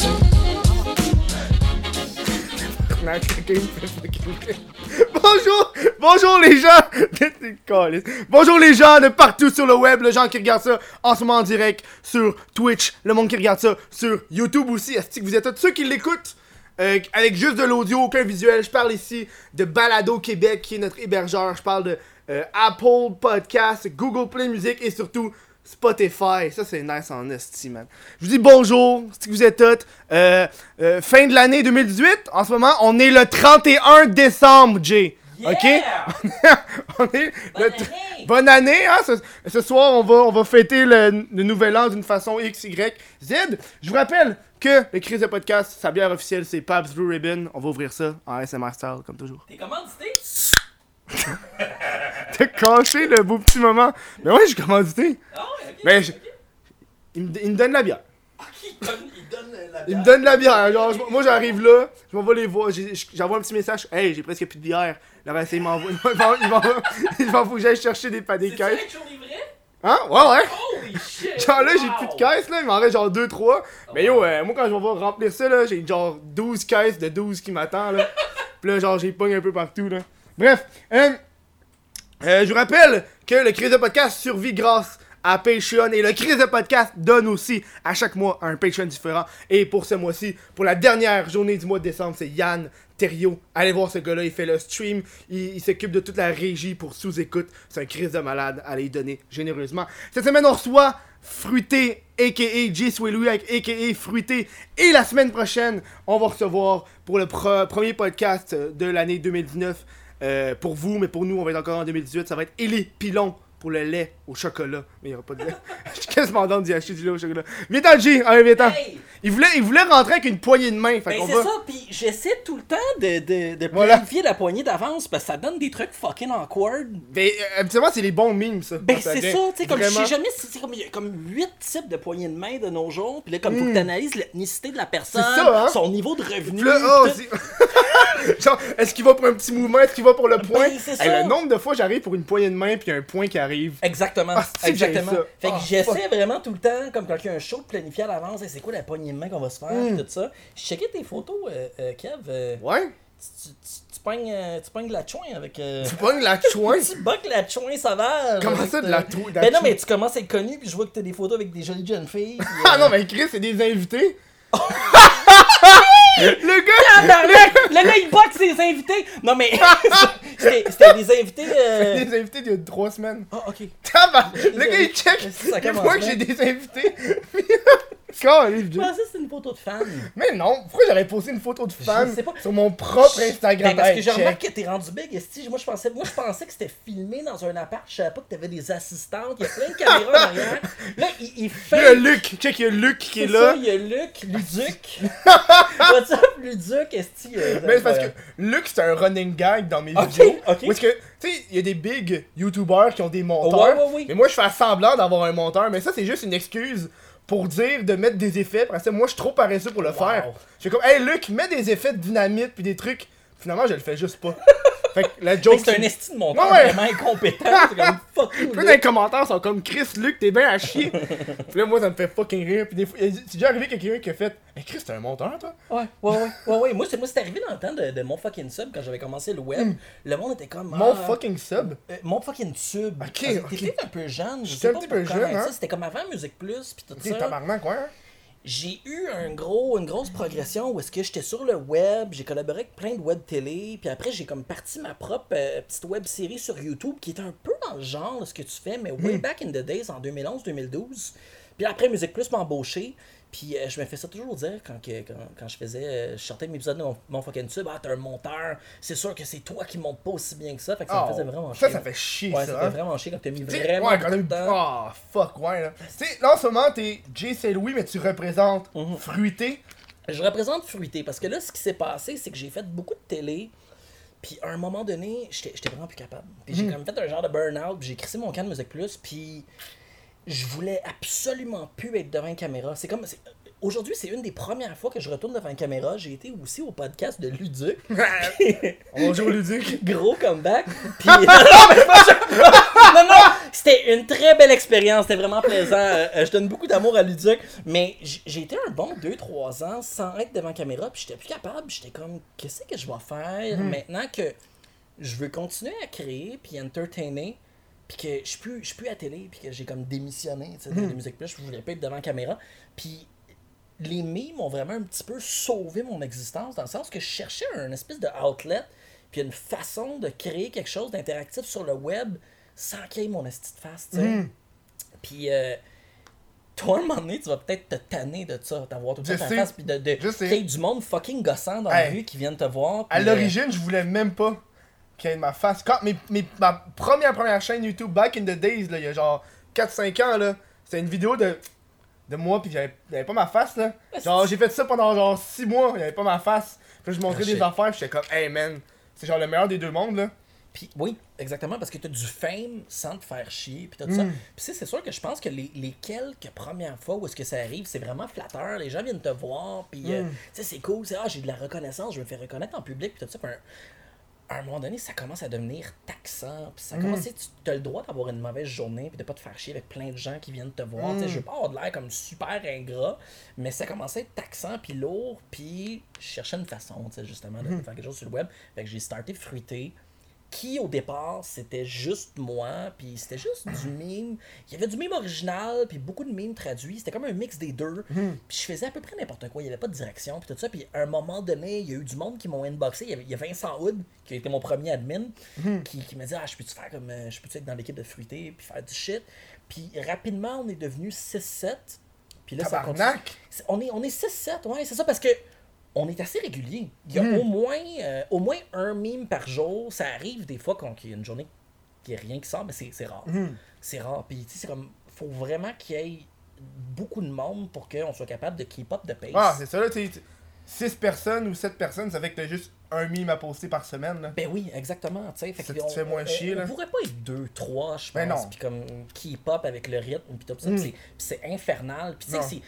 Bonjour, bonjour les gens. bonjour les gens de partout sur le web, le gens qui regardent ça en ce moment en direct sur Twitch, le monde qui regarde ça sur YouTube aussi. Est-ce que vous êtes tous ceux qui l'écoutent euh, avec juste de l'audio, aucun visuel. Je parle ici de Balado Québec qui est notre hébergeur. Je parle de euh, Apple Podcast, Google Play Music et surtout Spotify, ça c'est nice en esti, man. Je vous dis bonjour, c'est que vous êtes toutes. Euh, euh, fin de l'année 2018, en ce moment, on est le 31 décembre, Jay. Yeah! OK? on est Bonne le tr- année! Bonne année, hein? Ce, ce soir, on va, on va fêter le, le nouvel an d'une façon X, Y, Z. Je vous rappelle que le crise de podcast, sa bière officielle, c'est Pabst Blue Ribbon. On va ouvrir ça en SMR style, comme toujours. T'es commandité? T'as caché le beau petit moment. Mais ouais, j'ai commandité. Ah ouais, ok. Mais je- Il me, il me donne la bière. Il donne, il donne la- la Il me bière. donne de la bière. hein, Genre, je- moi, j'arrive là, je m'en vais les voir. j'ai- J'envoie un petit message. Hey, j'ai presque plus de bière. Là, ben, c'est- il m'envoie. Il m'en- il m'en- il m'en faut que j'aille chercher des, pa- des C'est ça caisses. être jour vrai? Hein? Ouais, ouais. Holy shit! Genre là, j'ai wow. plus de caisses, là. Il m'en reste genre 2-3. Mais Oh, yo, euh, moi, quand je vais voir remplir ça, là, j'ai genre 12 caisses de 12 qui m'attendent, là. Puis là, genre, j'ai pogne un peu partout, là. Bref, euh, euh, je vous rappelle que le Crise de Podcast survit grâce à Patreon et le Crise de Podcast donne aussi à chaque mois un Patreon différent. Et pour ce mois-ci, pour la dernière journée du mois de décembre, c'est Yann Thériault. Allez voir ce gars-là, il fait le stream, il, il s'occupe de toute la régie pour sous-écoute. C'est un Crise de malade, allez y donner généreusement. Cette semaine, on reçoit Fruité, a.k.a. J. Louis, a.k.a. Fruité. Et la semaine prochaine, on va recevoir pour le pre- premier podcast euh, de l'année 2019, euh, pour vous, mais pour nous, on va être encore en 2018, ça va être Élie Pilon pour le lait au chocolat. Mais il n'y aura pas de lait. Je suis quasiment dans d'y acheter du lait au chocolat. Viens-t'en, J. Allez, viens-t'en. Hey! Il, voulait, il voulait rentrer avec une poignée de main. Fait Ben qu'on c'est va... ça, pis j'essaie tout le temps de, de, de Voilà. planifier la poignée d'avance parce que ça donne des trucs fucking awkward. Ben, euh, habituellement, c'est les bons mimes, Ah, ça. Ben quand c'est vient. ça, tu sais, comme je sais Vraiment. jamais, si- c'est comme, il y a comme 8 types de poignées de main de nos jours, pis là comme faut que t'analyses l'ethnicité de la personne, Hmm. ça, hein? son niveau de revenu, Puis là, oh, tout. c'est- Genre, est-ce qu'il va pour un petit mouvement? Est-ce qu'il va pour le point? Ben, c'est Hey, ça. le nombre de fois, j'arrive pour une poignée de main, puis il y a un point qui arrive. Exactement. Ah, c'est que j'aime exactement. ça. Fait que Ah, j'essaie vraiment tout le temps, comme quand il y a un show, de planifier à l'avance, Hey, c'est quoi la poignée de main qu'on va se faire, Hmm. pis tout ça. Je checkais tes photos, euh, euh, Kev. euh, Ouais? tu, tu, tu, pognes, euh, tu pognes de la chouin avec. euh, Tu pognes la chouin? tu bucks la chouin sauvage. Comment avec ça, de ta- la trou- de la Ben non, chouin? mais tu commences à être connu, puis je vois que t'as des photos avec des jolies jeunes filles. puis, euh, Ah non, mais Chris, c'est des invités. Oh. le gars! Tabarnak! Le gars, il boxe ses invités! Non, mais. c'était c'était des invités. euh, Des invités d'il y a trois semaines. Ah, ok. Tabar- Le gars, il check! Ça Il commence voit que bien. j'ai des invités. Calif, Je Jay. pensais que c'était une photo de fan. Mais non, pourquoi j'aurais posté une photo de femme sais pas. sur mon propre Instagram? Ben, parce que Hey, je check. remarque que t'es rendu big, esti. Moi, je pensais, moi, je pensais que c'était filmé dans un appart. Je savais pas que t'avais des assistantes. Il y a plein de caméras derrière. Là, il, il Il y a fait. Luc, check, il y a Luc qui est C'est là. ça, il y a Luc, Luduc. What's up, Luduc, esti? euh, Mais c'est parce que voilà. Luc, c'est un running gag dans mes Ok, vidéos. ok. Parce que, tu sais, il y a des big YouTubers qui ont des monteurs. Ouais, ouais, ouais. Mais moi, je fais semblant d'avoir un monteur. Mais ça, c'est juste une excuse pour dire de mettre des effets. Parce que moi, je suis trop paresseux pour le faire. Je fais comme, hey Luc, mets des effets de dynamite puis des trucs. Finalement, je le fais juste pas. fait que la Mais joke. c'est un effet. esti de monteur Ouais, ouais. vraiment incompétent. C'est comme fucking. Plein dans les commentaires sont comme Chris, Luc, t'es bien à chier. puis là, moi, ça me fait fucking rire. Puis des fois, c'est déjà arrivé qu'il y a quelqu'un qui a fait, hey Chris, t'es un monteur, toi Ouais, ouais, ouais, ouais, ouais. Moi, c'est, moi, c'est arrivé dans le temps de, de mon fucking sub quand j'avais commencé le web. Le monde était comme. Hmm. Mon ah, fucking sub. euh, mon fucking sub. Ok, T'étais ok. peut-être un peu jeune. Je J'étais sais un pas petit peu pourquoi, jeune, mais hein. ça, C'était comme avant Musique Plus, puis tout T'es ça. tabarnak, ouais. hein? J'ai eu un gros, une grosse progression où est-ce que j'étais sur le web, j'ai collaboré avec plein de web télé, puis après j'ai comme parti ma propre euh, petite web série sur YouTube qui est un peu dans le genre de ce que tu fais, mais way Hmm. back in the days en 2011-2012. Puis après Musique Plus m'a embauché, puis euh, je me fais ça toujours dire quand, que- quand, quand je faisais, euh, je sortais mes épisodes de mon, mon fucking sub, ah t'es un monteur, c'est sûr que c'est toi qui monte pas aussi bien que ça, fait que ça Oh, me faisait vraiment ça, chier. ça fait chier, Ouais, ça, ça hein. fait vraiment chier quand t'as mis T'sais, vraiment ouais, quand beaucoup de même. temps. Oh, fuck, ouais, là. Tu sais, là, en ce moment, t'es Jay Saint Louis, mais tu représentes Mhm. Fruité. Je représente Fruité parce que là, ce qui s'est passé, c'est que j'ai fait beaucoup de télé. Puis à un moment donné, j'étais j'étais vraiment plus capable. Puis j'ai comme fait un genre de burn-out. puis J'ai crissé mon camp de musique plus. Puis je voulais absolument plus être devant une caméra. C'est comme. c'est- Aujourd'hui, c'est une des premières fois que je retourne devant une caméra. J'ai été aussi au podcast de Luduc. Bonjour, Luduc. Gros comeback. Puis. non, mais c'est pas ça. non, non, c'était une très belle expérience, c'était vraiment plaisant. Euh, euh, je donne beaucoup d'amour à Luduc, mais j- j'ai été un bon 2-3 ans sans être devant caméra, puis j'étais plus capable. J'étais comme, qu'est-ce que je vais faire maintenant que je veux continuer à créer, puis entertainer, puis que je suis plus, je suis plus à télé, puis que j'ai comme démissionné tu sais, de, de Musique Plus, je voulais pas être devant caméra. Puis les mimes ont vraiment un petit peu sauvé mon existence, dans le sens que je cherchais un espèce de outlet, puis une façon de créer quelque chose d'interactif sur le web sans qu'il y ait mon esti de face, tu sais. Hmm. Puis, euh, toi, un moment donné, tu vas peut-être te tanner de ça, d'avoir tout le Je temps ta sais. face, puis de, de Je sais. qu'il y ait du monde fucking gossant dans la Hey. rue qui viennent te voir. À puis, euh, l'origine, je voulais même pas qu'il y ait ma face. Quand mes, mes- ma première première chaîne YouTube, back in the days, là, il y a genre 4-5 ans, là, c'était une vidéo de, de moi, puis j'avais j'avais pas ma face. là. Genre, j'ai fait ça pendant genre 6 mois, il y avait pas ma face. Puis là, je montrais Ah, shit. des affaires, puis j'étais comme, hey man, c'est genre le meilleur des deux mondes. là. Puis oui, exactement, parce que t'as du fame sans te faire chier, puis t'as tout ça. Puis tu sais, c'est sûr que je pense que les, les quelques premières fois où est-ce que ça arrive, c'est vraiment flatteur, les gens viennent te voir, puis euh, tu sais, c'est cool, c'est « Ah, j'ai de la reconnaissance, je me fais reconnaître en public », puis tout ça. Puis un- à un moment donné, ça commence à devenir taxant, puis ça commence, tu sais, tu as le droit d'avoir une mauvaise journée, puis de pas te faire chier avec plein de gens qui viennent te voir. Tu sais, je veux pas avoir de l'air comme super ingrat, mais ça commençait à être taxant, puis lourd, puis je cherchais une façon, tu sais, justement, de faire quelque chose sur le web. Fait que j'ai starté fruité qui au départ c'était juste moi, puis c'était juste du mime. Il y avait du mime original, puis beaucoup de mimes traduits. C'était comme un mix des deux. Puis je faisais à peu près n'importe quoi. Il n'y avait pas de direction, puis tout ça. Puis à un moment donné, il y a eu du monde qui m'ont inboxé. Il y avait- il y a Vincent Hood, qui a été mon premier admin, qui, qui m'a dit Ah, je peux-tu faire comme. euh, Je peux-tu être dans l'équipe de fruité, puis faire du shit. Puis rapidement, on est devenu 6-7. Puis là, ça Tabarnak! continue. C'est- On est, on est 6-7, ouais, c'est ça, parce que on est assez régulier. Il y a au, moins, euh, au moins un mime par jour. Ça arrive des fois qu'on- qu'il y a une journée qu'il n'y a rien qui sort, mais c'est c'est rare. C'est rare. Puis, tu sais, c'est comme, faut vraiment qu'il y ait beaucoup de monde pour qu'on soit capable de keep up de pace. Ah, c'est ça, là, tu 6 personnes ou 7 personnes, ça fait que t'as juste un mime à poster par semaine. Là. ben oui, exactement. tu sais, Fait Ça que te fait moins chier, on là. pourrait pas être deux, trois, je Ben pense, non. Hmm. puis comme keep up avec le rythme, puis tout ça, puis c'est- puis c'est infernal. Puis tu sais, Non. que c'est-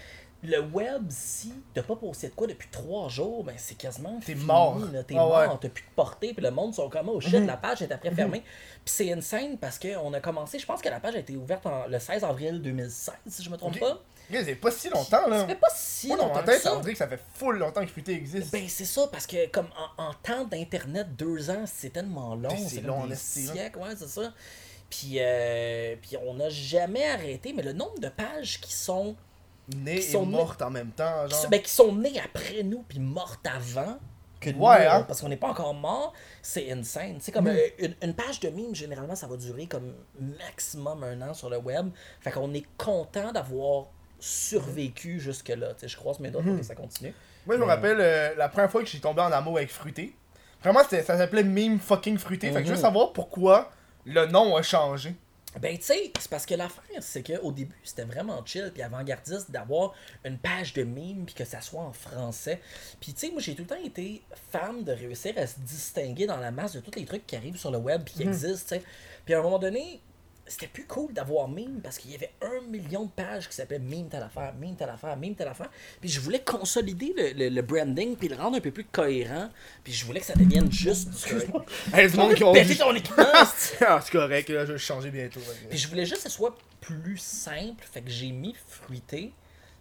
le web, si t'as pas posté de quoi depuis trois jours, ben c'est quasiment T'es fini, mort. là. T'es Ah ouais. Mhm. mort, t'as plus de portée, puis le monde sont comme au shit, la page est après fermée. Puis c'est insane parce qu'on a commencé, je pense que la page a été ouverte en- le 16 avril 2016, si je me trompe Ok. pas. Regarde, C'est pas si longtemps, là. Ça fait pas si Moi, dans ma longtemps que tête, hein. ça. on dirait que ça fait full longtemps que Fruité existe. Ben c'est ça, parce que comme en, en temps d'Internet, deux ans, c'est tellement long. Putain, C'est Ben, c'est comme long, en des esti, hein. siècles, ouais, c'est ça. Puis, euh, puis on n'a jamais arrêté, mais le nombre de pages qui sont, Née Qui sont et morte en même temps, qui, genre. sont- ben, qui sont nées après nous, puis mortes avant que nous, Ouais, hein. hein, parce qu'on n'est pas encore mort, c'est insane. C'est comme euh, une, une page de mime, généralement, ça va durer comme maximum un an sur le web. Fait qu'on est content d'avoir survécu jusque-là. Tu sais, Je croise mes doigts pour Mhm. que ça continue. Moi, je me rappelle euh, la première fois que j'ai tombé en amour avec Fruité. Vraiment, c'était- ça s'appelait Meme Fucking Fruité. Fait que je veux Mhm. savoir pourquoi le nom a changé. Ben, tu sais, c'est parce que l'affaire, c'est qu'au début, c'était vraiment chill puis avant-gardiste d'avoir une page de mime puis que ça soit en français. Puis, tu sais, moi, j'ai tout le temps été fan de réussir à se distinguer dans la masse de tous les trucs qui arrivent sur le web Mhm. puis qui existent, tu sais. Puis, à un moment donné, c'était plus cool d'avoir mime parce qu'il y avait un million de pages qui s'appelaient mime telle affaire, mime telle affaire, mime telle affaire. Puis, je voulais consolider le, le- le branding puis le rendre un peu plus cohérent. Puis, je voulais que ça devienne juste. Excuse-moi. Hey, du monde qui ont Péter dit- ton équipement, c'est- ah, c'est correct, là, je vais le changer bientôt. puis je voulais juste que ça soit plus simple, fait que j'ai mis fruité,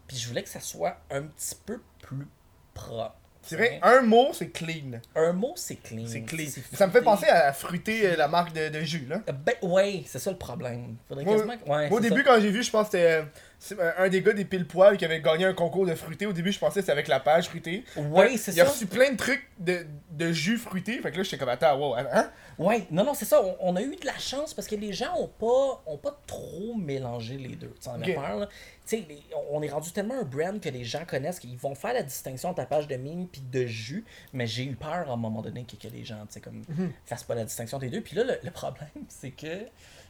puis je voulais que ça soit un petit peu plus propre. C'est vrai, un mot, c'est clean. Un mot, c'est clean. C'est clean. C'est Ça me fait fruité. penser à Fruité, euh, la marque de, de jus, là. Ben, ouais, c'est ça le problème. Faudrait Moi, quasiment... que- ouais, moi, au c'est début, ça. quand j'ai vu, je pense que c'était euh, c'est, euh, un des gars des pile poil qui avait gagné un concours de fruité. Au début, je pensais que c'était avec la page fruité. Ouais, c'est Il a ça. reçu plein de trucs de, de jus fruité. Fait que là, j'étais comme, attends, wow, hein? Ouais, non, non, c'est ça. On, on a eu de la chance parce que les gens ont pas, ont pas trop mélangé les deux. Tu sais, en Ok. affaires, là. Tu sais, les- on- on est rendu tellement un brand que les gens connaissent qu'ils vont faire la distinction entre ta page de mime puis de jus. Mais j'ai eu peur à un moment donné que, que les gens, tu sais, comme, Mhm. fassent pas la distinction des deux. Puis là, le, le problème, c'est que.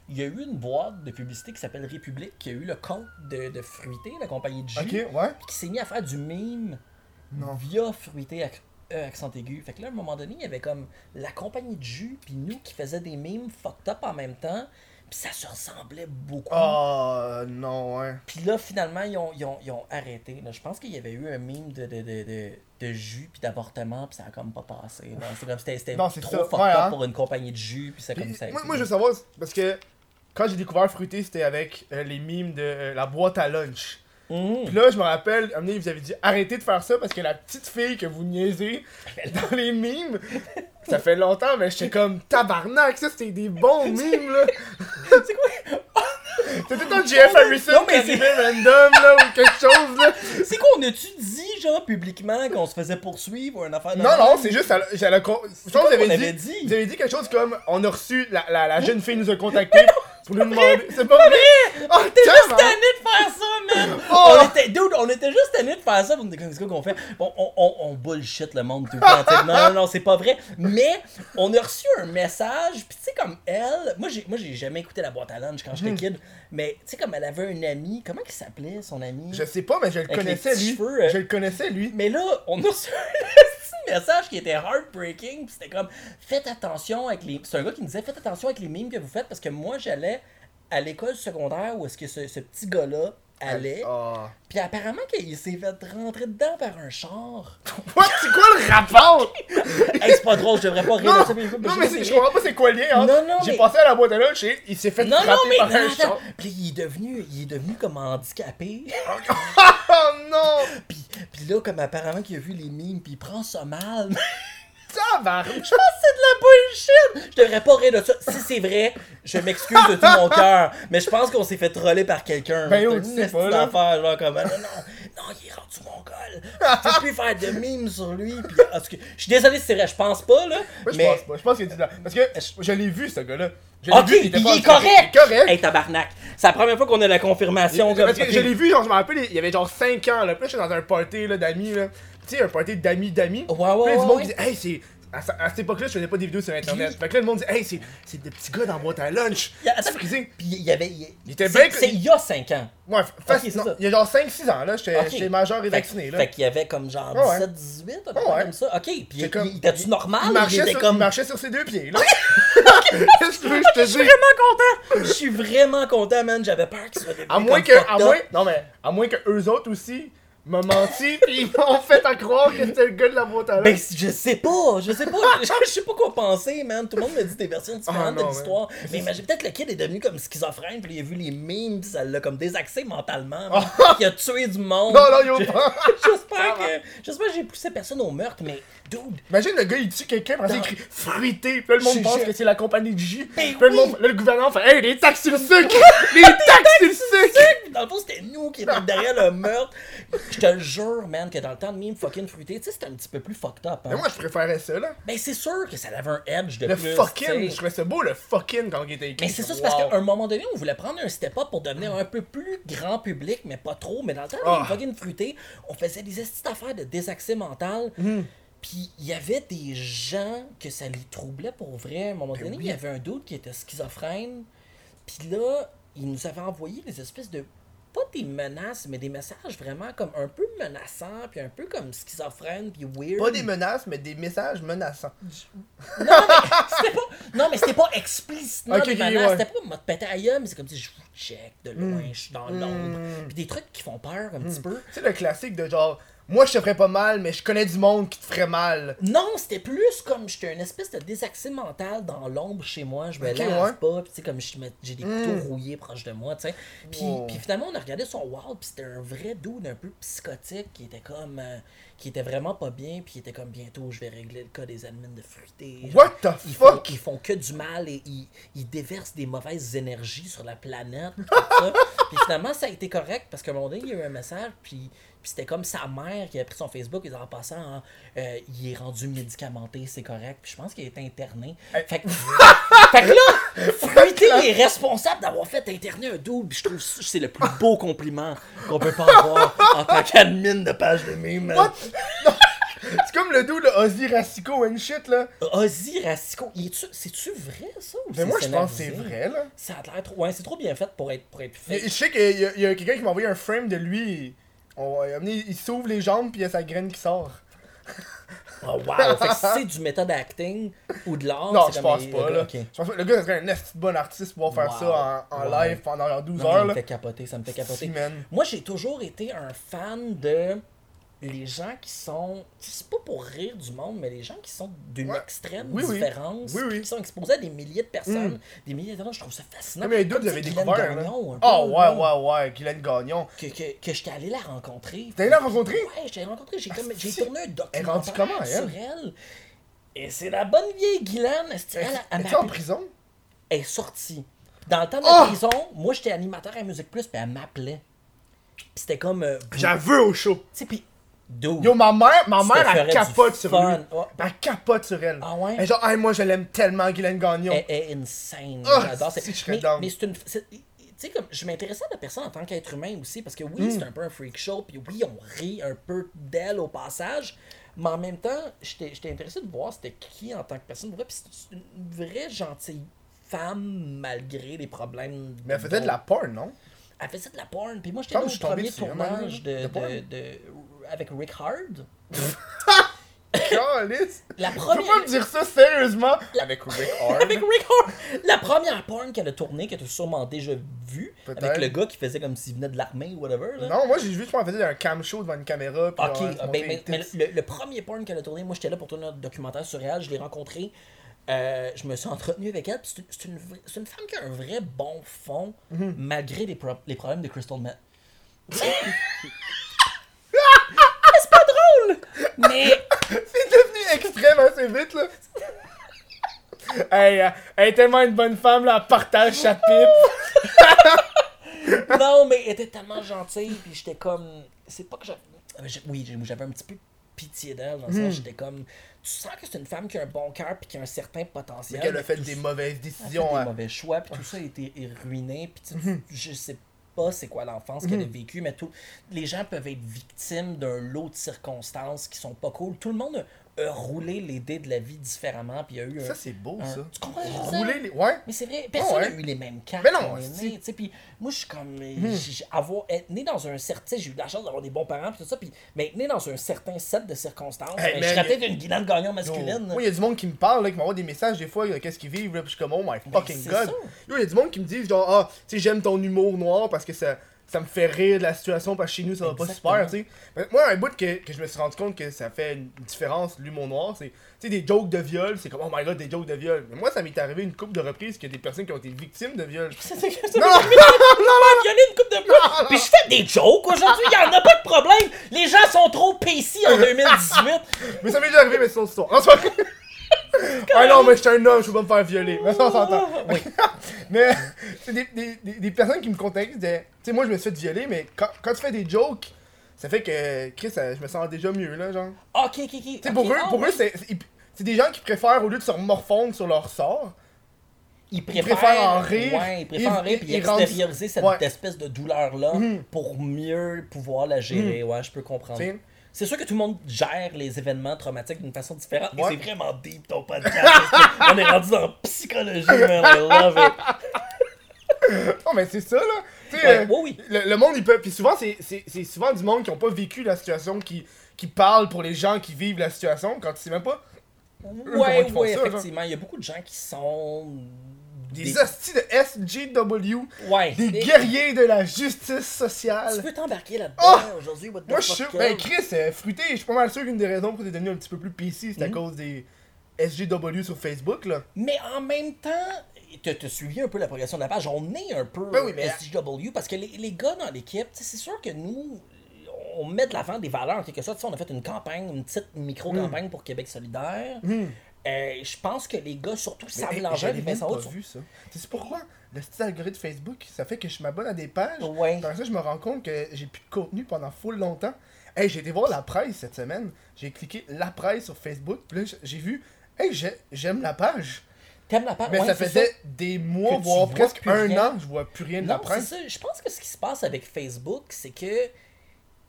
Il y a eu une boîte de publicité qui s'appelle République qui a eu le compte de, de Fruité, la compagnie de jus, Ok, ouais. puis qui s'est mis à faire du mime via fruité ac- euh, accent aigu. Fait que là, à un moment donné, il y avait comme la compagnie de jus, puis nous qui faisaient des mimes fucked up en même temps, puis ça se ressemblait beaucoup. Ah, Oh, non, ouais. Puis là, finalement, ils ont, ils ont, ils ont arrêté. là. Je pense qu'il y avait eu un mime de, de, de, de, de jus, puis d'avortement, puis ça a comme pas passé. là. C'est comme c'était c'était Non, c'est trop ça. fucked Ouais, up hein. pour une compagnie de jus, puis ça Puis, comme ça. a moi, été- moi, je veux savoir, c'est- parce que quand j'ai découvert Fruité, c'était avec euh, les mimes de euh, la boîte à lunch. Mhm. Puis là, je me rappelle, un moment donné, vous avez dit arrêtez de faire ça parce que la petite fille que vous niaisez dans les mimes, ça fait longtemps, mais j'étais comme tabarnak, ça c'était des bons mimes là. C'est quoi C'était ton GF Harrison Non, qui mais c'est- arrivait random là ou quelque chose là. C'est quoi, on a-tu dit, genre, publiquement, qu'on se faisait poursuivre ou un affaire de Non, même? non, c'est juste, elle- j'allais. con- Je pense quoi que vous qu'on avez avait dit, dit? Vous avez dit quelque chose comme on a reçu. La, la, la jeune fille nous a contactés pour nous demander. C'est pas vrai! Oh, T'es tiens, juste man. tanné de faire ça, man! Oh! On était, dude, on était juste tanné de faire ça, on était comme, c'est quoi qu'on fait? On, on, on, on bullshit le monde tout le temps, tu sais. Non, non, non, c'est pas vrai. Mais, on a reçu un message, pis tu sais, comme elle, moi j'ai, moi j'ai jamais écouté la boîte à lunch quand Hmm. j'étais kid, mais tu sais, comme elle avait un ami, comment il s'appelait son ami? Je sais pas, mais je le les connaissais petits lui. cheveux, euh. Je le connaissais lui. Mais là, on a reçu un petit message qui était heartbreaking. Puis c'était comme, faites attention avec les. C'est un gars qui nous disait, faites attention avec les mimes que vous faites parce que moi, j'allais à l'école secondaire où est-ce que ce, ce petit gars-là allait. Ah. Puis apparemment qu'il s'est fait rentrer dedans par un char. What? C'est quoi le rapport? hey, c'est pas drôle, je devrais pas rire non, de ça, mais- non, mais c'est- c'est je comprends pas c'est quoi le lien. Hein. Non, non, J'ai mais- passé à la boîte à lunch et il s'est fait Non, non, frapper mais par non, un attends. char. Puis il est devenu, il est devenu comme handicapé. Oh non! puis, puis là, comme apparemment qu'il a vu les mimes, puis il prend ça mal. Tabarnak! Je pense que c'est de la bullshit! Je devrais pas rire de ça. Si c'est vrai, je m'excuse de tout mon cœur, mais je pense qu'on s'est fait troller par quelqu'un. Ben, oh, C'est tu une sais esti pas, là. d'affaire, genre, comme, ah, non, non, non, il est rendu mongol. Je peux plus faire de mimes sur lui. Puis, en tout cas, je suis désolé si c'est vrai, je pense pas, là. Moi, je mais... pense pas. Je pense qu'il y a du blanc. Parce que je l'ai vu, ce gars-là. Je l'ai Ok, vu, il, était pas est handicapé. correct! Il est correct! Hey, tabarnak! C'est la première fois qu'on a la confirmation, comme Parce que je l'ai vu, genre, je me rappelle, il y avait genre 5 ans, là. Puis là, j'étais dans un party, là, d'amis, là. Tu sais, un party d'amis, d'amis. Ouais, ouais, Puis là, ouais, du monde ouais. qui dit, hey, c'est. À, sa- à cette époque-là, je faisais pas des vidéos sur internet. Fait que là, le monde dit, hey, c'est, c'est des petits gars dans la boîte à lunch. Il y a- Tu sais, Puis, tu sais, Puis il y avait. Il, Il était c'est- bien- C'est il y a 5 ans. ouais, face, c'est non, ça. il y a genre 5-6 ans, là. J'étais, Ok. j'étais Euh, majeur et Fait- vacciné, là. Fait qu'il y avait comme genre Ouais, ouais. 17, 18, un peu Ouais, ouais. comme ça. Ok, puis il, J'étais comme- il était-tu normal? il ou marchait, était sur, comme- il marchait sur ses deux pieds, là. Qu'est-ce que tu veux, je te dis? vraiment content! Je suis vraiment content, man. J'avais peur que soit À moins que. À moins, non, mais. À moins que eux autres aussi m'ont menti, puis ils m'ont fait à croire que c'était le gars de la boîte à lunch. Ben, c- je sais pas, je sais pas, je, je sais pas quoi penser, man. Tout le monde me dit des versions Ah, différentes non, de l'histoire. Mais imagine, peut-être le kid est devenu comme schizophrène, puis il a vu les memes, puis ça l'a comme désaxé mentalement. man. Il a tué du monde. Ah. non, non, yo, pas. J'espère que. J'espère que j'ai poussé personne au meurtre, mais dude, Imagine le gars, il tue quelqu'un, parce qu'il Non. écrit fruité, puis là, le monde Je- pense je- que c'est la compagnie de J. Mais Puis là, le oui. monde- là, le gouvernement fait Hey, les taxes sur le sucre Ben Les taxes sur le sucre Puis dans le fond, c'était nous qui étions derrière le meurtre. Je te le jure, man, que dans le temps de meme fucking fruité, tu sais, c'était un petit peu plus fucked up. Mais Hein. moi, je préférais ça, là. Ben, c'est sûr que ça avait un edge de Le plus. tu fucking, sais. je trouvais ça beau, le fucking, quand il était écrit. Mais c'est ça, c'est parce qu'à un moment donné, on voulait prendre un step-up pour devenir un peu plus grand public, mais pas trop. Mais dans le temps, Ah. on fucking fruité, on faisait des petites affaires de désaccès mental. Mm. Puis il y avait des gens que ça les troublait pour vrai. À un Ben moment donné, il y avait un doute qui était schizophrène. Puis là, il nous avait envoyé des espèces de. Pas des menaces, mais des messages vraiment comme un peu menaçants, puis un peu comme schizophrène, puis weird. Pas des menaces, mais des messages menaçants. C'était pas- Non, mais c'était pas explicitement Ok, des ok, menaces. ouais. C'était pas mode pété à gueule, mais c'est comme si je vous check de loin, Hmm. je suis dans l'ombre. Puis des trucs qui font peur un petit peu. Tu sais, le classique de genre, moi, je te ferais pas mal, mais je connais du monde qui te ferait mal. Non, c'était plus comme j'étais une espèce de désaxé mental dans l'ombre chez moi. Je me Ok, lave ouais. Hmm. pas, puis tu sais, comme je mets- j'ai des couteaux rouillés proches de moi, tu sais. Puis, Wow. puis finalement, on a regardé son wall, puis c'était un vrai dude un peu psychotique qui était comme. euh, qui était vraiment pas bien, puis il était comme bientôt, je vais régler le cas des admins de fruité. What the ils fuck? Font, ils font que du mal et ils, ils déversent des mauvaises énergies sur la planète. tout ça. puis finalement, ça a été correct parce qu'à un moment donné, il y a eu un message, puis, puis c'était comme sa mère qui a pris son Facebook et en passant, hein, euh, il est rendu médicamenté, c'est correct. Puis je pense qu'il est interné. Fait que, fait que là, Fruité est responsable d'avoir fait interner un double. Puis je trouve que c'est le plus beau compliment qu'on peut pas avoir en tant qu'admin de page de meme. What? Non. c'est comme le dude, là, Ozzy Racico and shit, là. Ozzy Racico, il est-tu- c'est-tu vrai ça? Ou Mais moi, je pense que c'est scénarisé? vrai, là. Ça a l'air trop. Ouais, c'est trop bien fait pour être, pour être Mais Je fait. sais qu'il y a, il y a quelqu'un qui m'a envoyé un frame de lui. On, il, il s'ouvre les jambes, puis il y a sa graine qui sort. Oh, wow! fait que si c'est du méthode acting ou de l'art. Non, Oh, c'est je comme pense les- pas, le- là. ok. Je pense pas- Le gars, ça serait un esti de bon artiste pour pouvoir faire Wow. ça en, en Wow. live pendant genre 12 Non, heures, ça me là. fait capoter, ça me fait capoter. Si, man. Moi, j'ai toujours été un fan de les gens qui sont. C'est pas pour rire du monde, mais les gens qui sont d'une Ouais. extrême Oui, oui. différence, Oui, oui. qui sont exposés à des milliers de personnes, des milliers de personnes, je trouve ça fascinant. Ah, mais les deux, Comme, vous avez tu sais, Guylaine découvert. là. Gagnon, un peu, Ah, là, ouais, ouais, ouais, Guylaine Gagnon. Que, que, que j'étais allé la rencontrer. T'es allé la rencontrer? Ouais, je l'ai rencontrée. J'ai comme- j'ai si. tourné un Ah, Elle est rendue documentaire comment, elle? sur elle. Et c'est la bonne vieille Guylaine. est-ce que Elle, elle Elle m'a était en appelé- prison? elle est sortie. Dans le temps de Oh! la prison, moi j'étais animateur à Musique Plus, puis elle m'appelait. Puis c'était comme. euh, J'en veux au show. Tu sais, puis. Dude. Yo, ma mère, ma C'était mère, elle ferait du capote sur fun. lui. Ouais. Elle capote sur elle. Ah ouais? Eh. Elle est genre, hey, moi, je l'aime tellement, Guylaine Gagnon. Elle est insane. Ah, J'adore. si, je serais mais, down. mais c'est une. c'est- Tu sais, comme je m'intéressais à la personne en tant qu'être humain aussi, parce que oui, Hmm. c'est un peu un freak show, puis oui, on rit un peu d'elle au passage, mais en même temps, j'étais j'étais intéressé de voir c'était qui en tant que personne. pour vrai, Puis c'est une vraie gentille femme malgré les problèmes. Mais elle faisait de la porn, non? Elle faisait de la porn, puis moi j'étais Comme là au je suis tombé premier dessus, vraiment, tournage de, de porn. de- de- avec Rick Hard. Calice! La Tu peux pas première. me dire ça sérieusement? Avec Rick Hard. Avec Rick Hard. La première porn qu'elle a tournée, que tu as sûrement déjà vue, Peut-être. avec le gars qui faisait comme s'il venait de l'armée ou whatever. Là. Non, moi, j'ai vu, je pense, elle faisait un cam show devant une caméra. puis Ok, genre, elle se ben, montrait mais, les mais tits. le, le premier porn qu'elle a tourné, moi j'étais là pour tourner un documentaire sur elle, je l'ai rencontrée, euh, je me suis entretenu avec elle, puis c'est une- c'est une, vraie- c'est une femme qui a un vrai bon fond, Mhm. malgré les, pro- les problèmes de Crystal Meth. Mais c'est pas drôle! Mais C'est devenu extrême assez vite, là. hey, euh, elle est tellement une bonne femme, là, elle partage sa pipe. Non, mais elle était tellement gentille, puis j'étais comme. C'est pas que j'avais. Ah, mais j'ai- Oui, j'ai- j'avais un petit peu pitié d'elle, dans le sens, j'étais comme. Tu sens que c'est une femme qui a un bon cœur, puis qui a un certain potentiel. Qu'elle a fait Tout- des mauvaises elle a fait décisions. des hein. mauvais choix, puis tout ça a été est ruiné, puis tu- je sais pas c'est quoi l'enfance qu'elle a vécue, mais tout. Les gens peuvent être victimes d'un lot de circonstances qui sont pas cool. Tout le monde a, a roulé les dés de la vie différemment, puis il y a eu. Ça, un- c'est beau, un- ça. Tu comprends ce que je veux dire? Rouler les. Ouais. Mais c'est vrai, personne n'a ouais. eu les mêmes cartes. Mais non, Hmm. quand on est c'est- né, tu sais, Puis moi, je suis comme. euh, j'ai- Avoir, être né dans un certain. tu sais, J'ai eu de la chance d'avoir des bons parents, puis tout ça. Puis, mais être né dans un certain set de circonstances, Hey, ben, man, je serais y a- peut-être une Guylaine Gagnon Yo, masculine. Moi, il y a du monde qui me parle, là, qui m'envoie des messages des fois, euh, qu'est-ce qu'ils vivent, là, puis je suis comme, oh my fucking Ben, c'est god. ça. Yo, il y a du monde qui me dit, genre, ah, tu sais, j'aime ton humour noir parce que ça, ça me fait rire de la situation, parce que chez nous, ça va pas Exactement. super, tu sais. Mais Moi, un bout que, que je me suis rendu compte que ça fait une différence, l'humour noir, c'est, tu sais, des jokes de viol, c'est comme, oh my god, des jokes de viol. Mais moi, ça m'est arrivé une couple de reprises qu'il y a des personnes qui ont été victimes de viol. C'était comme ça. Non, non, Il y en a une couple de fois. Puis je fais des jokes aujourd'hui, il y en a pas de problème. Les gens sont trop PC en 2018. Mais ça m'est déjà arrivé, mais c'est une autre histoire. Non, c'est pas- Ah non, mais je suis un homme, je peux pas me faire violer. Mais ça, on s'entend. Oui. Mais c'est des, des, des, des personnes qui me contactent de. Tu sais, moi, je me suis fait violer, mais quand, quand tu fais des jokes, ça fait que Chris, ça- je me sens déjà mieux, là, genre. Ok, ok, ok. Tu sais, pour Ok, eux, ah, pour ouais. eux c'est, c'est- c'est des gens qui préfèrent, au lieu de se morfondre sur leur sort, Ils préfèrent préfèrent, en rire. Ouais, ils préfèrent en Ils- rire puis ils- ils rendent- extérioriser cette Ouais. Mhm. espèce de douleur-là pour mieux pouvoir la gérer. Ouais, je peux comprendre. T'sais. C'est sûr que tout le monde gère les événements traumatiques d'une façon différente. mais Ouais. C'est vraiment deep ton podcast. On est rendu dans la psychologie, man. I love it. Non, mais c'est ça, là. Tu sais, Ouais, euh, oui, oui. Le, le monde, il peut. Puis souvent, c'est, c'est, c'est souvent du monde qui ont pas vécu la situation, qui, qui parle pour les gens qui vivent la situation, quand tu sais même pas. comment Ouais, ils font ouais, ça, genre? effectivement. Il y a beaucoup de gens qui sont. Des, hosties de SJW, Ouais. des Des- guerriers de la justice Tu sociale. peux t'embarquer là-dedans Ah! aujourd'hui, what the Moi, je suis fuck, sûr. Kev? Ben, Chris, euh, fruité, je suis pas mal sûr qu'une des raisons pour t'es devenu un petit peu plus PC, c'est Hmm. à cause des SGW sur Facebook, là. Mais en même temps, tu as suivi un peu la progression de la page. On est un peu Ben oui, mais- SJW parce que les, les gars dans l'équipe, tu sais, c'est sûr que nous, on met de l'avant des valeurs en quelque sorte. Tu sais, on a fait une campagne, une petite Mm. micro-campagne pour Québec solidaire. Euh, je pense que les gars, surtout Sam Hey, Langevin j'avais et même Vincent pas Haute, sont- vu ça. Tu sais pourquoi? Le petit algorithme Facebook, ça fait que je m'abonne à des pages. Ouais. Par ça, je me rends compte que j'ai plus de contenu pendant full longtemps. Hey, j'ai été voir la presse cette semaine. J'ai cliqué la presse sur Facebook. Puis là, j'ai vu. Hey, j'ai- j'aime la page. t'aimes la page. Mais Ouais, ça c'est faisait des mois, Que tu voire vois presque plus un rien. an, je vois plus rien de la Non, c'est presse. ça. Je pense que ce qui se passe avec Facebook, c'est que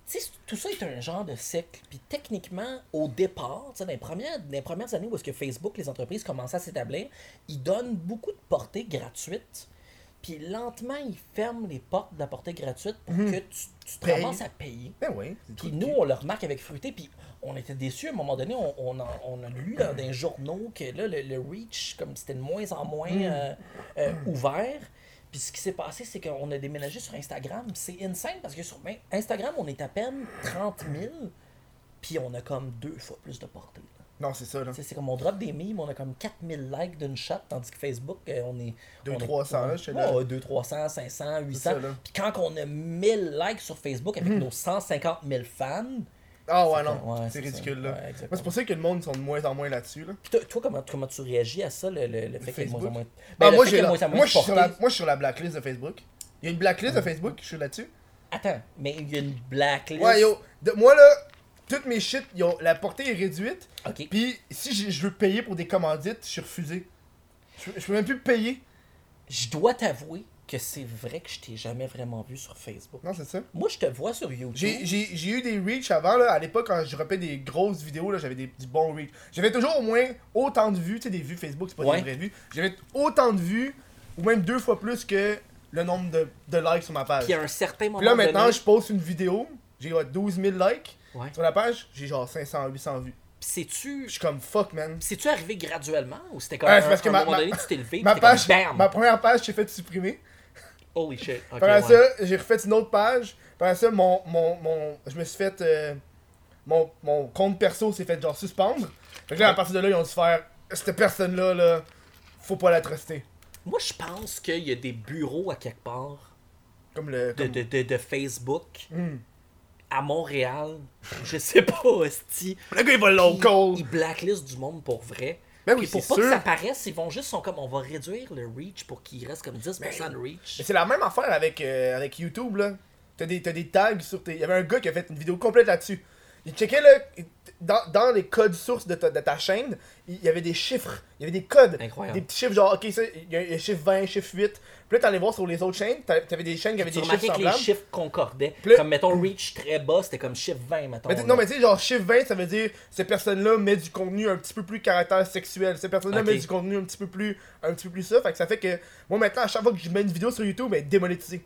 tu sais, tout ça est un genre de cycle. Puis techniquement, au départ, tu sais, dans les premières, dans les premières années où est-ce que Facebook, les entreprises commençaient à s'établir, ils donnent beaucoup de portée gratuite. Puis lentement, ils ferment les portes de la portée gratuite pour que tu, tu te Mhm. Paye. commences à payer. Ben oui. c'est Puis tout- nous, on le remarque avec Fruité, puis on était déçus. À un moment donné, on, on, en- on a lu dans des journaux que là, le, le reach, comme c'était de moins en moins euh, euh, ouvert. Puis ce qui s'est passé, c'est qu'on a déménagé sur Instagram. C'est insane parce que sur ben, Instagram, on est à peine 30 000. Puis on a comme deux fois plus de portée. là. Non, c'est ça, là. Tu sais, C'est comme on drop des memes, on a comme 4000 likes d'une shot, tandis que Facebook, euh, on est. Deux, on est- 300, on- là, je sais Ouais, là. ouais, deux, 300, 500, 800. ça, là. Puis quand on a 1000 likes sur Facebook avec nos 150 000 fans, Ah ouais, c'est non, comme- ouais, c'est c'est ça. ridicule, là. Ouais, Moi, exactement. c'est pour ça que le monde sont de moins en moins là-dessus, là. puis toi, toi, comment, comment tu réagis à ça, le, le- le fait qu'il y ait de moins en Facebook? moins. de- Ah, Ben, le moi, fait j'ai qu'il y ait la- de moins en moins Mm. moi, de je suis sur la... portée. moi, je suis sur la blacklist de Facebook. Il y a une blacklist de Facebook, je suis là-dessus. Attends, mais il y a une blacklist. Ouais, yo, de- moi, là, toutes mes shit, yo, la portée est réduite. Ok. Puis si j'ai- je veux payer pour des commandites, je suis refusé. Je, je peux même plus payer. Je dois t'avouer que c'est vrai que je t'ai jamais vraiment vu sur Facebook. Non, c'est ça. Moi, je te vois sur YouTube. J'ai- J'ai j'ai eu des reach avant, là, à l'époque, quand je rappelais des grosses vidéos, là, j'avais des, du bon reach. J'avais toujours au moins autant de vues, tu sais, des vues Facebook, c'est pas Ouais. des vraies vues. J'avais autant de vues, ou même deux fois plus que le nombre de, de likes sur ma page. Puis à un certain moment. Puis là, maintenant, donné- je poste une vidéo, j'ai ouais, 12 000 likes Ouais. sur la page, j'ai genre 500, 800 vues. Puis sais-tu. Je suis comme fuck, man. C'est-tu arrivé graduellement ou c'était comme Ouais, un, c'est parce que un ma- moment ma- donné, tu t'es levé Ma, pis t'es page, comme bam! ma première page, j'ai fait supprimer. Holy shit. ok, Par euh, ouais. ça, j'ai refait une autre page. Par ça, mon, mon, mon, je me suis fait. euh, mon, mon compte perso s'est fait genre suspendre. Fait que là, à partir de là, ils ont dû faire. Cette personne-là, là, faut pas la truster. Moi, je pense qu'il y a des bureaux à quelque part Comme le. de, Comme... de, de, de Facebook Hmm. à Montréal. Je sais pas, hostie. Le gars, il va Ils- local. Ils blacklistent du monde pour vrai. Ben Puis oui, pour c'est pas que sûr. ça paraisse, ils vont juste, sont comme, on va réduire le reach pour qu'il reste comme 10% de Mais reach. Ben, c'est la même affaire avec, euh, avec YouTube, là. T'as des, t'as des tags sur tes. Il y avait un gars qui a fait une vidéo complète là-dessus. Il checkait, là, dans, dans les codes sources de ta, de ta chaîne, il y avait des chiffres, il y avait des codes. Incroyable. Des petits chiffres, genre, ok, ça, il y a il y a chiffre 20, chiffre 8. Puis là, t'allais voir sur les autres chaînes, t'a- t'avais des chaînes qui avaient Tu des remarquais chiffres que les semblables. chiffres concordaient. Puis là- Comme, mettons, reach très bas, c'était comme chiffre 20, mettons. Mais t'sais- là. non, mais tu sais, genre, chiffre 20, ça veut dire cette personne-là met du contenu un petit peu plus caractère sexuel. Cette personne-là Ok. met du contenu un petit peu plus un petit peu plus ça. Fait que ça fait que moi, maintenant, à chaque fois que je mets une vidéo sur YouTube, elle est démonétisée.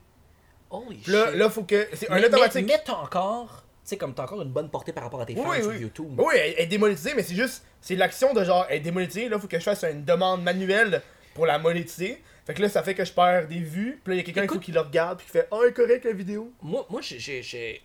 Holy Puis là, shit. là, faut que. C'est un mais, mais, automatique. mais t'as encore, tu sais, comme t'as encore une bonne portée par rapport à tes fans Oui, sur oui. YouTube. Oui, elle, elle est démonétisée, mais c'est juste, c'est l'action de genre, elle est démonétisée, là, faut que je fasse une demande manuelle pour la monétiser. Fait que là, ça fait que je perds des vues, puis là, il y a quelqu'un Écoute- qui le regarde, puis qui fait, oh, incorrect la vidéo. Moi, moi j'ai- j'ai. j'ai-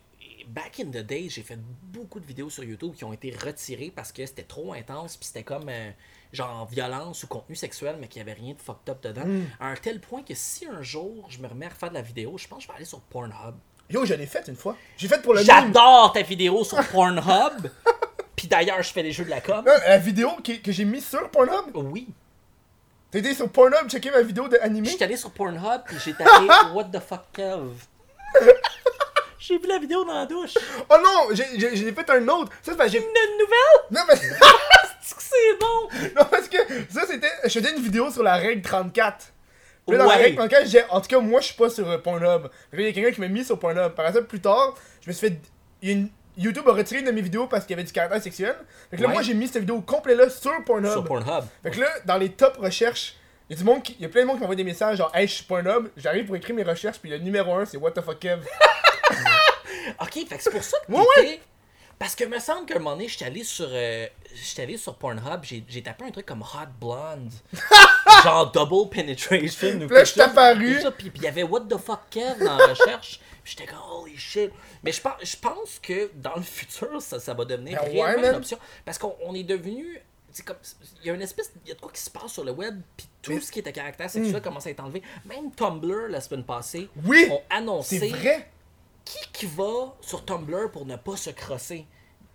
Back in the day, j'ai fait beaucoup de vidéos sur YouTube qui ont été retirées parce que c'était trop intense, puis c'était comme euh, genre violence ou contenu sexuel, mais qu'il n'y avait rien de fucked up dedans. Hmm. À un tel point que si un jour je me remets à refaire de la vidéo, je pense que je vais aller sur Pornhub. Yo, je l'ai faite une fois. J'ai faite pour le meme. J'adore ta vidéo sur Pornhub, puis d'ailleurs, je fais les jeux de la com. Non, la vidéo qui- que j'ai mise sur Pornhub. Oui. T'as été sur Pornhub checker ma vidéo de animé. J'étais allé sur Pornhub et j'ai tapé What the fuck Kev. j'ai vu la vidéo dans la douche. Oh non, j'ai- j'ai j'ai fait un autre. Ça, c'est parce que j'ai. Une nouvelle? Non, mais- C'est que c'est bon? non, parce que ça, c'était. Je faisais une vidéo sur la règle 34. Puis là, dans Ouais. la règle 34, j'ai. En tout cas, moi, je suis pas sur euh, Pornhub. Puis là, Il y a quelqu'un qui m'a mis sur Pornhub. Par exemple, plus tard, je me suis fait. il y a une- YouTube a retiré une de mes vidéos parce qu'il y avait du caractère sexuel. Fait que là, Ouais. moi, j'ai mis cette vidéo complète là sur Pornhub. Sur Pornhub. Fait que là, dans les top recherches, il y a du monde qui. Il y a plein de monde qui m'envoie des messages genre, hey, je suis Pornhub. J'arrive pour écrire mes recherches, puis le numéro 1, c'est What the fuck, Kev. Ok, fait que c'est pour ça que Ouais, t'étais- Parce que me semble qu'à un moment donné, j'étais allé sur, euh, j'étais allé sur Pornhub, j'ai j'ai tapé un truc comme Hot Blonde. genre Double Penetration. ou Puis là, quelque je chose. t'apparu. Puis ça, Puis puis il y avait What the fuck Kev dans la recherche. Puis j'étais comme Holy shit. Mais je pense, je pense que dans le futur, ça, ça va devenir Ben ouais, réellement une man. option. Parce qu'on on est devenu. c'est comme- Il y a une espèce. Il y a de quoi qui se passe sur le web, puis tout ce qui est à Hmm. caractère sexuel commence à être enlevé. Même Tumblr, la semaine passée, Oui! ont annoncé C'est vrai. qui qui va sur Tumblr pour ne pas se crosser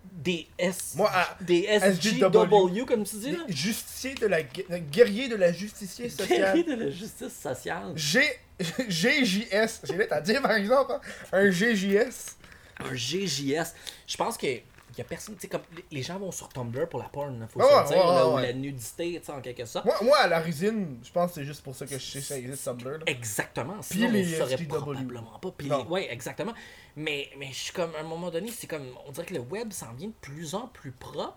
des S Moi, à- des SGW SGW, comme tu dis là Justicier de la. gue- Guerrier de la justicier sociale. Guerrier de la justice sociale G... GJS. J'ai l'air à dire par exemple, hein, un GJS. un GJS je pense que y a personne tu sais comme les gens vont sur Tumblr pour la porn là, faut Ouais, se le dire ouais, là, ouais, ou ouais. la nudité tu sais en quelque sorte Moi, moi, à la résine, je pense que c'est juste pour ça que je sais que ça existe Tumblr. là. Exactement. Sinon, les on saurait SGW. probablement pas. Puis Non. les- ouais, exactement. Mais, mais je suis comme, à un moment donné, c'est comme, on dirait que le web s'en vient de plus en plus propre.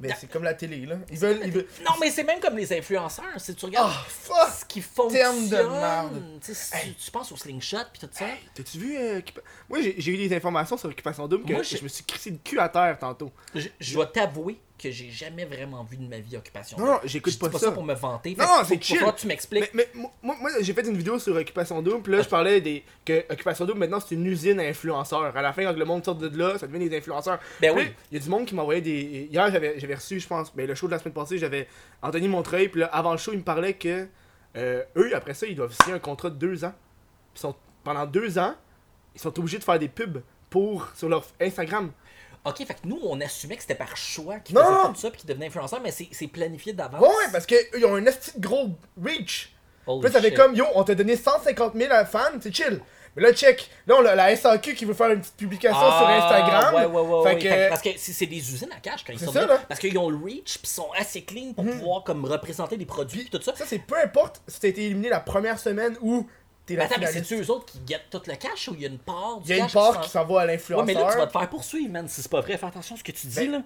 Mais c'est comme la télé, là. Ils veulent. Ils veulent... Non, mais c'est même comme les influenceurs. Si tu regardes Ah, fuck! ce qui fonctionne, Terme de merde. tu sais, si tu- tu penses au slingshot puis tout ça. T'as-tu vu. euh, Occupa- Moi, j'ai j'ai eu des informations sur Occupation Double que Moi, j'ai- je me suis crissé de cul à terre tantôt. Je, je dois t'avouer que j'ai jamais vraiment vu de ma vie occupation. Non, Double. non, j'écoute Je dis pas pas ça. pour me vanter. Non, Fait que non, c'est faut- faut chill. falloir que tu Mais, m'expliques. Ah. mais moi, moi, j'ai fait une vidéo sur Occupation Double, puis là, je parlais des, que Occupation Double, maintenant, c'est une usine à influenceurs. À la fin, quand le monde sort de là, ça devient des influenceurs. Ben Puis oui. là, Il y a du monde qui m'envoyait des. Hier, j'avais j'avais reçu, je pense, ben, le show de la semaine passée, j'avais Anthony Montreuil, puis là, avant le show, il me parlait que euh, eux, après ça, ils doivent signer un contrat de deux ans. Puis sont, pendant deux ans, ils sont obligés de faire des pubs pour, sur leur Instagram. Ok, fait que nous, on assumait que c'était par choix qu'ils Non, faisaient non. comme ça puis qu'ils devenaient influenceurs, mais c'est c'est planifié d'avance. Ouais, ouais, parce qu'ils ont un esti de gros reach. Holy Puis là, ça fait shit. comme, yo, on t'a donné 150 000 à fans, c'est chill. Mais là, check, là, on a la SAQ qui veut faire une petite publication sur Ah, Instagram. Ouais, ouais, ouais, fait ouais. que, Fait que- parce que c'est c'est des usines à cash quand ils C'est sont ça, là. là. Mhm. Parce qu'ils ont le reach, puis ils sont assez clean pour pouvoir comme représenter des produits, Puis- puis tout ça. ça, c'est peu importe si t'as été éliminé la première semaine ou t'es Mais la attends, mais finaliste. c'est-tu eux autres qui guettent tout le cash ou il y a une part du Il y a une cash part qui s'en- s'en va à Ouais, l'influenceur. mais là, tu vas te faire poursuivre, man, si c'est pas vrai. Fais attention à ce que tu dis, Ben- là.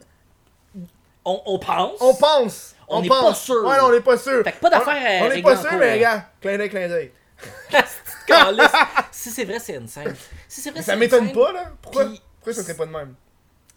On, on pense. On pense! On On, n'est pense! pas sûr. Ouais, non, on n'est pas sûr! Fait que pas d'affaire à On- On n'est régler pas en sûr, cours, mais hein. gars, clin d'œil, clin d'œil. Calisse. si c'est vrai, c'est insane. Si c'est vrai, Mais c'est Ça m'étonne insane. pas, là! Pourquoi, Puis- pourquoi ça serait pas de même?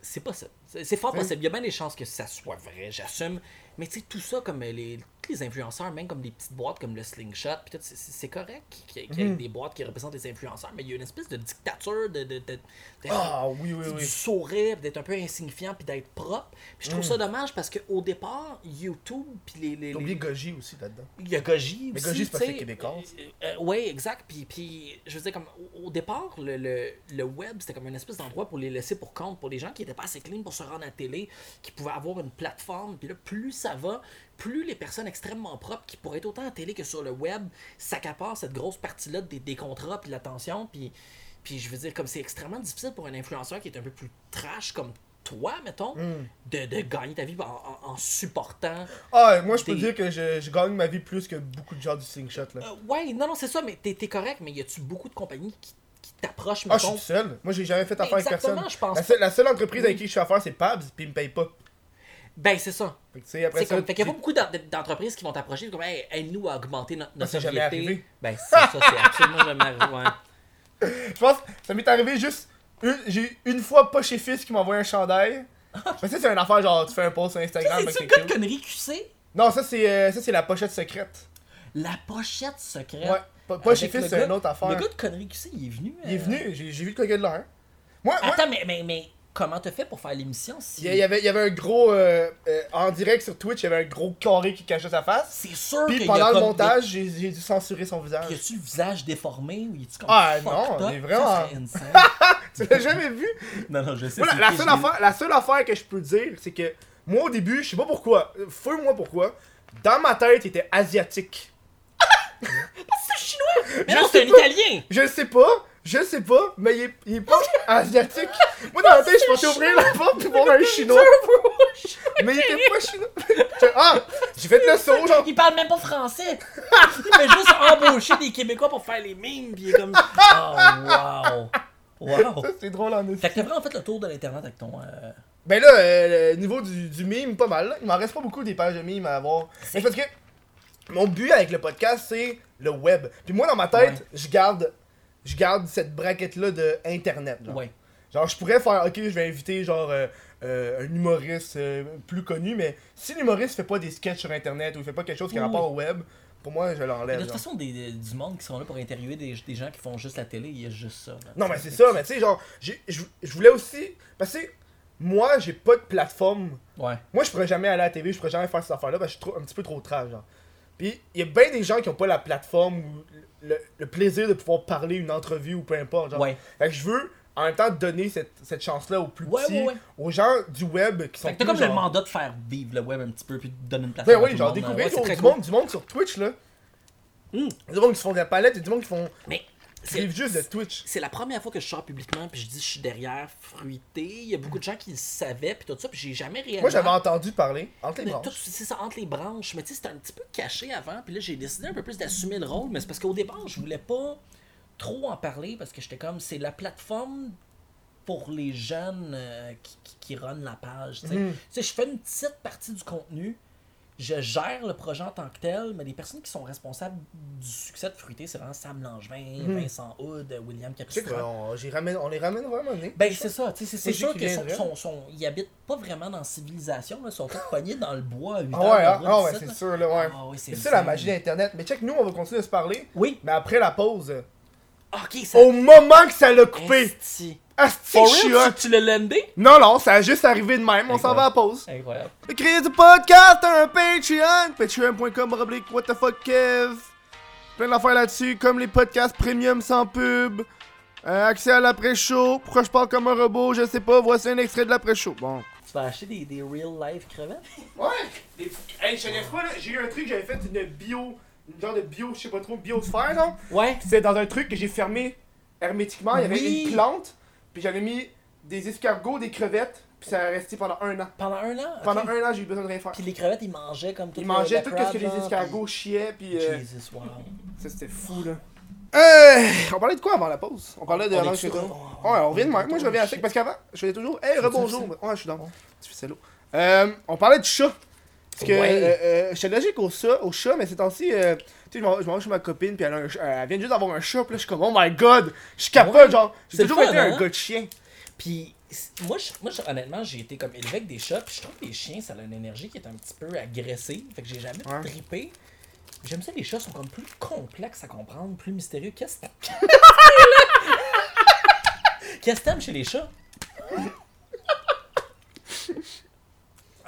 C'est possible. C'est c'est fort Oui. possible. Il y a bien des chances que ça soit vrai, j'assume. Mais tu sais, tout ça, comme euh, les, tous les influenceurs, même comme des petites boîtes comme le Slingshot, puis tout, c'est- c'est c'est correct qu'il y, ait- qu'il y Mhm. ait des boîtes qui représentent des influenceurs, mais il y a une espèce de dictature de, de- de- de- Ah, oui, oui, du oui. sourire, d'être un peu insignifiant, puis d'être propre. Puis je trouve Mhm. ça dommage parce qu'au départ, YouTube, puis les- les- T'as les, oublié Goji aussi là-dedans. il y a Gogi aussi. Mais Gogi, c'est parce tu sais. que c'est québécois. Euh, euh, ouais, exact. Puis, puis, je veux dire, comme, au, au départ, le, le, le web, c'était comme une espèce d'endroit pour les laisser pour compte, pour les gens qui n'étaient pas assez clean pour se rendre à la télé, qui pouvaient avoir une plateforme. Puis là, plus ça va, plus les personnes extrêmement propres qui pourraient être autant à la télé que sur le web s'accaparent cette grosse partie-là des, des contrats, puis de l'attention. Puis, puis, je veux dire, comme c'est extrêmement difficile pour un influenceur qui est un peu plus trash comme toi, mettons, de, de gagner ta vie en, en- en supportant Ah, moi, je peux T'es- dire que je, je gagne ma vie plus que beaucoup de gens du slingshot, là. Euh, ouais, non, non, c'est ça, mais t'es t'es correct, mais y a-tu beaucoup de compagnies qui, qui t'approchent, Ah, je suis mettons? tout seul. Moi, j'ai jamais fait affaire avec Exactement, personne. je pense La, pas. Mm. seule- la seule entreprise Oui. avec qui je fais affaire, c'est Pabs, puis ils me payent pas. ben, c'est ça. Fait que, tu sais, après C'est ça. comme, fait qu'il y a tu- pas beaucoup d'en- d'entreprises qui vont t'approcher, comme, hey, aide-nous à augmenter notre, notre Ah, c'est jamais notoriété. arrivé. Ben, c'est ça, c'est absolument jamais arrivé. ouais. Je pense, ça m'est arrivé juste. une- J'ai une fois pas chez Fils qui m'a envoyé un chandail. Mais ça, c'est une affaire genre, tu fais un post sur Instagram. fait que C'est-tu c'est le gars de cute. conneries QC? Non, ça, c'est euh, ça, c'est la pochette secrète. La pochette secrète. Ouais. Pas, pas chez Avec le Fils, c'est gars- une autre affaire. Le gars de conneries QC, il est venu. Il est euh, venu, j'ai j'ai vu le gars de l'air. Moi, moi, Attends, mais, mais, mais comment t'as fait pour faire l'émission si. il y, a- il y avait, il y avait un gros. euh, euh, en direct sur Twitch, il y avait un gros carré qui cachait sa face. C'est sûr qu'il Puis y a pendant le comme montage, j'ai j'ai dû censurer son visage. Des... Y a-tu le visage déformé ou y a-tu comme. Ah, fucked non, up? il est vraiment- Ça, c'est insane. Tu l'as jamais vu? non, non, je sais. Moi, la, c'est la qui, seule je l'ai- affaire, la seule affaire que je peux dire, c'est que moi au début, je sais pas pourquoi, feu moi pourquoi, dans ma tête, il était asiatique. C'est chinois! Mais Je non, sais c'est un pas. italien! Je le sais pas, je le sais pas, mais il est, il est pas asiatique. Moi dans ma tête, je pensais ouvrir la porte pour voir un chinois, mais il était pas chinois. J'étais- ah, j'ai fait le saut genre. Il parle même pas français! Il fait juste embaucher des Québécois pour faire les mimes, pis il est comme. Oh, wow! Wow! Ça, C'est drôle en effet. Fait que t'as vraiment fait le tour de l'internet avec ton. euh, Ben là, euh, le niveau du, du mime, pas mal. là. Il m'en reste pas beaucoup des pages de mime à avoir. Mais parce que mon but avec le podcast, c'est le web. Puis moi, dans ma tête, Ouais. je garde je garde cette braquette-là de Internet. Genre. Ouais. genre, je pourrais faire, ok, je vais inviter genre euh, euh, un humoriste euh, plus connu, mais si l'humoriste fait pas des sketchs sur Internet ou il fait pas quelque chose qui a Oui, rapport au web, pour moi, je Mais l'enlève. de toute genre. façon, des, des- du monde qui sont là pour interviewer des, des gens qui font juste la télé, il y a juste ça. là. Non, mais c'est ça, mais tu sais, genre, j'ai- je je voulais aussi. Parce que moi, j'ai pas de plateforme Ouais. Moi, je pourrais jamais aller à la TV, je pourrais jamais faire cette affaire-là parce que je suis trop- un petit peu trop trash. Genre. Puis, il y a bien des gens qui ont pas la plateforme ou le, le plaisir de pouvoir parler une entrevue ou peu importe. Genre. Ouais. Fait que je veux en même temps donner cette, cette chance-là aux plus Ouais, petits, ouais, ouais. aux gens du web qui sont. Fait que t'as plus, comme le genre- mandat de faire vivre le web un petit peu, puis de donner une place Ouais, à tout ouais, le genre monde, découvrir ouais, c'est genre, très du, cool. monde, du monde sur Twitch là. Hmm. Du monde qui se font de la palette, et du monde qui font. Mais. qui vivent juste de Twitch. C'est la première fois que je sors publiquement puis je dis je suis derrière fruité. Il y a beaucoup de gens qui le savaient puis tout ça puis j'ai jamais réellement. Moi, j'avais entendu parler entre les Mais branches. tout- C'est ça, entre les branches. Mais tu sais, c'était un petit peu caché avant. Puis là, j'ai décidé un peu plus d'assumer le rôle. Mais c'est parce qu'au départ, je voulais pas trop en parler parce que j'étais comme, c'est la plateforme pour les jeunes euh, qui, qui, qui runnent la page. Tu sais. Tu sais, je fais une petite partie du contenu. je gère le projet en tant que tel, mais les personnes qui sont responsables du succès de Fruité, c'est vraiment Sam Langevin, Vincent Hood, William C'est quoi, Capistran. on, j'y ramène, on les ramène vraiment, né? Ben, c'est ça, tu sais, c'est- c'est Des gens sûr qui qu'ils sont, viendraient. sont, sont- ils habitent pas vraiment dans la civilisation, là, ils sont tous poignés dans le bois à 8 Ah heures ouais, de ah, route, ah ouais, dix-sept, c'est là. sûr, là, ouais. Ah ouais, C'est ça insane. la magie d'Internet. Mais check, nous, on va continuer à se parler, Oui, mais après la pause. Ah, ok, ça... Au moment que ça l'a Oh, coupé, hein? Esti. asti For que je suis real, hot. tu, tu l'as landé? Non, non, ça a juste arrivé de même, on s'en Incroyable. va à la pause. Incroyable. Le créer du podcast, un Patreon, patreon.com, oblique, what the fuck, Kev. Plein d'affaires là-dessus, comme les podcasts premium sans pub, euh, accès à l'après-show, pourquoi je parle comme un robot, je sais pas, voici un extrait de l'après-show. Bon. Tu vas acheter des, des real life crevettes? Ouais! Hey, je connais pas, là, j'ai eu un truc, j'avais fait une bio, une genre de bio, je sais pas trop, biosphère, non? Ouais. C'est dans un truc que j'ai fermé hermétiquement, il y avait Oui. une plante, puis j'avais mis des escargots, des crevettes, puis ça a resté pendant un an. Pendant un an? ok. Pendant un an, j'ai eu besoin de rien faire. Puis les crevettes, ils mangeaient comme tout Ils le- mangeaient la tout crowd, ce que les genre, escargots chiaient, puis- puis euh, Jesus, wow. ça c'était fou là. Euh, on parlait de quoi avant la pause On parlait de. On avant est que je- sur- Ouais, on- on revient de moi. on- Moi je on- reviens à shit. sec parce qu'avant, je faisais toujours. Hey, Fais-tu rebonjour. Ouais, je suis dans. Tu fais salaud. Euh, on parlait de chat. Parce que Ouais. euh, euh, je suis allergique au chat, au chat, mais ces temps-ci, euh, tu sais, je m'en je m'en vais chez ma copine, puis elle, a un ch- euh, elle vient juste d'avoir un chat, puis là, je suis comme, oh my god, je suis capable, genre, j'ai C'est le toujours fun, été un hein? gars de chien. Puis c- moi, je- moi je- honnêtement, j'ai été comme élevé avec des chats, puis je trouve que les chiens, ça a une énergie qui est un petit peu agressive, fait que j'ai jamais Ouais. trippé. J'aime ça, les chats sont comme plus complexes à comprendre, plus mystérieux. Qu'est-ce que Qu'est-ce que t'aimes chez les chats?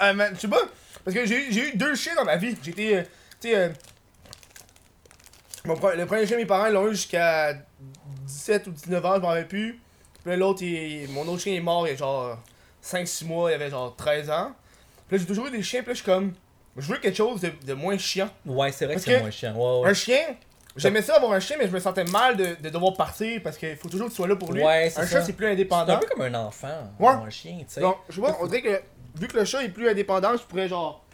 Euh, man, je sais pas. Parce que j'ai j'ai eu deux chiens dans ma vie. J'étais. Euh, tu sais. euh, mon pre- le premier chien, mes parents l'ont eu jusqu'à 17 ou 19 ans, je m'en rappelle plus. Puis là, l'autre, il- mon autre chien est mort il y a genre 5-6 mois, il avait genre 13 ans. Puis là, j'ai toujours eu des chiens, puis là, je suis comme. Je veux quelque chose de, de moins chiant. Ouais, c'est vrai que Parce c'est que- moins chiant. Un chien, j'aimais ça avoir un chien, mais je me sentais mal de, de devoir partir parce qu'il faut toujours que tu sois là pour lui. Ouais, c'est un ça. chat, c'est plus C'est un indépendant. peu comme un enfant, Ouais. un chien, tu sais. Donc, je vois, on dirait que vu que le chat est plus indépendant, je pourrais genre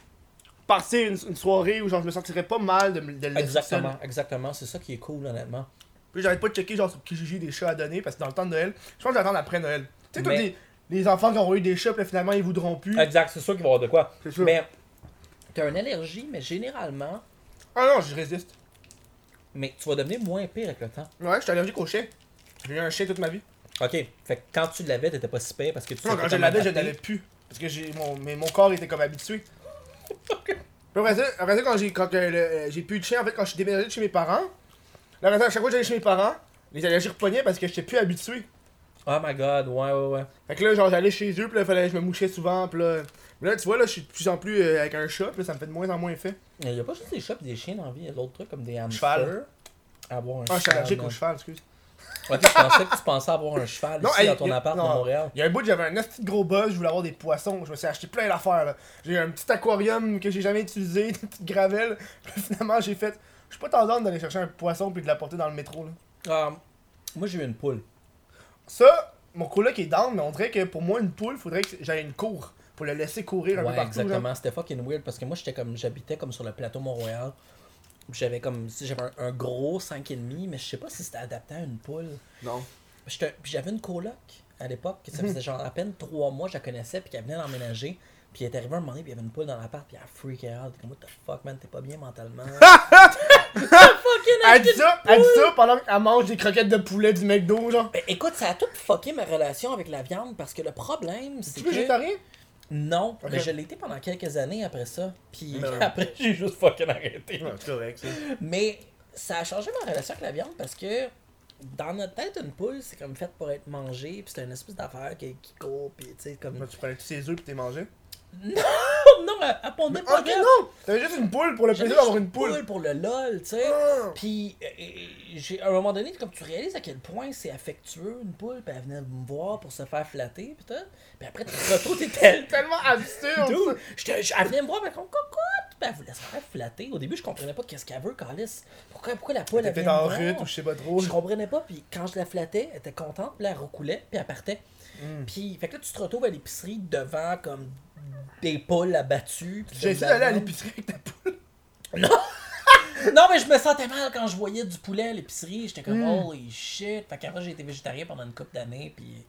passer une, une soirée où genre je me sentirais pas mal de, me- de le laisser Exactement, seul. exactement, c'est ça qui est cool, honnêtement. Puis j'arrête pas de checker genre sur Kijiji des chats à donner parce que dans le temps de Noël, je pense que j'attends après Noël. Tu sais, tous Mais- les, les enfants qui ont eu des chats, puis là, finalement ils voudront plus. Exact, c'est sûr qu'il va y avoir de quoi. C'est sûr. Mais t'as une allergie, mais généralement, Ah non, je résiste. mais tu vas devenir moins pire avec le temps. Ouais, je suis allergique aux chiens. J'ai eu un chien toute ma vie. Ok, fait que quand tu l'avais, t'étais pas si pire parce que tu Non, savais quand je comment l'avais, je t'adapter. n'avais plus. Parce que j'ai mon, mais mon corps était comme habitué. Puis après ça, après ça, quand j'ai quand que le- euh, j'ai plus de chien, en fait, quand je suis déménagé de chez mes parents, là, après ça, à chaque fois que j'allais chez mes parents, les allergies repognaient parce que j'étais plus habitué. Oh my god, ouais, ouais, ouais. Fait que là, genre, j'allais chez eux, puis là, fallait, je me mouchais souvent, puis là. Mais là, tu vois, là, je suis de plus en plus euh, avec un chat, puis là, ça me fait de moins en moins effet. Il y a pas juste des chats pis des chiens dans la vie, il y a d'autres trucs comme des hamsters. Cheval. Avoir un Ah, je suis cheval. allergique man. au cheval, excuse. Ouais, puis je pensais que tu pensais avoir un cheval ici hey, dans ton y a- appart de non, Montréal. Il y a un bout, j'avais un petit gros buzz, je voulais avoir des poissons, je me suis acheté plein d'affaires, là. J'ai un petit aquarium que j'ai jamais utilisé, une petite gravelle, puis là, finalement, j'ai fait. Je suis pas tendance d'aller chercher un poisson puis de l'apporter dans le métro, là. Ah, moi j'ai eu une poule. Ça, mon coloc est down, mais on dirait que pour moi, une poule, faudrait que j'aille une cour pour le laisser courir un peu Ouais, partout. genre. exactement. C'était fucking weird parce que moi, j'étais comme, j'habitais comme sur le plateau Mont-Royal. J'avais comme, si j'avais un, un gros 5,5, mais je sais pas si c'était adapté à une poule. Non. Mhm. J'étais- Puis j'avais une coloc à l'époque, que ça faisait genre à peine trois mois, je la connaissais, puis qu'elle venait d'emménager. Puis elle est arrivée un moment donné, puis il y avait une poule dans l'appart, puis elle freakait out. Comme, what the fuck, man, t'es pas bien mentalement. T'as fucking Elle acheté dit une ça, elle dit ça pendant qu'elle mange des croquettes de poulet du McDo, genre. Ben, écoute, ça a tout fucké ma relation avec la viande parce que le problème, c'est Tu que. veux végétarien? Non, Ok. mais je l'ai été pendant quelques années après ça. Puis Ben. après, j'ai juste fucking arrêté. c'est correct, ça. Mais ça a changé ma relation avec la viande parce que dans notre tête, une poule, c'est comme faite pour être mangée, puis c'est une espèce d'affaire qui, qui court, puis tu sais, comme. tu prenais tous ses œufs pis t'es mangé. Oh non, elle, elle pondait pas Ok, d'œufs. non! T'avais juste une poule pour le plaisir J'avais d'avoir juste une poule. pour le lol, tu sais. Ah. Puis, euh, euh, j'ai- à un moment donné, comme tu réalises à quel point c'est affectueux une poule, puis elle venait me voir pour se faire flatter, puis tout. Puis après, tu te retrouves, t'es tel. Tellement absurde! Dude, ça. j'étais- j- elle venait me voir, mais comme cocotte, puis elle voulait se faire flatter. Au début, je comprenais pas qu'est-ce qu'elle veut, Calice. Pourquoi, pourquoi la poule, T'étais elle venait peut-être en me voir? rut ou je sais pas trop. Je comprenais pas, puis quand je la flattais, elle était contente, puis là, elle recoulait, puis elle partait. Hmm. Puis, fait que là, tu te retrouves à l'épicerie devant, comme, des poules abattues. puis J'ai comme essayé de la d'aller à viande. l'épicerie avec ta poule. Non, mais je me sentais mal quand je voyais du poulet à l'épicerie. J'étais comme, Hmm. holy shit. Fait qu'après, j'ai été végétarien pendant une couple d'années, puis...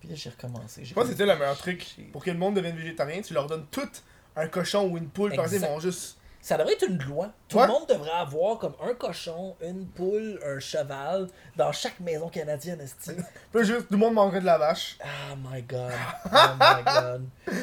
Puis là, j'ai recommencé. J'ai Je pense que comme- c'était le meilleur truc pour que le monde devienne végétarien. Tu leur donnes tout un cochon ou une poule, par exemple, Exact. ils vont juste. Ça devrait être une loi. Tout Ouais. le monde devrait avoir comme un cochon, une poule, un cheval dans chaque maison canadienne, esti. Puis là, juste, tout le monde mangerait de la vache. Oh my god. Oh my god.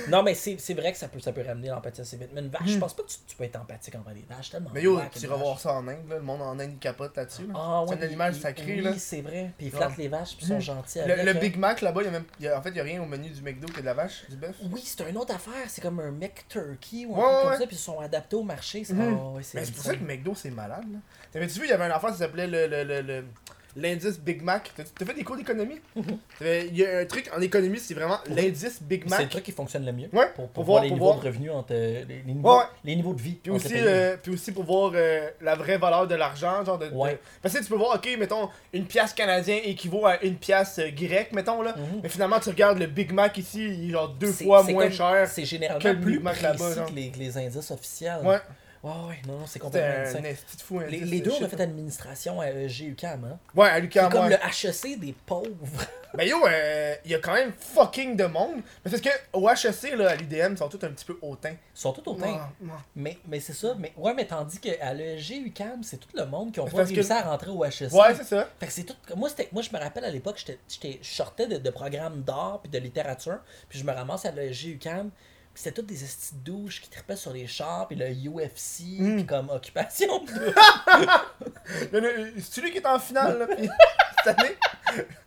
Non, mais c'est c'est vrai que ça peut, ça peut ramener l'empathie assez vite. Mais une vache, je pense pas que tu, tu peux être empathique envers les vaches tellement. Hmm. Mais yo, wack, tu une vas Ah, vache. voir ça en Inde, là. Le monde en Inde capote là-dessus. là. Ah, c'est ouais, un animal il- il- sacré, là. Oui, c'est vrai. Puis ils Ouais. flattent les vaches, puis ils sont gentils Le, avec. le hein. Big Mac là-bas, il y a même, il y a- en fait, il n'y a rien au menu du McDo que de la vache, du bœuf. Oui, c'est une autre affaire. C'est comme un mec turkey ou un Ouais, truc ouais, comme ouais. ça, puis ils sont adaptés au marché. C'est Mhm. ah, ouais, c'est Mais c'est pour ça bizarre. que McDo, c'est malade. là. T'avais-tu vu, il y avait un affaire qui s'appelait le, le, le, le- l'indice Big Mac. T'as, t'as fait des cours d'économie T'avais- Il y a un truc en économie, c'est vraiment l'indice Big C'est le Mac. truc qui fonctionne le mieux. Ouais, Pour, pour pour voir voir- les pour niveaux voir. de revenus entre euh, les, les niveaux, ouais. les niveaux de vie. Puis entre aussi, les pays. euh, puis aussi pour voir euh, la vraie valeur de l'argent, genre de, de- Ouais. Parce que tu peux voir, ok, mettons, une pièce canadienne équivaut à une pièce euh, grecque, mettons là. Mhm. Mais finalement, tu regardes le Big Mac ici, il est genre deux C'est- fois c'est moins comme- cher. C'est généralement que le plus Big Mac précis là-bas, genre. que les, que les indices officiels. Ouais, Ouais, ouais, non, non, c'est c'était complètement un insane. esti de fou. Les, indice, les euh, deux, on a shit, fait là. administration à EGUCAM, hein. Ouais, à Lucas, C'est comme ouais. le HEC des pauvres. Ben yo, euh, il y a quand même fucking de monde. Mais c'est parce que au HEC, là, à l'UDM, ils sont tous un petit peu hautains. Ils sont tous autant. Ouais, ouais. Mais, mais c'est ça. Mais, ouais, mais tandis qu'à l'EGUCAM, c'est tout le monde qui ont C'est pas parce réussi que- à rentrer au E HEC. Ouais, c'est ça. Fait que c'est tout. Moi, c'était... Moi, je me rappelle à l'époque, j'étais... j'étais- je sortais de, de programmes d'art puis de littérature, puis je me ramasse à la GUCAM. Puis c'était toutes des estis de douches qui tripaient sur les chars, puis le UFC, Mm. puis comme occupation. Le- le- C'est euh, lui qui est en finale, là, pis cette année.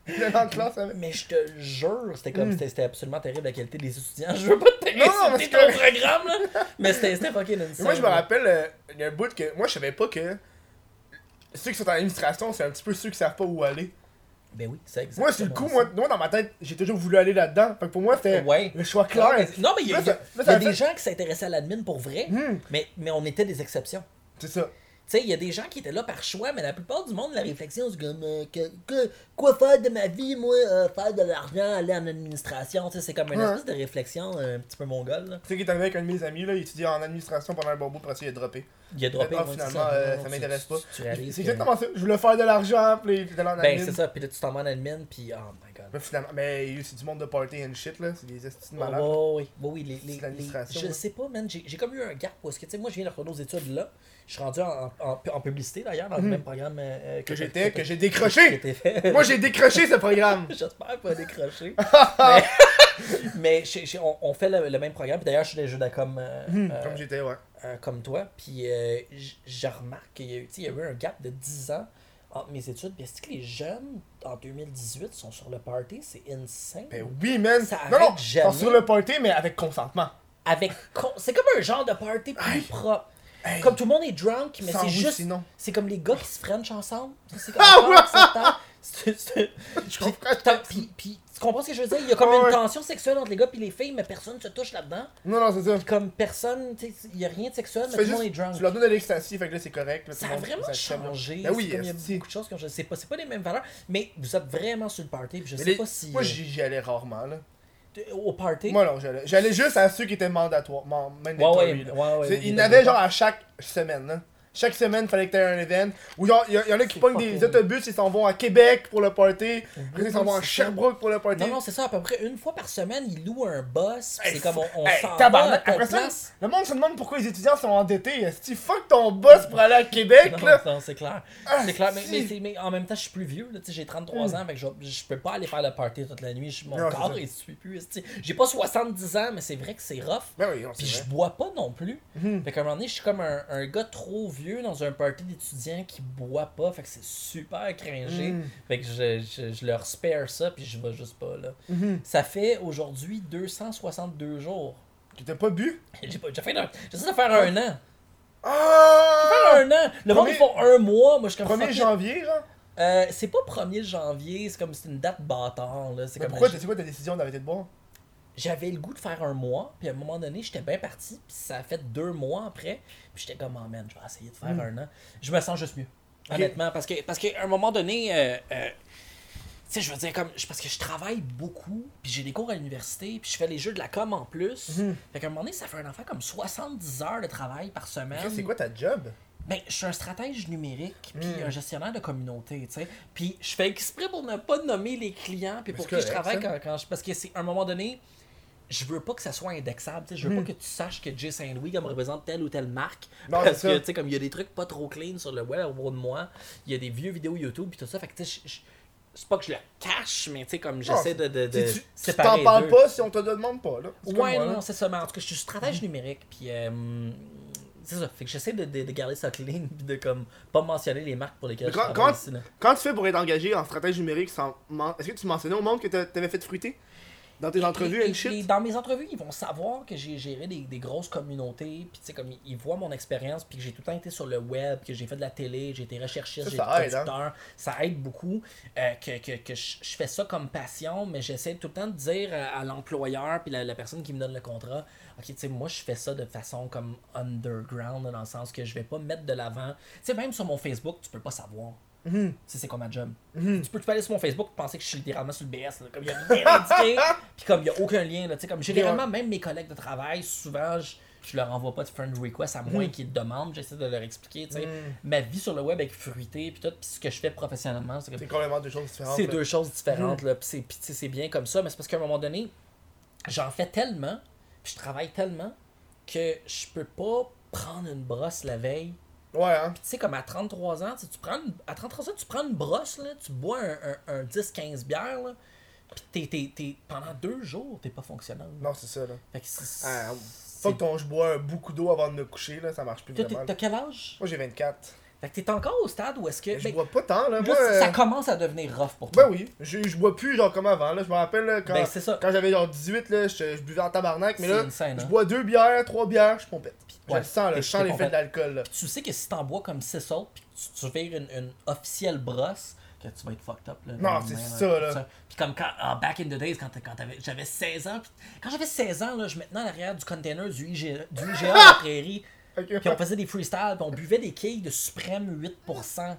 Il est en classe avec. mais je te jure, c'était comme. C'était, c'était absolument terrible la qualité des étudiants. Je veux pas te Mm. Non, non, mais insulter c'est ton programme, là. Mais c'était, c'était fucking Mais insane. Moi, je me là. rappelle, euh, il y a un bout que. Moi, je savais pas que. Ceux qui sont en administration, c'est un petit peu ceux qui savent pas où aller. Ben oui, c'est Ah exact. Moi, c'est le coup, moi, moi, dans ma tête, j'ai toujours voulu aller là-dedans. Fait que pour moi, c'était Ouais. le choix Non, mais, clair. non, mais il y a, Là, il y ça- a- là, il y a ça me des fait- gens qui s'intéressaient à l'admin pour vrai, Hmm. mais, mais on était des exceptions. C'est ça. Tu sais, il y a des gens qui étaient là par choix, mais la plupart du monde, la réflexion, c'est comme euh, que- que- quoi faire de ma vie, moi, euh, faire de l'argent, aller en administration. Tu sais, c'est comme une Ouais. espèce de réflexion euh, un petit peu mongole. là. Tu sais, qui est arrivé avec un de mes amis, là, il étudiait en administration pendant un bon bout, parce qu'il a droppé. Il a droppé. Ah, ouais, finalement, c'est ça. euh, Non, ça tu- m'intéresse tu- pas. tu- Tu réalises. C'est que- exactement ça. Je voulais faire de l'argent, pis il était là en Ben, admin. c'est ça. Puis là, tu t'en vas en admin, puis oh my god. Mais finalement, mais il y a aussi du monde de party and shit là, c'est des estis de malades. Oh, oui, oui, oui, les- les- C'est l'administration, hein. les- je là. sais pas, man, j'ai j'ai comme eu un gap parce que, tu sais, moi, je viens de retourner aux études là. Je suis rendu en, en- en publicité d'ailleurs, dans le même programme euh, euh, Mhm. Que t'as- j'étais, que j'ai que décroché! t'as fait. Moi j'ai décroché ce programme! J'espère pas décrocher. mais mais j'ai- j'ai- on, on fait le, le même programme. Puis D'ailleurs, je suis des jeux de comme, euh, euh, Comme j'étais, ouais. euh, comme toi. Puis euh, j- je remarque qu'il y, a eu- tu sais, il y a eu un gap de 10 ans entre mes études. Puis est-ce que les jeunes en 2018 sont sur le party C'est insane. Ben oui, man! Ça non, arrête non! jamais. Sont sur le party, mais avec consentement. Avec con- C'est comme un genre de party plus propre. Hey. Comme tout le monde est drunk, mais Sans c'est oui, juste. sinon. C'est comme les gars qui se frenchent ensemble. Ça, C'est comme Ah on ouais! s'entend. C'est- c'est- Je Puis, comprends. t'as- puis- puis, tu comprends ce que je veux dire? Il y a comme Ouais. une tension sexuelle entre les gars et les filles, mais personne se touche là-dedans. Non, non, c'est ça. Puis Comme personne, tu sais, il n'y a rien de sexuel, mais Tu, tout fais le monde est juste, drunk. tu leur donnes de l'ecstasy, fait que là c'est correct. là, Ça tout le a monde- vraiment accepte, là. changé. Ben oui, c'est comme il y a esti. beaucoup de choses que je sais pas. C'est pas les mêmes valeurs, mais vous êtes vraiment sur le party. Puis je Mais sais les- pas si. Moi euh, j'y j'y allais rarement là. au party. Moi non, j'allais. J'allais juste à ceux qui étaient mandatoires. man- ouais, mandatory, ouais, là. ouais, ouais, C'est- ouais, il y en ouais, avait ouais. genre à chaque semaine. Là. Chaque semaine, fallait que tu aies un event. Ou genre, il y, en a qui C'est pognent des fucking- autobus, ils s'en vont à Québec pour le party. Après, ils s'en vont à c'est ça. Sherbrooke pour le party. Non, non, c'est ça. À peu près une fois par semaine, ils louent un bus. puis Hey, c'est comme on, on hey, s'en va à tabarnak. telle Après ça, place. le monde se demande pourquoi les étudiants sont endettés. Esti, fuck ton boss pour aller à Québec, Non, là. non, c'est clair. Ah, c'est clair, mais, si. Hmm. mais, c'est- mais en même temps, je suis plus vieux. là, tu sais, J'ai 33 ans, fait que je, je peux pas aller faire le party toute la nuit. je- mon Non, c'est corps, ça. il suit plus. tu sais. J'ai pas 70 ans, mais c'est vrai que c'est rough. Ben oui, non, Puis c'est je vrai. Hmm. bois pas non plus. Fait qu'à un moment donné, je suis comme un, un gars trop vieux dans un party d'étudiants qui boit pas. Fait que c'est super cringé. Mm. Fait que je, je- je leur spare ça, puis je vais juste pas là. Mhm. Ça fait aujourd'hui 262 jours. Tu t'as pas bu? J'ai pas- j'ai fait un- J'essaie de faire un an. Ah! Faire un an! Le monde, Premier- ils font un mois. Moi, je suis comme 1er fuck it. janvier, genre. Euh, c'est pas 1er janvier, c'est comme c'est une date bâtard là, c'est Mais comme pourquoi j'ai- t'as c'est quoi ta décision d'arrêter de boire? j'avais le goût de faire un mois, puis à un moment donné, j'étais bien parti, puis ça a fait deux mois après, puis j'étais comme oh, man, je vais essayer de faire Hmm. un an. Je me sens juste mieux. Honnêtement parce que parce qu'à un moment donné euh, euh, tu sais, je veux dire, comme, je- parce que je travaille beaucoup, puis j'ai des cours à l'université, puis je fais les jeux de la com en plus. Hmm. Fait qu'à un moment donné, ça fait un enfant comme 70 heures de travail par semaine. C'est quoi ta job? Ben, je suis un stratège numérique, puis Hmm. un gestionnaire de communauté, tu sais. Puis je fais exprès pour ne pas nommer les clients, puis pour c'est qui je correct, travaille ça. quand, quand je... Parce que c'est, à un moment donné, je veux pas que ça soit indexable. tu sais, Je veux pas que tu saches que J. Saint-Louis comme représente telle ou telle marque. Hmm. Non, parce c'est que, ça. tu sais, comme il y a des trucs pas trop clean sur le web au bout de moi, il y a des vieux vidéos YouTube puis tout ça. Fait que, tu sais, je- je- c'est pas que je le cache, mais tu sais, comme j'essaie de. de, de Tu- tu- Tu séparer t'en les parles deux. pas si on te le demande pas, là. C'est comme Ouais, moi, là. non, c'est ça. Mais en tout cas, je suis stratège numérique, puis euh, c'est ça. Fait que j'essaie de, de, de garder ça clean, puis de comme pas mentionner les marques pour lesquelles Mais je quand, travaille quand, ici, là. quand tu fais pour être engagé en stratège numérique, sans men- est-ce que tu mentionnais au monde que t'a- t'avais fait fruiter dans tes entrevues Et- and et- et shit dans mes entrevues, ils vont savoir que j'ai géré des, des grosses communautés, puis tu sais, comme ils, ils voient mon expérience, puis que j'ai tout le temps été sur le web, que j'ai fait de la télé, j'ai été recherchiste, Ça, j'ai été ça aide, hein. producteur, ça aide beaucoup, euh, que, que, que je je fais ça comme passion, mais j'essaie tout le temps de dire à, à l'employeur, puis la, la personne qui me donne le contrat, ok, tu sais, moi je fais ça de façon comme underground, dans le sens que je vais pas mettre de l'avant. Tu sais, même sur mon Facebook, tu peux pas savoir. Mhm. Tu sais, c'est quoi ma job. Tu peux tu peux aller sur mon Facebook et penser que je suis littéralement sur le BS. là, comme il y a rien indiqué, puis comme il y a aucun lien. Là, tu sais, comme généralement, même mes collègues de travail, souvent, je, je leur envoie pas de friend request à moins qu'ils le demandent. J'essaie de leur expliquer. tu sais, Ma vie sur le web est fruitée, puis tout, puis ce que je fais professionnellement, c'est C'est comme- complètement deux choses différentes. c'est là. deux choses différentes. là, puis c'est- puis tu sais, c'est bien comme ça, mais c'est parce qu'à un moment donné, j'en fais tellement, puis je travaille tellement, que je peux pas prendre une brosse la veille Ouais, hein. tu sais, comme à 33 ans, tu sais, tu prends une- à 33 ans, tu prends une brosse, là, tu bois un, un- un 10-15 bières, là, pis t'es, t'es- t'es- pendant deux jours, t'es pas fonctionnel. Non, c'est ça, là. Fait que c'est... Ah, c'est- Faut que ton, je bois beaucoup d'eau avant de me coucher, là, ça marche plus Toi, vraiment. t'es- là. t'as quel âge? Moi, j'ai 24. Fait que t'es encore au stade où est-ce que... Mais je ben, bois pas tant, là. là, Moi, ça euh, commence à devenir rough pour toi. Ben oui, je, je bois plus genre comme avant, là. Je me rappelle, là, quand, Ben, c'est ça. quand j'avais genre 18, là, je, je buvais en tabarnak, mais C'est là, insane, je hein. bois deux bières, trois bières, je pompette. je Ouais, le sens, là, t'es- je sens t'es l'effet pompette. de l'alcool, là. Tu sais que si t'en bois comme 6 autres, pis que tu, tu vires une, une officielle brosse, que tu vas être fucked up. Là, Non, le c'est lendemain, ça, tout là. Puis comme quand, en back in the days, quand, t'as- quand t'avais- j'avais 16 ans, puis quand j'avais 16 ans, là, je me tenais à l'arrière du container du IGA, du IGA de la prairie, Ok. puis on faisait des freestyles, puis on buvait des quilles de suprême 8%.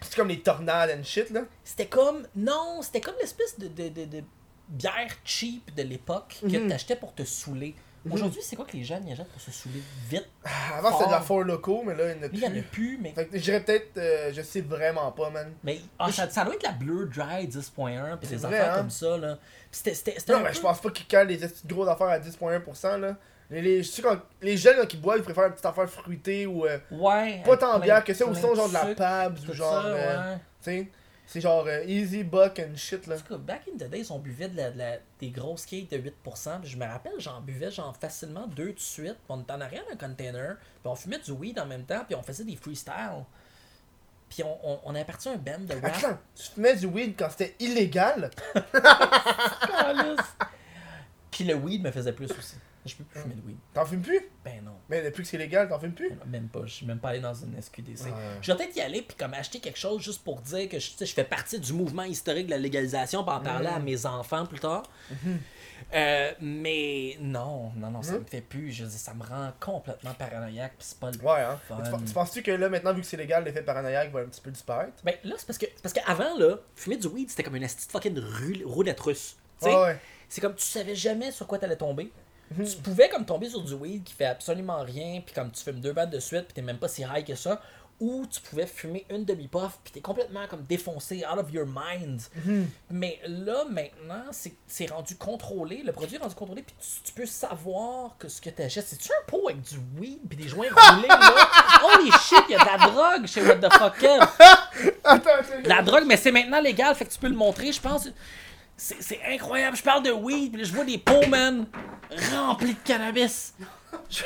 C'est comme les tornades and shit, là. C'était comme, non, c'était comme l'espèce de, de, de, de bière cheap de l'époque Mhm. que t'achetais pour te saouler. Aujourd'hui, c'est quoi que les jeunes y achètent pour se saouler vite? Ah, Avant, c'était de la Fort. Four Loco, mais là, il n'y en a Lui, Oh. il y en a plus. plus, mais... Fait que je dirais peut-être, euh, je sais vraiment pas, man. Mais ah, ça, ça doit être la Blue Dry 10.1 puis des vrai, affaires hein. comme ça là. Puis c'était c'était c'était Non, un mais peu- je pense pas qu'ils calent les esti de gros affaires à 10,1%, là. Les, les, je suis quand, les jeunes là, qui boivent, ils préfèrent une petite affaire fruitée ou euh, Ouais. pas tant avec bière que ça, ou plein sinon genre de la sucre, Pabs ou tout genre. ça, euh, ouais. tu sais, c'est genre euh, Easy Buck and shit, là. En tout cas, back in the days, on buvait de la, de la- des grosses cakes de 8%. puis je me rappelle, j'en buvais genre facilement deux de suite. puis on était en arrière d'un container. Puis on fumait du weed en même temps. Puis on faisait des freestyles. Puis on, on, on a parti un band de rap. Attends, tu fumais du weed quand c'était illégal? Calice. puis le weed me faisait plus aussi. Je peux plus Hum. fumer de weed. T'en fumes plus? Ben non. Mais depuis que c'est légal, t'en fumes plus? Même pas, je suis même pas allé dans une SQDC. Ouais. Je vais peut-être y aller puis comme acheter quelque chose juste pour dire que je, tu sais, je fais partie du mouvement historique de la légalisation Mm. pour en parler à mes enfants plus tard. Mm-hmm. Euh, mais non, non, non, ça me fait plus. Je veux dire, ça me rend complètement paranoïaque puis c'est pas le. Ouais, hein. Fun. Mais Tu, pen- tu penses-tu que là, maintenant, vu que c'est légal, l'effet paranoïaque va un petit peu disparaître? Ben là, c'est parce que c'est parce qu'avant là, fumer du weed c'était comme une petite fucking ru- roulette russe. Tu sais, Ouais, Mhm. ouais. c'est comme tu savais jamais sur quoi t'allais tomber. Tu pouvais comme tomber sur du weed qui fait absolument rien, puis comme tu fumes deux battes de suite, puis t'es même pas si high que ça. Ou tu pouvais fumer une demi-puff, puis t'es complètement comme défoncé, out of your mind. Mhm. Mais là, maintenant, c'est- c'est rendu contrôlé, le produit est rendu contrôlé, puis tu, tu peux savoir que ce que t'achètes, c'est-tu un pot avec du weed, puis des joints roulés, là? Holy shit, il y a de la drogue chez What the Fuck Up! Attends, attends, De la drogue, mais c'est maintenant légal, fait que tu peux le montrer, je pense. C'est c'est incroyable, je parle de weed, puis là, je vois des pots, man, remplis de cannabis. Je,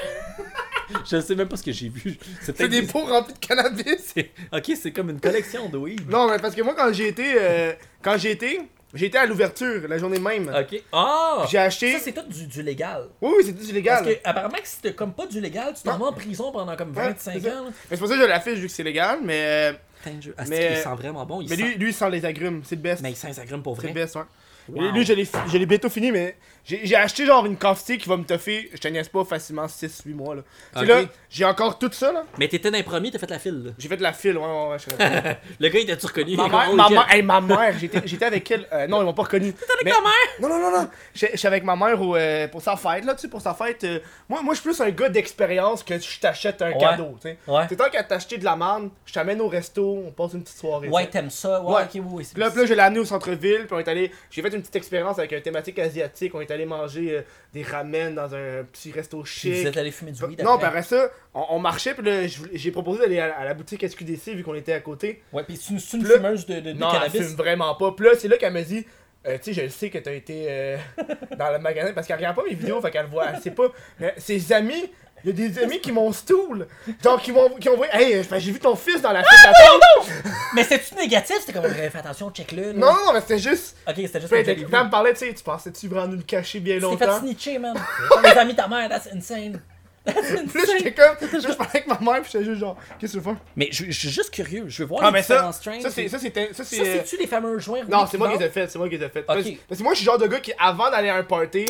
je sais même pas ce que j'ai vu. C'est c'est peut-être des pots remplis de cannabis! c'est- Ok, c'est comme une collection de weed. Non, mais parce que moi, quand j'ai été, euh, quand j'ai été, j'ai été à l'ouverture la journée même. Ok. Ah! J'ai acheté. Ça, c'est tout du, du légal. Oui, oui, c'est tout illégal. Parce que, apparemment, que si t'es comme pas du légal, tu t'en vas en prison pendant comme Ouais, 25 c'est ça. ans. là. Mais c'est pour ça que je l'affiche vu que c'est légal, mais. euh, Putain, je... ah, Mais- c'est qu'il sent vraiment bon. Il Mais sent... lui, lui, il sent les agrumes, c'est le best. mais il sent les agrumes pour C'est le vrai. best, ouais. Wow. Et Lui, je l'ai fi- je l'ai bientôt fini, mais j'ai j'ai acheté genre une quantité qui va me toffer, je te niaise pas facilement 6-8 mois là. Tu sais, Ok. là, j'ai encore tout ça là. Mais t'étais dans les premiers, t'as fait la file. là. J'ai fait de la file, ouais, ouais, ouais. je suis là. Le gars, il t'a-tu reconnu? ma mère, Oh, ma ok. mère, hey, ma mère, j'étais j'étais avec elle. euh, non, ils m'ont pas reconnu. T'étais avec ta mère? Non, non, non, non. J'étais avec ma mère au, euh, pour sa fête là, tu sais, pour sa fête. euh, moi, moi je suis plus un gars d'expérience que je t'achète un Ouais. cadeau, tu sais. Ouais. C'est tant qu'à t'acheter de la marne, je t'amène au resto, on passe une petite soirée. tu sais. Ouais, t'aimes ça. Ouais, Ouais. ok, oui, oui. c'est- Puis là, puis là, je l'ai amené au centre-ville, puis on est allé. J'ai fait une une petite expérience avec une thématique asiatique. On est allé manger euh, des ramen dans un petit resto Puis chic. Bah, vous êtes allé fumer du weed non, après. par ça, on, on marchait, puis là, je voulais- j'ai proposé d'aller à, à la boutique SQDC vu qu'on était à côté. Ouais, puis c'est une, c'est une Puis là- fumeuse de, de, de non, elle cannabis. fume vraiment pas. Puis là, c'est là qu'elle me dit. euh, tu sais, je le sais que t'as été euh, dans le magasin parce qu'elle regarde pas mes vidéos, fait qu'elle voit, elle sait pas. Mais ses amis, il y a des amis qui m'ont stool. Genre, qui m'ont qui ont vu, hey, euh, j'ai vu ton fils dans la file d'attente. Mais c'est-tu négatif? C'était comme, euh, fais attention, check-le. là. Non, non, mais c'était juste. Ok, c'était juste Puis un elle était- jaloux. quand elle me parlait, tu sais, tu pensais-tu vraiment nous le cacher bien Tu t'es fait longtemps? snitcher, man. Par les amis de ta mère, that's insane. That's Puis là, j'étais insane. comme. là, je parlais avec ma mère, puis j'étais juste genre, qu'est-ce que tu veux faire? Mais je, je suis juste curieux, je veux voir Ah, les mais ça, différents ça, strains. c'est. Ça, c'était- ça, Ça, c'est. euh, c'est-tu les fameux joints roulés Non, qui c'est moi qui vendent? les ai faites, c'est moi qui les ai faites. Ok. Parce, parce que moi, je suis le genre de gars qui, avant d'aller à un party,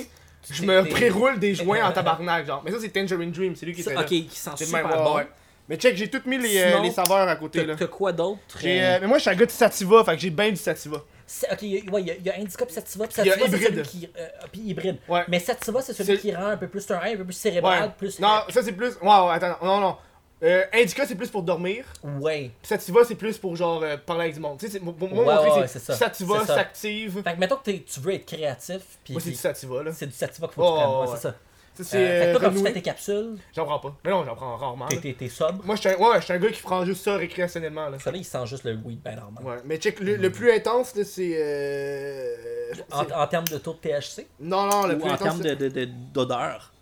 je me t'es- préroule des joints en tabarnak, genre. Mais ça, c'est Tangerine Dream, c'est lui qui fait Ça, Ok, qui sent C'est le super même, ouais, bon. ouais. Mais check, j'ai toutes mis les, euh, Sinon, les saveurs à côté, T'as là. t'as quoi d'autre? J'ai, euh, euh, mais moi, je suis un gars de sativa, fait que j'ai ben du sativa. C'est- Ok, il y a- ouais, il y, a- il y a Indica puis Sativa, puis Il y a Sativa c'est celui hybride. qui... euh, puis hybride. Ouais. Mais Sativa c'est celui C'est- qui rend un peu plus un un peu plus Ouais. cérébral, plus... Non, ça, c'est plus. Ouais, ouais, attends, non, non. Euh, Indica, c'est plus pour dormir. euh, Ouais. Puis Sativa, c'est plus pour genre euh, parler avec du monde. Tu sais, c'est- pour pour moi, Ouais, montrer, ouais, c'est c'est ça. Sativa C'est ça. s'active. Fait que mettons que t'es- tu veux être créatif, puis Moi, c'est du Sativa, là. Ça, c'est du Sativa qu'il faut que Oh, tu prennes, ouais, ouais. c'est ça. c'est. Euh, fait que euh, toi, comme tu fais renoué. tes capsules, J'en prends pas. Mais non, j'en prends rarement. t'es- là. t'es t'es sobre. Moi, je suis un, ouais, je suis un gars qui prend juste ça récréationnellement, là. Celui-là, il sent juste le weed, ben normal. Ouais, mais check, le, le plus intense, là, c'est. euh, En, c'est- Ah, en termes de taux de THC Non, non, le ou plus en intense. termes c'est- d'odeur de, de, d'odeur?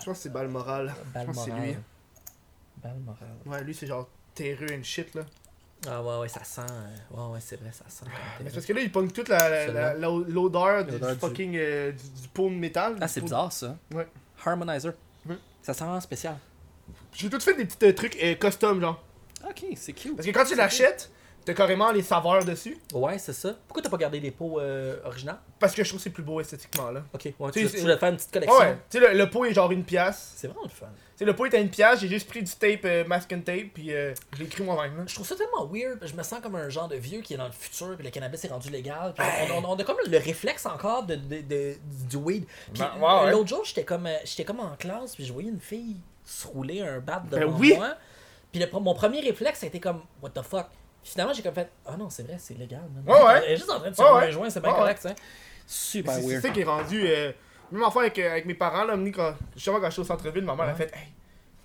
Je pense que c'est Balmoral. Je pense que c'est lui. hein. Balmoral. Balmoral. Ouais, lui, c'est genre terreux and shit, là. Ah ouais, ouais, ça sent. euh, Ouais, ouais, c'est vrai, ça sent. Ah, Mais c'est parce que là, il pogne toute la- la- la- la- l'odeur du, Mm. L'odeur du du- fucking. euh, du, du pot de métal. Ah, du c'est pot- bizarre ça. Ouais. Harmonizer. Ouais. Ça sent vraiment spécial. J'ai tout fait des petits euh, trucs euh, custom, genre. Ok, c'est cute. Parce que quand tu l'achètes, t'as carrément les saveurs dessus. Ouais, c'est ça. Pourquoi t'as pas gardé les pots euh, originaux Parce que je trouve que c'est plus beau esthétiquement, là. Ok, ouais, Tu tu, veux- sais, tu voulais faire une petite collection. Ouais, tu sais, le, le pot est genre une pièce. C'est vraiment le fun. Tu sais, le pot est à une pièce, j'ai juste pris du tape, euh, mask and tape, puis euh, je l'ai écrit moi-même, là. Je trouve ça tellement weird. Je me sens comme un genre de vieux qui est dans le futur, puis le cannabis est rendu légal. Puis on, on- on a comme le réflexe encore de, de- de- du weed. Puis Ben, ouais, ouais. l'autre jour, j'étais comme, euh, j'étais comme en classe, puis je voyais une fille se rouler un bat devant Ben oui. moi. Puis le pr- mon premier réflexe, c'était comme, what the fuck. Finalement, j'ai comme fait, ah non, c'est vrai, c'est légal. man. Ouais, ouais. Elle est juste en train de se Ouais, rouler un ouais. joint, c'est bien Ouais, correct, ça. hein. Super C'est c'est weird. ça qui est rendu. euh, même enfant avec, euh, avec mes parents, là, Moni, quand, justement, quand je suis au centre-ville, ma mère, elle Ouais. fait Hey,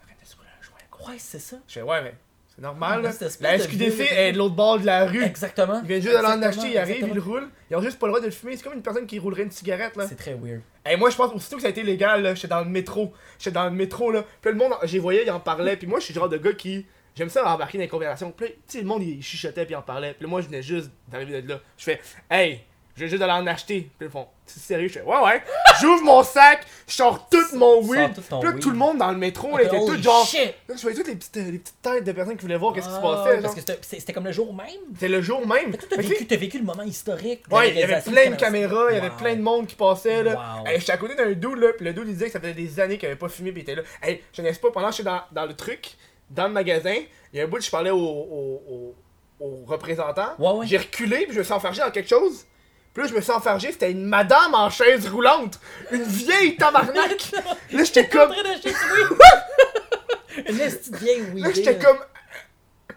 arrête de se rouler un joint, gros. Ouais, c'est ça. Je fais Ouais, mais c'est normal, là. Cette espèce La de SQDC vieux- est de l'autre bord de la rue. Exactement. Il vient juste d'aller en Exactement, acheter, il arrive, il exactement. le roule. Ils ont juste pas le droit de le fumer. C'est comme une personne qui roulerait une cigarette, là. C'est très weird. Et moi, je pense aussitôt que ça a été légal, là, j'étais dans le métro. J'étais dans le métro, là. Puis là, le monde, en- j'ai voyais, il en parlait. Puis moi, je suis le genre de gars qui. J'aime ça embarquer dans les conversations. Puis là, tu sais, le monde, il chuchotait, puis il en parlait. Puis là, moi, je venais juste d'arriver de là. Je fais, hey, je vais juste aller en acheter. Puis ils font, c'est sérieux? Je fais, ouais, ouais. J'ouvre mon sac, je sors tout mon Sors weed. tout Puis ton là, weed. tout le monde dans le métro, là, était tout genre. Shit! Là, je voyais toutes les petites, euh, les petites têtes de personnes qui voulaient voir qu'est-ce qui se Ah, passait. Parce genre. que c'était- c'est- c'était comme le jour même. C'était le jour même. Toi, t'as Fait que, vécu, t'as vécu le moment historique. de la Ouais, il y avait réalisation plein de du cannabis. caméras, il y avait Wow. plein de monde qui passait là. Wow. Hey, j'étais à côté d'un dude là, pis le dude il disait que ça faisait des années qu'il avait pas fumé pis il était là. Hey, je connais pas, pendant que j'étais dans, dans le truc, dans le magasin, il y a un bout je parlais au, au, au, au représentant. Ouais, ouais. J'ai reculé pis je me suis enfargé dans quelque chose. Puis là, je me suis enfargé, c'était une madame en chaise roulante! Une vieille tabarnak! là, j'étais T'es en comme. train d'acheter du weed. Une petite vieille weed. Là, j'étais comme.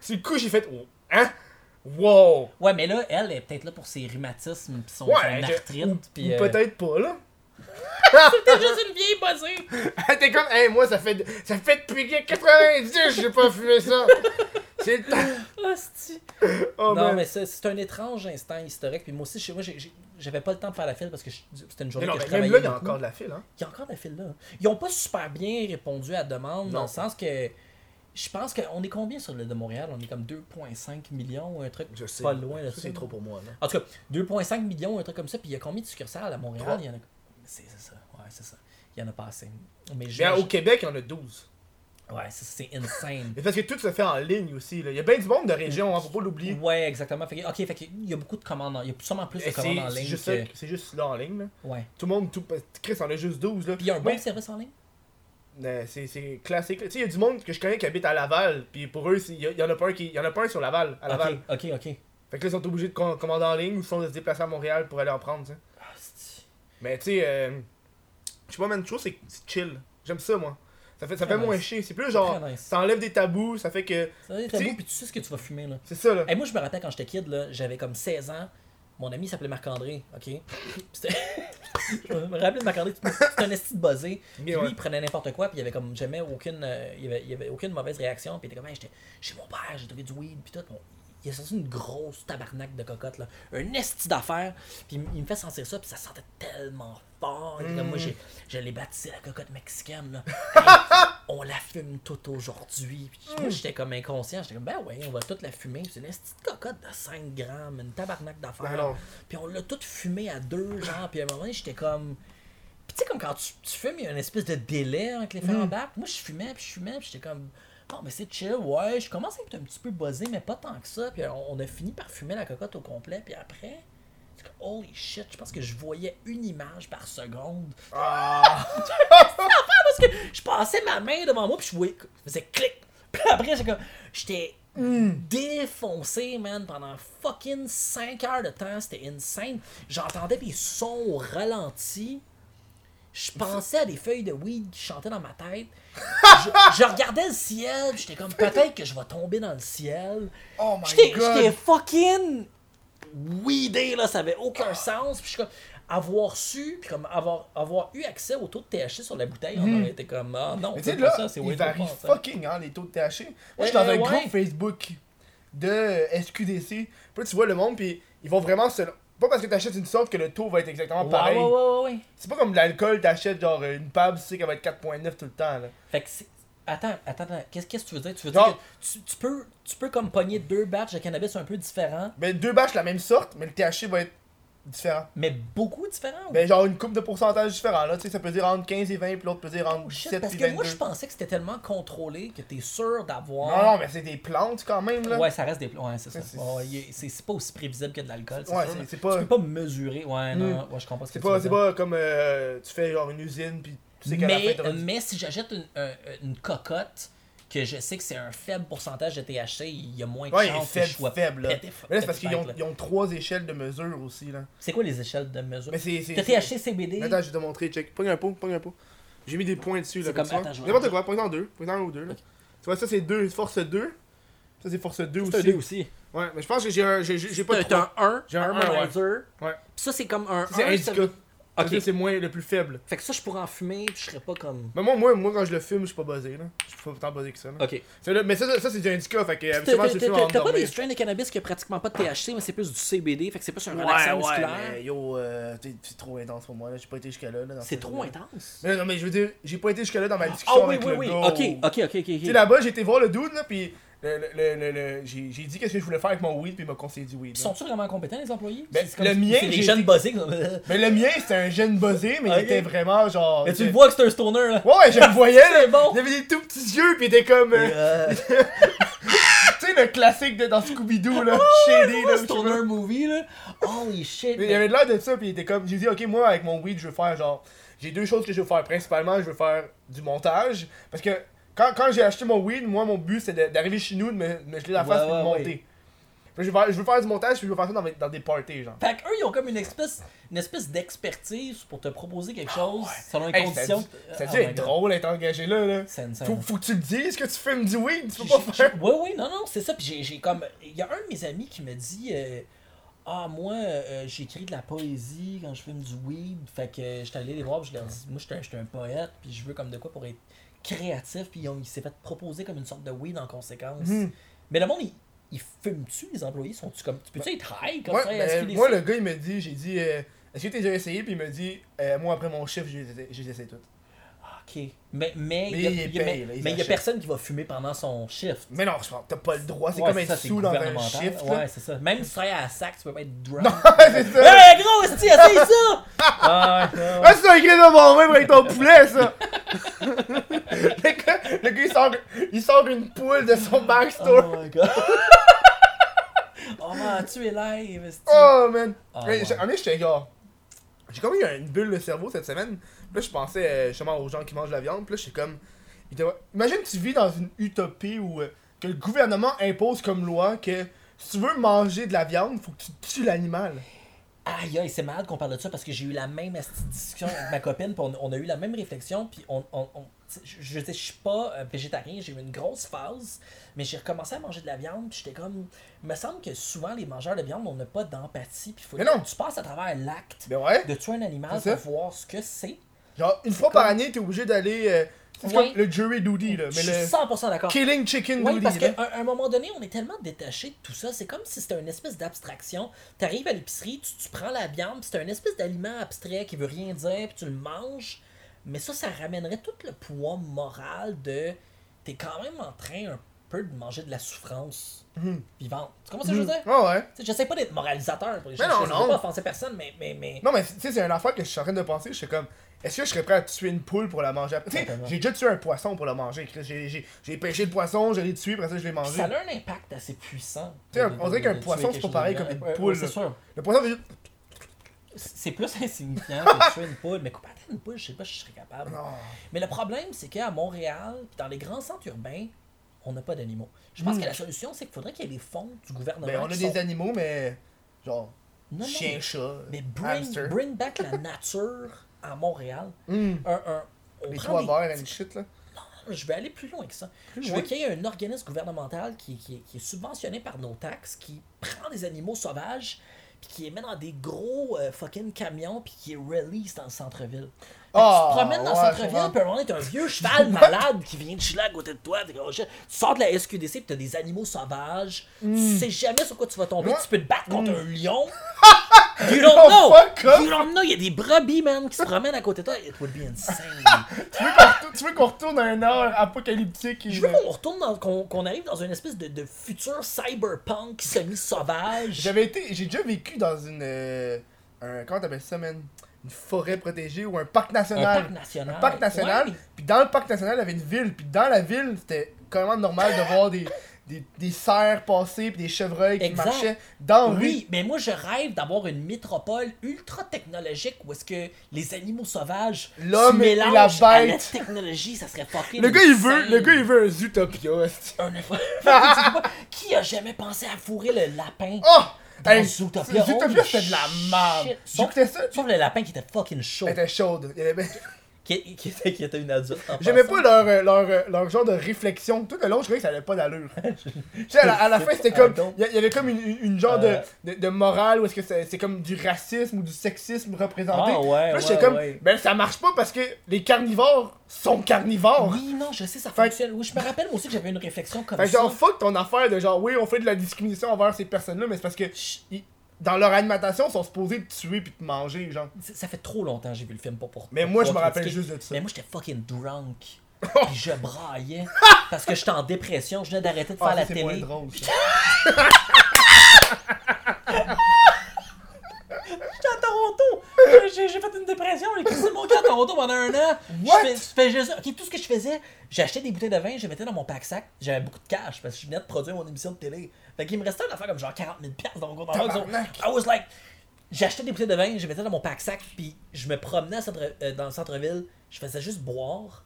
Sur le coup, j'ai fait. Oh, hein? Wow! Ouais, mais là, elle est peut-être là pour ses rhumatismes, pis son, Ouais, son je- ou- arthrite. Pis, ou euh, peut-être pas, là. T'es juste une vieille bossée. T'es comme, hey, moi, ça fait, ça fait depuis 90, j'ai pas fumé ça. C'est le temps. Hostie. Oh, non, man. mais ça, c'est un étrange instant historique. Puis moi aussi, chez moi, j'ai- j'ai- j'avais pas le temps de faire la file parce que je- c'était une Mais journée non, que je mais même travaillais. là, il y a beaucoup. encore de la file, hein. Il y a encore de la file là. Ils ont pas super bien répondu à la demande Non. dans le sens que je pense qu'on est combien sur le de Montréal On est comme 2,5 millions ou un truc Je sais. pas loin de Ça, c'est trop pour moi, là. En tout cas, 2,5 millions un truc comme ça. Puis il y a combien de succursales à Montréal Trois. Il y en a. C'est c'est ça. Ouais, c'est ça. Il y en a pas assez. Mais je. Mais au Québec, il y en a 12. Ouais, ça, c'est insane. Mais parce que tout se fait en ligne aussi, là. Il y a bien du monde de région, hein, faut pas l'oublier. ouais, exactement. Fait que- ok, fait qu'il y a beaucoup de commandes. en- Il y a sûrement plus de Et commandes en C'est c'est ligne. juste, que- ça- c'est juste là en ligne, là. Ouais. Tout le monde, tout. Chris, en a juste 12, là. Puis il y a un Moi, bon service en ligne. euh, c'est- C'est classique. là. Tu sais, il y a du monde que je connais qui habite à Laval, puis pour eux, c'est- il y, a- il y en a pas un qui. Il y en a pas un sur Laval, à Laval. Ok, ok, ok. Fait que là, ils sont obligés de com- commander en ligne ou ils sont de se déplacer à Montréal pour aller en prendre, tu sais. Ah, Hostie. Mais tu sais, euh, je sais pas, man, je trouve que c'est c'est chill. J'aime ça, moi. Ça fait, ça Très fait moins nice. chier. C'est plus genre, Très nice. ça enlève des tabous, ça fait que. Ça va être Tu sais- tabou, puis tu sais ce que tu vas fumer là. C'est ça, là. Hey, moi, je me rappelle quand j'étais kid, là, j'avais comme 16 ans. Mon ami s'appelait Marc-André, ok? C'était- je me rappelle Marc-André, c'était un esti de buzzé. Puis ouais. lui, il prenait n'importe quoi, puis il avait comme jamais aucune, euh, il, avait, il avait aucune mauvaise réaction, puis il était comme, Hey, j'étais chez mon père, j'ai trouvé du weed, puis tout. Bon, il a sorti une grosse tabarnak de cocotte, là. Un esti d'affaires, puis il m- il me fait sentir ça, puis ça sentait tellement fort. Il était comme, moi, j'ai- je l'ai baptisé la cocotte mexicaine, là. Hey, on la fume toute aujourd'hui. Puis moi, j'étais comme inconscient. J'étais comme, ben ouais, on va toute la fumer. C'est une petite cocotte de 5 grammes, une tabarnak d'affaires. Ben non. puis on l'a toute fumée à deux, genre. Puis à un moment donné, j'étais comme. Puis tu sais, comme quand tu, tu fumes, il y a une espèce de délai avec les fers Mm. en barre. Moi, je fumais, puis je fumais, puis j'étais comme. Bon, mais c'est chill, ouais. Je commence à être un petit peu buzzé, mais pas tant que ça. Puis on, on a fini par fumer la cocotte au complet. Puis après. c'est comme, Holy shit, je pense que je voyais une image par seconde parce que je passais ma main devant moi puis je voyais, je faisais clic. Puis après, j'étais comme, j'étais Hmm. défoncé, man, pendant fucking 5 heures de temps, c'était insane. J'entendais des sons au ralenti. Je pensais à des feuilles de weed qui chantaient dans ma tête. Je, je regardais le ciel, puis j'étais comme peut-être que je vais tomber dans le ciel. Oh my J'étais God. j'étais fucking weedé, là, ça avait aucun sens. Puis je suis comme, avoir su, puis comme avoir, avoir eu accès au taux de THC sur la bouteille, on aurait été comme, ah non, Hmm. Mais tu sais, c'est là, pas ça, c'est il way trop varie fort, ça. fucking, hein, les taux de THC. Moi, je suis Eh, dans un eh, ouais. groupe Facebook de euh, SQDC. Puis là, tu vois le monde, puis ils vont vraiment se... Pas parce que t'achètes une sorte que le taux va être exactement Ouais, pareil. ouais, ouais, ouais, ouais. C'est pas comme de l'alcool, t'achètes genre une pab, tu sais qu'elle va être 4.9 tout le temps, là. Fait que c'est- Attends, attends, attends. Qu'est-ce qu'est-ce que tu veux dire? Tu veux Non. dire que tu, tu peux, tu peux comme pogner deux batchs de cannabis un peu différents, Ben, deux bâches la même sorte, mais le THC va être différent. mais beaucoup différents? ou- Ben, genre une coupe de pourcentage différent, là. Tu sais, ça peut dire entre 15 et 20, puis l'autre peut dire entre Oh shit, 17 parce et que 22. moi, je pensais que c'était tellement contrôlé que t'es sûr Non, d'avoir... non, mais c'est des plantes quand même, là. ouais, ça reste des... Ouais, c'est ça. C'est- Ouais, il est- C'est c'est pas aussi prévisible que de l'alcool, c'est Ouais, sûr, c'est- mais c'est pas- Hmm. Tu peux pas mesurer... Ouais, non, ouais, je comprends ce que C'est tu pas, veux c'est dire. pas comme euh, tu fais genre une usine, puis tu sais qu'à la fin, mais, t'auras du- mais si j'achète une, un- une cocotte que je sais que c'est un faible pourcentage de THC, il y a moins de Ouais, il est chances que faible, je sois faible, là. pété- Mais là, c'est parce pété qu'ils ont, là. ils ont trois échelles de mesure aussi, là. C'est quoi les échelles de mesure? Mais c'est. c'est- T'as c'est- THC, CBD? Attends, je vais te montrer, check. Pogne un pot, pogne un pot. J'ai mis des points dessus, là. C'est comme comme- ça. attends, je vais- N'importe quoi, pogne en deux. Pogne en un ou deux, là. Ok. Tu vois, ça c'est deux, force 2. Ça c'est force 2 C'est un aussi. dé aussi. Ouais, mais je pense que j'ai un. J'ai j'ai- j'ai pas de. T'as un 1, J'ai un un un, ouais. riser. Ouais. Puis ça, c'est comme un 1. C'est indica. Ok. Ça, C'est moins le plus faible. Fait que ça, je pourrais en fumer, puis je serais pas comme... Mais moi, moi, moi quand je le fume, je suis pas buzzé, là. Je suis pas tant buzzé que ça, là. Ok. C'est là- mais ça, ça, ça, c'est du indica, fait que euh, T'as- habituellement, je T'as le fume t'as- en t'as pas dormant. des strains de cannabis qui a pratiquement pas de THC, mais c'est plus du CBD, fait que c'est plus un Ouais, relaxant ouais, musculaire. mais yo, euh, t'es- c'est trop intense pour moi, là. J'ai pas été jusqu'à là, là. dans C'est ce- trop intense. Mais non, non, mais je veux dire, j'ai pas été jusque-là dans ma discussion Ah oui, avec oui, le oui. gars. Ok, ou- ok, ok, ok. Tu sais, là-bas, j'ai été voir le dude, là, pis le, le, le, le- j'ai, j'ai dit qu'est-ce que je voulais faire avec mon weed, pis il m'a conseillé du weed. là. Sont-ils vraiment compétents, les employés? Ben, C'est comme- le mien, C'est j'ai des jeunes été- buzzés. Mais le mien, c'était un jeune buzzé, mais Ok. il était vraiment genre. Mais tu le était- vois que c'est un stoner, là. Ouais, ouais, je le voyais, là. C'est bon. Il avait des tout petits yeux, pis il était comme. euh, Euh, tu sais, le classique de dans Scooby-Doo, là. shady, là. un stoner movie, là. Holy shit. Mais il avait l'air de ça, pis il était comme. J'ai dit, ok, moi, avec mon weed, je veux faire genre. J'ai deux choses que je veux faire. Principalement, je veux faire du montage. Parce que quand, quand j'ai acheté mon weed, moi, mon but, c'est de- d'arriver chez nous, de me, me geler la Ouais, face, pis de ouais, monter. ouais. Puis je, veux faire, je veux faire du montage, puis je veux faire ça dans, mes- dans des parties, genre. Fait qu'eux, ils ont comme une espèce, une espèce d'expertise pour te proposer quelque chose selon les Ah, Hey, ça a conditions. dû- Ça a dû Oh my être God. drôle d'être engagé là. là. C'est insane. Faut, faut que tu le dises que tu fumes du weed, tu peux J'ai- pas faire. j'ai- Oui, oui, non, non, c'est ça. Puis j'ai- j'ai comme. Il y a un de mes amis qui me dit euh, Ah, moi, euh, j'écris de la poésie quand je fume du weed. Fait que euh, j'étais allé les voir, puis je leur dis Moi, j'étais un- j'étais un poète, puis je veux comme de quoi pour être créatif. Puis ils ont- il s'est fait proposer comme une sorte de weed en conséquence. Hmm. Mais le monde, il, il fume-tu, les employés Sont-tu comme. Tu peux-tu être high comme Ouais, ça ben, Est-ce qu'il moi, est- le gars, il me dit, j'ai dit, euh, est-ce que t'es déjà essayé Puis il me dit, euh, moi, après mon chiffre, je les ai- je les essaie toutes. Ah, Ok. Mais, mais, Mais il y a- ils il y a- payent, mais- là, ils mais il y a achètent. personne qui va fumer pendant son shift. Mais non, je pense que t'as pas le droit, c'est Ouais, comme être ça, c'est sous dans un gouvernemental. chiffre. Ouais, là. c'est ça. Même si tu travailles à la sac, tu peux pas être drunk. c'est ça. Hey, gros, esti, essaye ça! Ah, ouais, ouais, ouais. Ah, c'est un gris de bon vin pour être ton poulet, ça! le gars, le gars, il, sort, il sort une poule de son backstore. Oh my god! oh man, tu es live, esti. Oh man! Ah, Hey, ouais. j'ai- En fait, j'étais genre. J'ai comme eu une bulle de cerveau cette semaine. Puis Là, je pensais euh, justement aux gens qui mangent de la viande. Puis là, j'étais comme. il devrait- Imagine que tu vis dans une utopie où. euh, que le gouvernement impose comme loi que si tu veux manger de la viande, faut que tu tues l'animal. Aïe, aïe, c'est malade qu'on parle de ça parce que j'ai eu la même esti de discussion avec ma copine, puis on, on a eu la même réflexion, puis on, on, on- tu sais, je, je veux dire, je suis pas euh, végétarien, j'ai eu une grosse phase, mais j'ai recommencé à manger de la viande, puis j'étais comme, il me semble que souvent les mangeurs de viande, on n'a pas d'empathie, puis faut Mais non. tu passes à travers l'acte Ben ouais. de tuer un animal C'est ça. pour voir ce que c'est. Genre, une fois par année, t'es obligé d'aller. euh, c'est Oui. comme le jury duty, là. Je Mais suis le 100% d'accord. killing chicken Oui, duty. parce là. qu'à un, un moment donné, on est tellement détaché de tout ça. C'est comme si c'était une espèce d'abstraction. Tu arrives à l'épicerie, tu, tu prends la viande, puis c'est un espèce d'aliment abstrait qui veut rien dire, puis tu le manges. Mais ça, ça ramènerait tout le poids moral de. T'es quand même en train un peu de manger de la souffrance vivante. Tu comprends ce que je veux dire? Hmm. Ah ouais. Tu sais, J'essaie pas d'être moralisateur pour les gens. non, je je veux non. pas offenser personne, mais. mais, mais... Non, mais tu sais, c'est une affaire que je suis en train de penser. Je suis comme, est-ce que je serais prêt à tuer une poule pour la manger après? Tu sais, Totalement. j'ai déjà tué un poisson pour le manger. Chris. J'ai- J'ai j'ai pêché le poisson, je l'ai tué, après ça, je l'ai mangé. Ça a un impact assez puissant. Tu sais, de- on dirait de- qu'un de tuer poisson, c'est quelque pas chose pareil de comme une vivant. Ouais, ouais, poule, c'est là. sûr. Le poisson fait juste. C'est plus insignifiant que de tuer une poule, mais couper à terre une poule, je sais pas si je serais capable. Non. Mais le problème, c'est qu'à Montréal, puis dans les grands centres urbains, on n'a pas d'animaux. Je pense que la solution, c'est qu'il faudrait qu'il y ait des fonds du gouvernement. Ben, on a qui des sont- animaux, mais. Genre, Non, non, chien, mais- chat, Mais bring, hamster. bring back la nature à Montréal. Hmm. Un, un- on Les prend toits des- verts and shit, là. Ah, Je vais aller plus loin que ça. Je loin. veux qu'il y ait un organisme gouvernemental qui, qui, qui est subventionné par nos taxes, qui prend des animaux sauvages, puis qui les met dans des gros euh, fucking camions, puis qui les release dans le centre-ville. Fait que Ah, tu te promènes dans ouais, le je comprends. centre-ville, puis à un moment donné, t'as un vieux cheval malade qui vient de chiller à côté de toi. t'es comme, Oh shit. Tu sors de la SQDC, puis t'as des animaux sauvages. Tu sais jamais sur quoi tu vas tomber. Hmm. Ouais. Hmm. Tu peux te battre contre un lion. You don't know! fuck off. You don't know! Il y a des brebis, man, qui se promènent à côté de toi. It would be insane. Tu veux qu'on retourne- tu veux qu'on retourne à un heure apocalyptique et. Je veux euh, qu'on retourne dans. qu'on qu'on arrive dans une espèce de, de futur cyberpunk semi-sauvage. J'avais été. J'ai déjà vécu dans une. euh, un, comment t'appelles ça, man? Une forêt protégée ou un parc national. Un parc national. Un parc national. Ouais. Puis dans le parc national, il y avait une ville. Puis dans la ville, c'était carrément normal de voir des, des, des cerfs passer puis des chevreuils qui Exact. marchaient dans la rue. Oui, mais moi je rêve d'avoir une métropole ultra technologique où est-ce que les animaux sauvages L'homme se et la mélangent à la bête. technologie, ça serait fucking. Le gars, il veut, insane. le gars, il veut un Zootopia. esti. Un- Dis-moi, Qui a jamais pensé à fourrer le lapin? Oh! Dans Hey, Zootopia, Zootopia, holy c'était de la merde. shit. J'écoutais ça. Sauf le lapin qui était fucking chaud. Elle était chaude. Il y avait- Qui, qui était, qui était une adulte. en J'aimais passant. pas leur, euh, leur, euh, leur genre de réflexion. Tout le long, je croyais que ça avait pas d'allure. Tu sais, à la, à la je fin, sais c'était pas, comme. pardon. Il y a- il y, avait comme une, une- une genre Euh. de, de, de morale où est-ce que c'est c'est comme du racisme ou du sexisme représenté. Ah ouais, Là, j'étais ouais, comme. ouais. Ben, ça marche pas parce que les carnivores sont carnivores. Oui, non, je sais, ça Fait- fonctionne. Oui, je me rappelle moi aussi que j'avais une réflexion comme Fait que ça. genre, fuck ton affaire de genre, oui, on fait de la discrimination envers ces personnes-là, mais c'est parce que. ils- dans leur alimentation, ils sont supposés te tuer puis te manger, genre. Ça ça fait trop longtemps que j'ai vu le film, pas pour Mais pour moi, je pouvoir me rappelle critiquer. juste de ça. Oh. Mais moi, j'étais fucking drunk. Puis je braillais. parce que j'étais en dépression. Je venais d'arrêter de faire Ah, la ça, c'est moins télé. drôle. ça. J'étais à Toronto. J'ai j'ai fait une dépression. J'ai quitté mon gars à Toronto pendant un an. What? Je fais, je fais juste... ok, tout ce que je faisais, j'achetais des bouteilles de vin, je les mettais dans mon pack-sac. J'avais beaucoup de cash parce que je venais de produire mon émission de télé. Fait qu'il me restait une affaire comme genre 40 000 piastres dans mon compte en banque. Tabarnak. I was like... J'achetais des bouteilles de vin, je les mettais dans mon pack-sac, puis je me promenais à centre- euh, dans le centre-ville. Je faisais juste boire,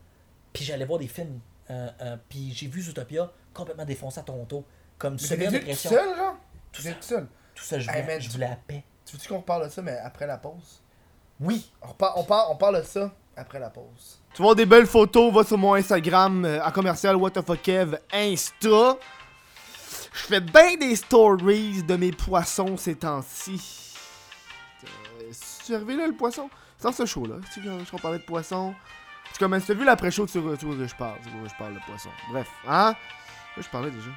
puis j'allais voir des films. Euh, euh, puis j'ai vu Zootopia complètement défoncé à Toronto. Comme Mais T'étais tout semi-dépression. seul, genre? Tout T'étais seul. tout seul. Tout ça, je Hey, voulais, man, je tu- voulais la paix. Tu veux-tu qu'on reparle de ça, mais après la pause? Oui, On, repart- on, part- on parle de ça après la pause. Tu vois des belles photos, va sur mon Instagram, euh, à commercial WTFKev Insta. Je fais bien des stories de mes poissons ces temps-ci. Euh, Servez là le poisson. Sans ce show là, tu sais, quand je qu'on parlait de poisson. Tu commences, tu as vu l'après-show, tu sais tu sais de quoi je parle, tu sais de quoi je parle de poisson. Bref, hein? Là, je parlais déjà.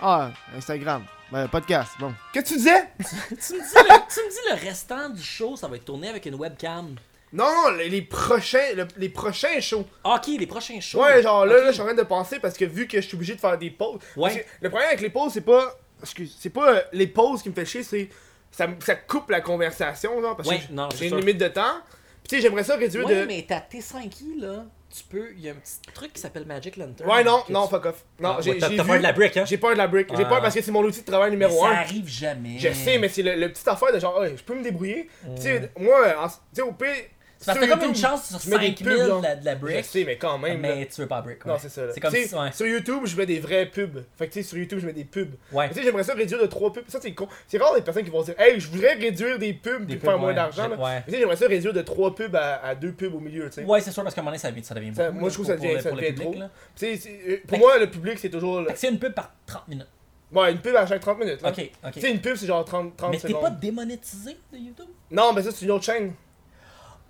Ah, Instagram. Ben, podcast, bon. Qu'est-ce que tu disais? Tu me, dis le, tu me dis le restant du show, ça va être tourné avec une webcam. Non, non, les, les prochains, le- les prochains shows. Ok, les prochains shows. Ouais, genre là, là, je suis en train de penser parce que vu que je suis obligé de faire des pauses. Ouais. parce que Le problème avec les pauses, c'est pas. Excuse, c'est pas euh, les pauses qui me fait chier, c'est. Ça, me- ça coupe la conversation, genre, parce Ouais, que non, j'ai c'est une sûr. limite de temps. Puis tu sais, j'aimerais ça réduire Ouais, de. mais t'as T5i là, tu peux. Il y a un petit truc qui s'appelle Magic Lantern. Ouais, non, que non, tu- fuck off. Non, Ah, j'ai ouais, t'as- j'ai t'as vu- peur de la brique, hein? J'ai peur de la brick. J'ai Ah. peur parce que c'est mon outil de travail Mais numéro ça 1. arrive jamais. Je sais, mais c'est le, le petit affaire de genre, Ah, je peux me débrouiller. Puis, tu sais, moi, en- tu sais, au pire, Mm. C'est parce que Sur t'as comme une YouTube, chance sur je mets des 5000 pubs, genre. de la, de la Je brick. sais, mais quand même. là. Mais tu veux pas brick. ouais. Non, c'est ça. là. C'est comme Tu sais, si. Ouais. Sur YouTube, je mets des vraies pubs. Fait que tu sais, sur YouTube, je mets des pubs. ouais. Tu sais, j'aimerais ça réduire de 3 pubs. Ça, c'est con. C'est rare les personnes qui vont dire Hey, je voudrais réduire des pubs Des puis pubs, faire moins ouais. d'argent. là. J'ai- ouais. Tu sais, j'aimerais ça réduire de 3 pubs à, à 2 pubs au milieu, tu sais. Ouais, c'est sûr, parce qu'à un moment donné, ça devient, ça devient Ça- beaucoup, moi, je trouve là, ça devient- ça le devient public, trop. là. Tu sais, c'est- euh, pour Fait- moi, le public, c'est toujours. Fait là, que c'est une pub par 30 minutes. Ouais, une pub à chaque 30 minutes. là. Ok, ok. Tu sais, une pub, c'est genre 30, 30 Mais t'es secondes. pas démonétisé de YouTube? Non, mais ça, c'est une autre chaîne.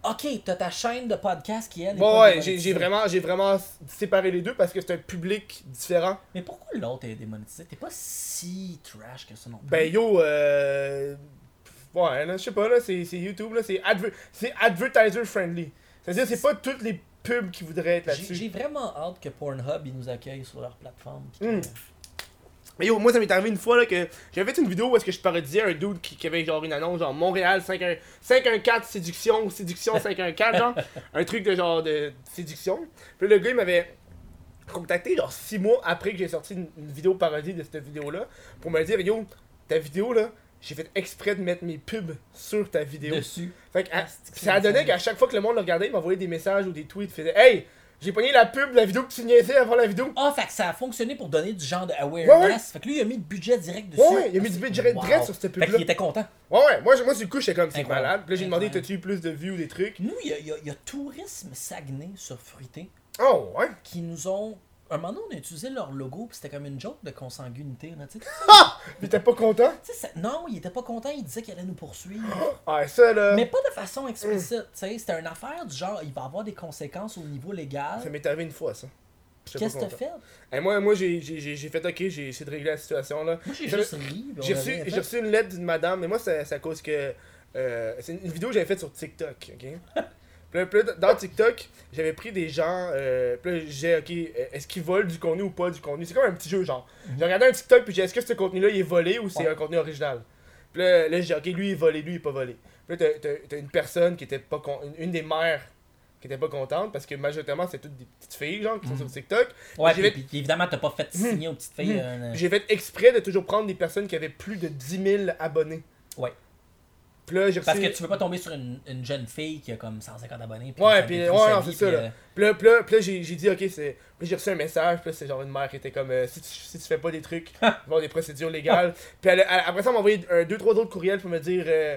Ok, t'as ta chaîne de podcast qui, elle, est Bon, pas ouais, j'ai démonétisée. j'ai vraiment, j'ai vraiment s- séparé les deux parce que c'est un public différent. Mais pourquoi l'autre est démonétisé? T'es pas si trash que ça non plus. Ben yo, euh... ouais, là, je sais pas là, c'est c'est YouTube là, c'est adver- c'est advertiser friendly. C'est-à-dire c'est pas toutes les pubs qui voudraient être J'ai- J'ai là-dessus. vraiment hâte que Pornhub ils nous accueillent sur leur plateforme. pis que- Hmm. Mais yo, moi ça m'est arrivé une fois là que j'avais fait une vidéo où est-ce que je parodiais un dude qui, qui avait genre une annonce genre Montréal 51 514 séduction ou séduction 514 genre un truc de genre de séduction. Puis le gars il m'avait contacté genre 6 mois après que j'ai sorti une, une vidéo parodie de cette vidéo là pour me dire yo, ta vidéo là, j'ai fait exprès de mettre mes pubs sur ta vidéo. Dessus. Fait que, à- Ah, c'est que ça a donné c'est qu'à chaque fois que le monde le regardait, il m'envoyait des messages ou des tweets. faisait Hey, j'ai pogné la pub de la vidéo que tu niaisais avant la vidéo. Ah, fait que ça a fonctionné pour donner du genre de awareness. Ouais, ouais. Fait que lui, il a mis le budget direct dessus. Ouais, ouais, il a mis Ah, du c'est- budget Wow. direct sur cette Fait qu'il pub-là. était content. Ouais, ouais, moi, je- moi, du coup, j'étais comme c'est Incroyable. malade. Puis là, j'ai demandé Incroyable. T'as-tu eu plus de vues ou des trucs Nous, il y a, il y a- il y a Tourisme Saguenay sur Fruité Oh, ouais. qui nous ont. Un moment donné, on a utilisé leur logo, puis c'était comme une joke de consanguinité. là, tu sais. Puis t'es pas content Tu sais, ça- non, il était pas content, il disait qu'il allait nous poursuivre. Ouais, Ah, ça là. Mais pas de façon explicite, tu sais. C'était une affaire du genre, il va avoir des conséquences au niveau légal. Ça m'est arrivé une fois, ça. Puis J'étais Qu'est-ce que pas t'as fait? content. Et moi, moi j'ai j'ai- j'ai- j'ai fait OK, j'ai essayé de régler la situation là. Moi, j'ai Ça- juste ri. puis on J'ai a reçu, rien j'ai fait. reçu une lettre d'une madame, mais moi, c'est c'est à cause que. euh, c'est une vidéo que j'avais faite sur TikTok, ok? Puis là- puis là, dans TikTok, j'avais pris des gens. Euh, puis là, j'ai, ok, euh, est-ce qu'ils volent du contenu ou pas du contenu? C'est comme un petit jeu, genre. J'ai regardé un TikTok, puis j'ai, est-ce que ce contenu-là, il est volé ou c'est Mhm. Ouais. un contenu original? Puis là, là, j'ai, ok, lui, il est volé, lui, il est pas volé. Puis là, t'as- t'as- t'as une personne qui était pas. con- une, une des mères qui était pas contente, parce que majoritairement, c'est toutes des petites filles, genre, qui Mhm. sont sur TikTok. Ouais, j'ai puis, fait- puis évidemment, t'as pas fait signer aux petites filles. euh, Mmh. un- J'ai fait exprès de toujours prendre des personnes qui avaient plus de 10 000 abonnés. Ouais. Puis là, j'ai Parce reçu- que tu veux pas tomber sur une, une jeune fille qui a comme 150 abonnés. Ouais, ça puis- détruit ouais, sa non, vie, c'est ça, puis, euh, là. Puis là, puis là- puis là, j'ai j'ai dit, ok, c'est. puis j'ai reçu un message, puis là, c'est genre une mère qui était comme, euh, si, tu, si tu fais pas des trucs, il va y avoir des procédures légales. puis elle- elle- après ça, elle m'a envoyé un, deux, trois autres courriels pour me dire. euh,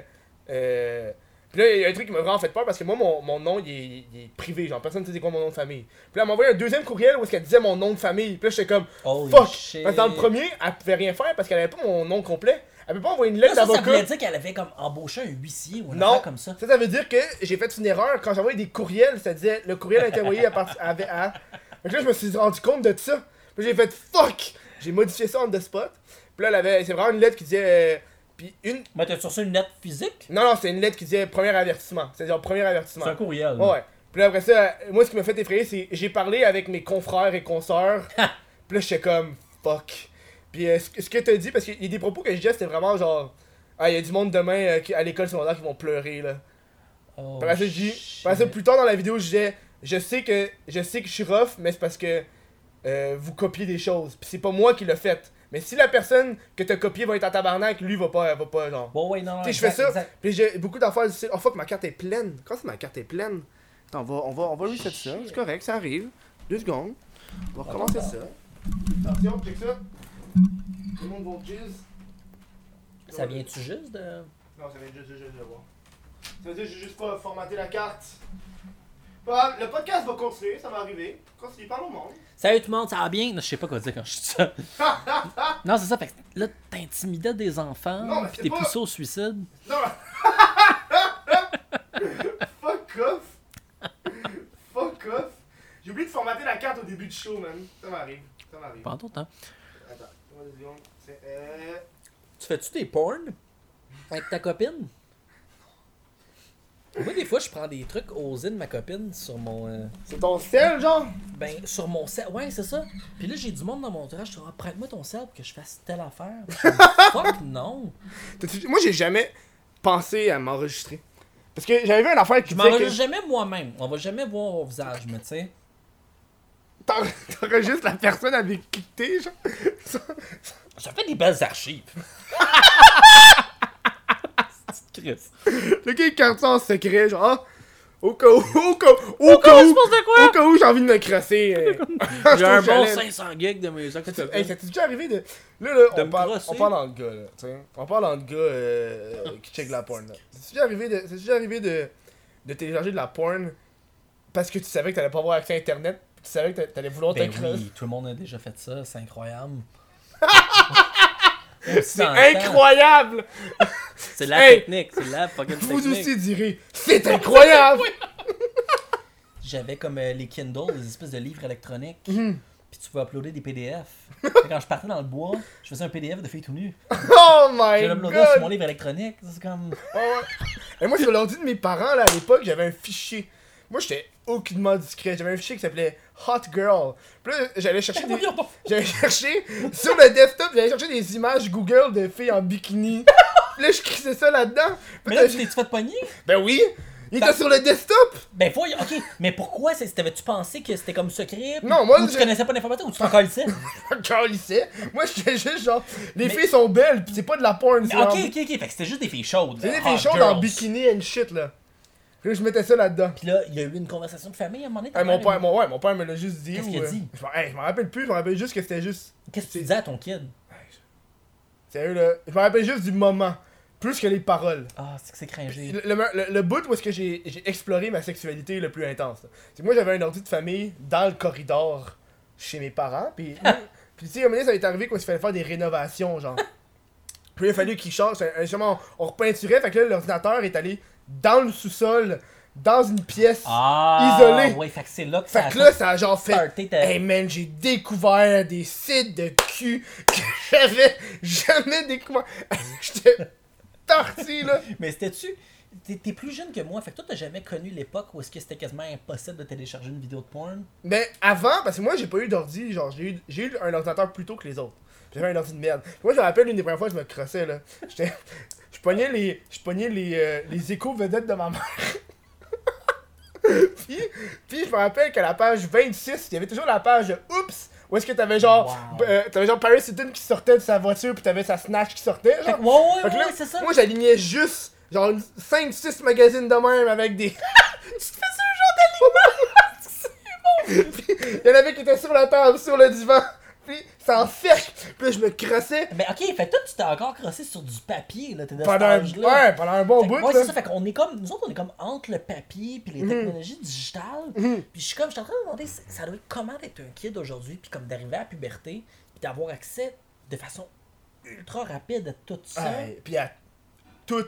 euh, puis là, il y a un truc qui m'a vraiment fait peur parce que moi, mon, mon nom, il est, il est privé. Genre, personne ne sait c'est quoi mon nom de famille. Puis là, elle m'a envoyé un deuxième courriel où est-ce qu'elle disait mon nom de famille. Puis là, j'étais comme, Holy fuck. shit. Parce que dans le premier, elle pouvait rien faire parce qu'elle avait pas mon nom complet. Elle peut pas envoyer une Là, lettre ça, ça d'avocat. voulait dire qu'elle avait comme embauché un huissier ou un Non, affaire comme ça. ça, ça veut dire que j'ai fait une erreur. Quand j'envoyais des courriels, ça disait le courriel a été envoyé à partir. avec- à- Fait que là, je me suis rendu compte de ça. Puis j'ai fait fuck! J'ai modifié ça on the spot. Puis là, elle avait- c'est vraiment une lettre qui disait. euh, Puis une. Mais t'as reçu une lettre physique Non, non, c'est une lettre qui disait premier avertissement. C'est-à-dire premier avertissement. C'est un courriel. Ouais, ouais. Puis là, après ça, moi, ce qui m'a fait effrayer, c'est j'ai parlé avec mes confrères et consoeurs. puis là, j'étais comme fuck. Puis euh, ce que- ce que t'as dit, parce qu'il y a des propos que je disais, c'était vraiment genre. Ah, il y a du monde demain euh, qui- à l'école secondaire qui vont pleurer, là. Oh, Par ça, je dis, shit. par ça, plus tard dans la vidéo, je disais, je sais que, je sais que je suis rough, mais c'est parce que euh, vous copiez des choses. Puis c'est pas moi qui l'ai fait. Mais si la personne que t'as copié va être en tabarnak, lui va pas, va pas genre. Bon, ouais, non, non. Tu sais, je fais exact, ça. exact. Puis j'ai beaucoup d'affaires du style, oh fuck, ma carte est pleine. Quand c'est ma carte est pleine, Attends, on va, on va, on va reset ça. C'est correct, ça arrive. Deux secondes. On va recommencer ça. Attention, check ça. Tout le monde va jizz. Ça vient-tu juste de. Non, ça vient juste, juste, juste de voir. Ça veut dire que j'ai juste pas formaté la carte. Bah, le podcast va continuer, ça va arriver. Continue, parle au monde. Salut tout le monde, ça va bien? Non, Je sais pas quoi dire quand je dis ça. non, c'est ça, fait que là, t'intimidais des enfants, Non, mais puis c'est t'es pas- poussé au suicide. Non! Fuck off! Fuck off! J'ai oublié de formater la carte au début du show, man. Ça m'arrive. Ça m'arrive. Pendant tout, hein. Attends, attends deux secondes. C'est. Euh. Tu fais-tu des porn avec ta copine? Moi, des fois, je prends des trucs osés de ma copine sur mon. euh, C'est ton sel, genre? ben, sur mon sel. Ouais, c'est ça. Puis là, j'ai du monde dans mon entourage. Je dis, Ah, prête-moi ton sel pour que je fasse telle affaire. Puis je dis, Fuck, non. T'as-tu- Moi, j'ai jamais pensé à m'enregistrer. Parce que j'avais vu un affaire qui Je disait m'enregistre que jamais moi-même. On va jamais voir mon visage, mais tu sais. t'en- t'enregistres la personne avec qui t'es, genre. Ça fait des belles archives. C'est Chris. Le gars, il garde ça en secret, genre. Ah, Au cas où, au cas où, au cas où il où, se passe de quoi? au cas où j'ai envie de me crasser. euh, je J'ai un trouve bon challenge. 500 gigs de mes actes. T'as-tu- Hey, ça t'est déjà arrivé de. Là, là, on me parle, brosser. on parle dans le gars, là. tu sais. On parle dans le gars euh, qui check la porn, là. C'est déjà arrivé de, c'est déjà arrivé de, de télécharger de la porn parce que tu savais que t'allais pas avoir accès à Internet. pis Tu savais que t'a- t'allais vouloir Ben te crasser. oui, tout le monde a déjà fait ça, c'est incroyable. C'est incroyable! C'est la Hey! technique, c'est la fucking Vous technique. aussi direz, c'est incroyable! J'avais comme euh, les Kindle, des espèces de livres électroniques. Mhm. Puis tu pouvais uploader des PDF. Fait que quand je partais dans le bois, je faisais un PDF de filles tout nues. oh Je my l'uploadais sur mon god! livre électronique. C'est comme. Ah ouais. Et moi, sur l'ordi de mes parents, là, à l'époque, j'avais un fichier. Moi, j'étais aucunement discret. J'avais un fichier qui s'appelait Hot Girl. Puis là, j'allais chercher des... Voyons donc. J'allais chercher sur le desktop, j'allais chercher des images Google de filles en bikini. Puis là, je crissais ça là-dedans. Puis Mais là, là, tu t'es-tu fait pogner? Ben oui! Il était sur le desktop! Ben voyons, ok. Mais pourquoi c'est- T'avais-tu pensé que c'était comme secret? puis- Non, moi, Ou tu je- connaissais pas l'informatique ou tu t'en colissais? Calissait! Moi, j'étais juste genre, les Mais- filles sont belles, pis c'est pas de la porn, c'est ok, ok, en- ok. Fait que c'était juste des filles chaudes. C'est des hot filles chaudes en girls. bikini and shit, là. Puis là, je mettais ça là-dedans. Puis là, il y a eu une conversation de famille à un moment donné. ta Hey, Eh, mon, mère, père, mon, ouais, mon père me l'a juste dit. Qu'est-ce ou, qu'il a euh, dit? Je m'en hey, je m'en rappelle plus, je me rappelle juste que c'était juste. Qu'est-ce que tu disais à ton kid? Sérieux, là. Je me rappelle juste du moment, plus que les paroles. Ah, c'est que c'est cringé. Le, le, le- le bout où est-ce que j'ai j'ai exploré ma sexualité le plus intense. là. C'est que moi, j'avais un ordi de famille dans le corridor chez mes parents. Puis, puis tu sais, à un moment donné, ça m'est arrivé qu'il fallait faire des rénovations, genre. Puis il a fallu qu'il change. un- un- justement, on repeinturait, fait que là, l'ordinateur est allé dans le sous-sol, dans une pièce. Ah, Isolé. Ouais, fait que c'est là que ça Fait a que là, ça a genre fait. Starter ta- Hey man, j'ai découvert des sites de cul que j'avais jamais découvert. J'étais torti là. Mais c'était-tu. T'es t'es plus jeune que moi, fait que toi, t'as jamais connu l'époque où est-ce que c'était quasiment impossible de télécharger une vidéo de porn. Mais avant, parce que moi j'ai pas eu d'ordi, genre j'ai eu, j'ai eu un ordinateur plus tôt que les autres. J'avais un ordi de merde. Moi je me rappelle une des premières fois que je me crossais là. J'étais. Je pognais les. Je pognais les, euh, les échos vedettes de ma mère. puis, puis je me rappelle qu'à la page 26, il y avait toujours la page de Oups! Où est-ce que t'avais genre. Wow. euh, t'avais genre Paris Hilton qui sortait de sa voiture, puis t'avais sa snatch qui sortait. Fait Genre. que, ouais, ouais, Fait que là, ouais, c'est ça. Moi, j'alignais juste, genre, 5-6 magazines de même avec des. tu te fais ce genre d'alignement! C'est bon! il y en avait qui étaient sur la table, sur le divan, puis ça encercle, puis là, je me crossais Mais ok, fait que toi, tu t'es encore crossé sur du papier, là, t'es de pendant, un- cet là ouais, pendant un bon bout. ouais, là. Mhm. c'est ça, fait qu'on est comme. Nous autres, on est comme entre le papier puis les technologies digitales. Puis je suis comme, je suis en train de demander, c'est- ça doit être comment d'être un kid aujourd'hui, puis comme d'arriver à la puberté, puis d'avoir accès de façon ultra rapide à tout ça. Aïe, puis à tout,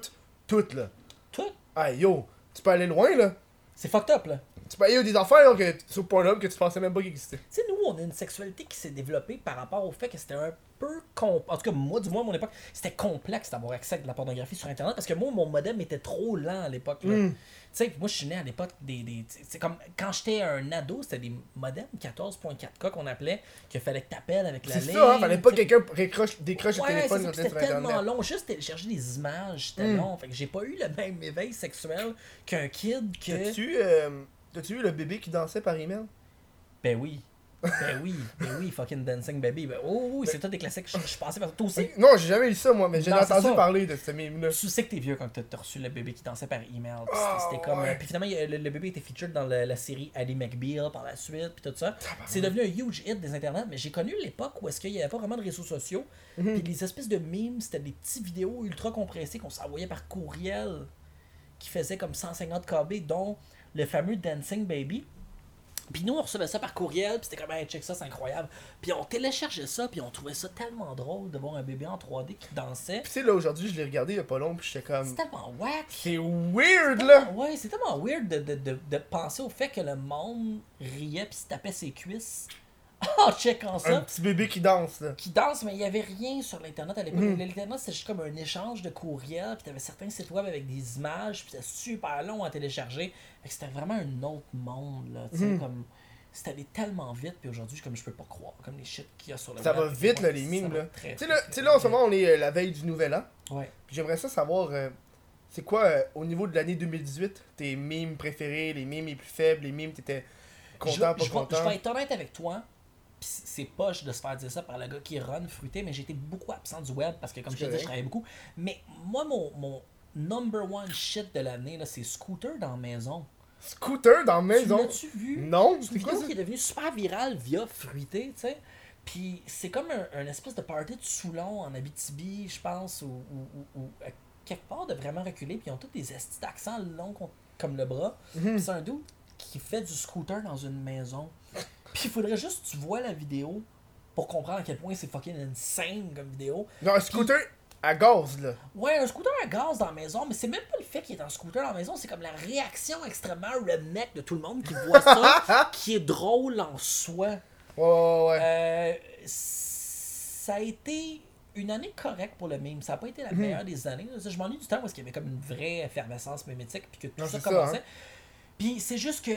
tout, là. Tout. Aïe, yo, tu peux aller loin, là. C'est fucked up, là. Tu peux aller des affaires là, que, sur Pornhub que tu pensais même pas qu'ils existaient. Tu sais, nous, on a une sexualité qui s'est développée par rapport au fait que c'était un peu. com- En tout cas, moi, du moins, à mon époque, c'était complexe d'avoir accès à de la pornographie sur Internet parce que moi, mon modem était trop lent à l'époque. là. Hmm. Tu sais, moi, je suis né à l'époque des. des tu sais, c'est comme quand j'étais un ado, c'était des modems 14.4K qu'on appelait, qu'il fallait que t'appelles avec la C'est ligne. ça, hein, fallait pas que tu sais. quelqu'un récroche- décroche le Ouais, c'est téléphone ça, quand puis t'es sur Hmm. c'était Internet. tellement long. Juste aller chercher des images, c'était long. Fait que j'ai pas eu le même éveil sexuel qu'un kid que. T'as-tu euh, t'as-tu vu le bébé qui dansait par email? Ben oui. Ben oui, ben oui, fucking Dancing Baby. Ben, oh oui, c'est tout des classiques. Je, je passais par toi aussi. Non, j'ai jamais lu ça, moi, mais j'ai Non, c'est entendu ça. parler de ce meme-là. Tu sais que t'es vieux quand t'as t'as reçu le bébé qui dansait par email. Puis Ah, c'était- c'était comme. euh, ouais. Puis finalement, il y a- le, le bébé était featured dans la, la série Ali McBeal par la suite, puis tout Ah, ça. ben C'est devenu un huge hit des internets, mais j'ai connu l'époque où est-ce qu'il y avait pas vraiment de réseaux sociaux. Mhm. Puis les espèces de memes, c'était des petites vidéos ultra compressées qu'on s'envoyait par courriel qui faisaient comme 150 KB, dont le fameux Dancing Baby. Puis nous, on recevait ça par courriel, puis c'était comme, hey, check ça, c'est incroyable. Puis on téléchargeait ça, puis on trouvait ça tellement drôle de voir un bébé en 3D qui dansait. Pis tu sais, là, aujourd'hui, je l'ai regardé il y a pas longtemps, pis j'étais C'est comme. tellement whack! C'est weird, là! Ouais, c'est tellement weird de, de, de, de penser au fait que le monde riait puis se tapait ses cuisses en checkant Un ça. petit bébé qui danse, là. Qui danse, mais il n'y avait rien sur l'Internet à l'époque. Mhm. L'Internet, c'était juste comme un échange de courriels, puis t'avais certains sites web avec des images, puis c'était super long à télécharger. Fait que c'était vraiment un autre monde, là. Tu sais, Mhm. comme. C'était allé tellement vite, puis aujourd'hui, je- comme je peux pas croire, comme les shit qu'il y a sur le Ça web, va à quel vite, point là, les ça mimes, va là. très, Tu sais, très, là, très tu sais, là, en ce vite. moment, on est euh, la veille du nouvel an. Ouais. Pis j'aimerais ça savoir, euh, c'est quoi, euh, au niveau de l'année 2018, tes mimes préférés, les mimes les plus faibles, les mimes t'étais je, content, pas je vais- je content? vais être honnête avec toi. pis c- C'est poche de se faire dire ça par le gars qui run fruité, mais j'étais beaucoup absent du web parce que, comme C'est je te dis, correct. je travaillais beaucoup. Mais moi, mon, mon number one shit de l'année, là, c'est scooter dans la maison. Scooter dans la Tu maison. l'as-tu vu? Non, C'est c'est une quoi vidéo ça? qui est devenue super virale via Fruité, tu sais. Puis c'est comme un, un espèce de party de Soulon en Abitibi, je pense, ou, ou- ou- ou à quelque part de vraiment reculer. Puis ils ont tous des estis d'accent longs con- comme le bras. Mhm. Puis c'est un dude qui fait du scooter dans une maison. Puis il faudrait juste que tu vois la vidéo pour comprendre à quel point c'est fucking insane comme vidéo. Non, un scooter à gaz, là. Ouais, un scooter à gaz dans la maison, mais c'est même pas le fait qu'il est en scooter dans la maison, c'est comme la réaction extrêmement redneck de tout le monde qui voit ça, qui est drôle en soi. Ouais, ouais, ouais. Euh, ça a été une année correcte pour le meme. Ça n'a pas été Mhm. la meilleure des années. là. Je m'ennuie du temps parce qu'il y avait comme une vraie effervescence mémétique puis que tout Non, ça c'est ça, commençait. hein. Puis c'est juste que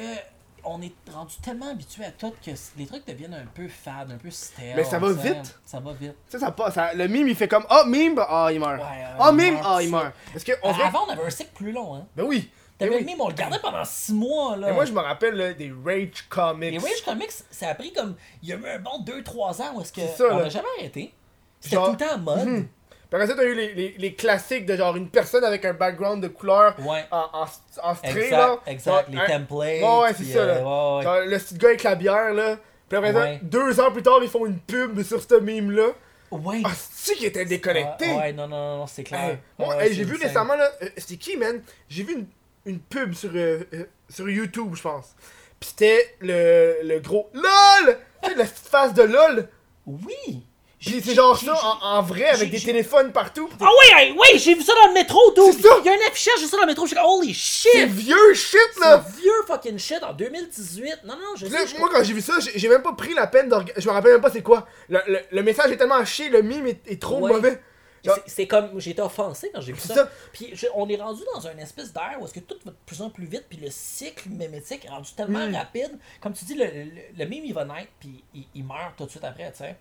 on est rendu tellement habitué à tout que c- les trucs deviennent un peu fades, un peu stériles. Mais ça va vite. Ça va vite. Tu sais, ça passe. ça- le mime, il fait comme Ah, mime, ah, il meurt. Ouais, ouais, Ah, il mime, meurt, ah, il c'est- meurt. Parce que, on Euh, dirait. Avant, on avait un cycle plus long. Hein. Ben oui. T'avais ben le oui. meme, on le gardait pendant 6 mois. Là. Mais moi, je me rappelle là, des Rage Comics. Les Rage Comics, ça a pris comme. Il y a eu un bon 2-3 ans où est-ce que. C'est ça, on là. n'a jamais arrêté. C'était Genre- Mhm. tout le temps en mode. Par exemple, t'as eu les, les, les classiques de genre une personne avec un background de couleur Ouais. en, en, en stray, Exact, là. exact, les un- templates, Ouais, ouais, c'est puis, ça, là. euh, ouais, ouais. Genre, le petit gars avec la bière, là. Puis après ça, Ouais. deux ans plus tard, ils font une pub sur ce mime-là. Ouais. Ah, c'est qui était déconnecté? Ah, ouais, non, non, non, c'est clair. Hey, moi, Ouais, hey, j'ai c'est vu insane. récemment, là, euh, c'était qui, man? J'ai vu une, une pub sur, euh, euh, sur YouTube, je pense. Pis c'était le, le gros LOL! Tu sais, la petite face de LOL! Oui! Puis c'est genre j'ai- ça, en, en vrai, avec j'ai- des j'ai- téléphones partout. Ah oui, hey, oui, j'ai vu ça dans le métro, tout! C'est ça. Il y a un affichage de ça dans le métro, je suis comme, C'est holy shit! vieux shit, C'est là! vieux fucking shit en 2018. Non, non, non, je Puis là, sais. je moi, quand j'ai vu ça, j'ai j'ai même pas pris la peine de rega- Je me rappelle même pas c'est quoi. Le, le- le message est tellement à chier, le mime est, est trop Ouais. mauvais. Genre- C'est- C'est comme j'ai été offensé quand j'ai vu C'est ça. ça. Puis je- on est rendu dans un espèce d'air où est-ce que tout va de plus en plus vite, puis le cycle mémétique est rendu tellement Mm. rapide. Comme tu dis, le, le, le mime il va naître, puis il, il meurt tout de suite après, tu sais.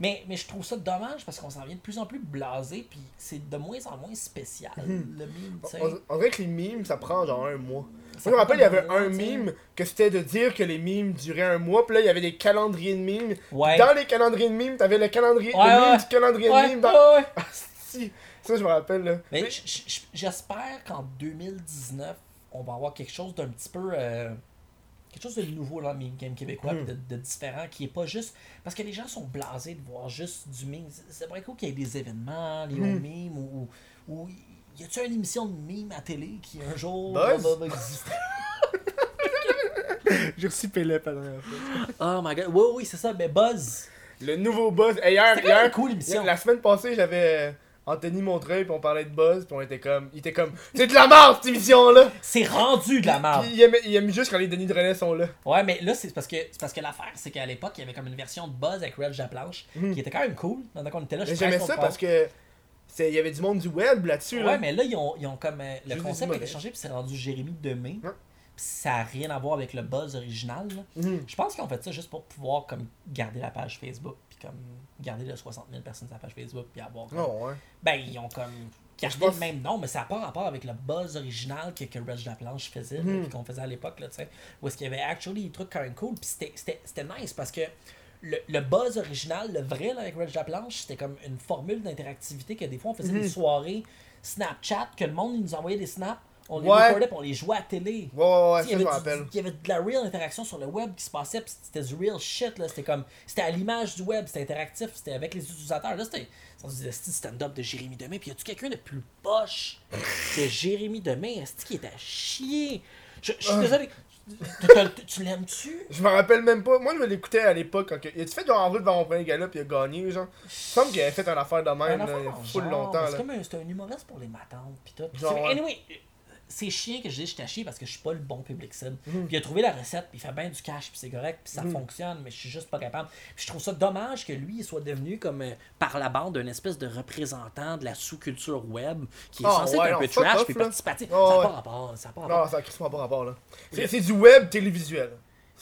Mais, mais je trouve ça dommage parce qu'on s'en vient de plus en plus blasé, puis c'est de moins en moins spécial, le mime, tu sais. Mm-hmm. On, on dirait que les mimes, ça prend genre un mois. Moi, je Ça me prend rappelle, il y avait un mois, un tu sais. mime que c'était de dire que les mimes duraient un mois, puis là, il y avait des calendriers de mimes. Ouais. Dans les calendriers de mimes, t'avais le calendrier Ouais, le mime ouais. du calendrier de Ouais, mimes. Dans... ouais, ouais. Ah, si. Ça, je me rappelle, là. Mais j- j- j- j'espère qu'en 2019, on va avoir quelque chose d'un petit peu. euh, quelque chose de nouveau dans le meme game québécois, Mm-hmm. puis de, de différent, qui est pas juste. Parce que les gens sont blasés de voir juste du meme. C'est- C'est vrai cool qu'il y ait des événements, les Mm-hmm. hauts memes, ou. ou, ou y a-tu une émission de meme à télé qui un jour va, Buzz? va- va exister? J'ai reçu Pélep à la dernière fois. Oh my god, oui, oui, c'est ça, mais Buzz! Le nouveau Buzz. Hey, hier, C'était quand hier, même cool, l'émission. La semaine passée, j'avais euh, Anthony Montreuil, puis on parlait de Buzz, puis on était comme. Il était comme. C'est de la merde, cette émission-là! C'est rendu de la merde! Puis il aimait, il aime juste quand les Denis Drolet sont là. Ouais, mais là, c'est parce que c'est parce que l'affaire, c'est qu'à l'époque, il y avait comme une version de Buzz avec Reg Laplanche, qui était quand même cool. Donc on était là, Mm-hmm. je Mais suis J'aimais presque ça au parce que. c'est- Il y avait du monde du web là-dessus, là. Ouais, mais là, ils ont, ils ont comme. euh, le Juste concept des a été humoristes. changé, puis c'est rendu Jérémy Demé. Ouais. Puis ça n'a rien à voir avec le buzz original. là. Mhm. Je pense qu'ils ont fait ça juste pour pouvoir comme garder la page Facebook, puis comme garder le 60 000 personnes sur la page Facebook, puis avoir. comme- Non, Ah, ouais. Ben, ils ont comme. Gardé pense- le même nom, mais ça n'a pas rapport avec le buzz original que, que Reg Laplanche faisait, là, puis qu'on faisait à l'époque, là, tu sais. Où est-ce qu'il y avait actually des trucs quand même cool, puis c'était- c'était c'était nice parce que. Le, le buzz original, le vrai là, avec Reg Laplanche, c'était comme une formule d'interactivité que des fois on faisait des soirées Snapchat, que le monde il nous envoyait des snaps, on les Ouais. recordait puis on les jouait à la télé. Ouais, ouais, ouais, Tu ça, je sais, il, y me avait du- rappelle. du- il y avait de la real interaction sur le web qui se passait, puis c'était du real shit, là. C'était comme, c'était à l'image du web, c'était interactif, c'était avec les utilisateurs. Là, c'était, on se disait, Esti, stand-up de Jérémy Demé, puis y a-tu quelqu'un de plus poche que Jérémy Demé, est-ce qui est à chier? Je, je suis Ah. désolé. Tu- tu- tu l'aimes-tu? Je me rappelle même pas. Moi, je l'écoutais à l'époque. quand que- Il a-tu fait genre en route vers mon premier gala puis il a gagné, genre Il me semble qu'il avait fait une affaire de même, là, Un il y a enfant, full Ah genre, longtemps, mais là. C'est comme un, c'est un humoriste pour les matantes pis tout. Pis Genre, c'est- ouais. Anyway, euh, c'est chiant que je dis je suis taché parce que je suis pas le bon public cible. Mm. Puis il a trouvé la recette, puis il fait bien du cash, puis c'est correct, puis ça fonctionne, mais je suis juste pas capable. Puis je trouve ça dommage que lui il soit devenu comme euh, par la bande un espèce de représentant de la sous-culture web qui est Ah, censé ouais, être un non, peu fuck trash off, puis là. participatif. Ah, ça n'a ouais. pas rapport, ça n'a pas rapport. Non, ça a crissement pas rapport, là. C'est c'est du web télévisuel.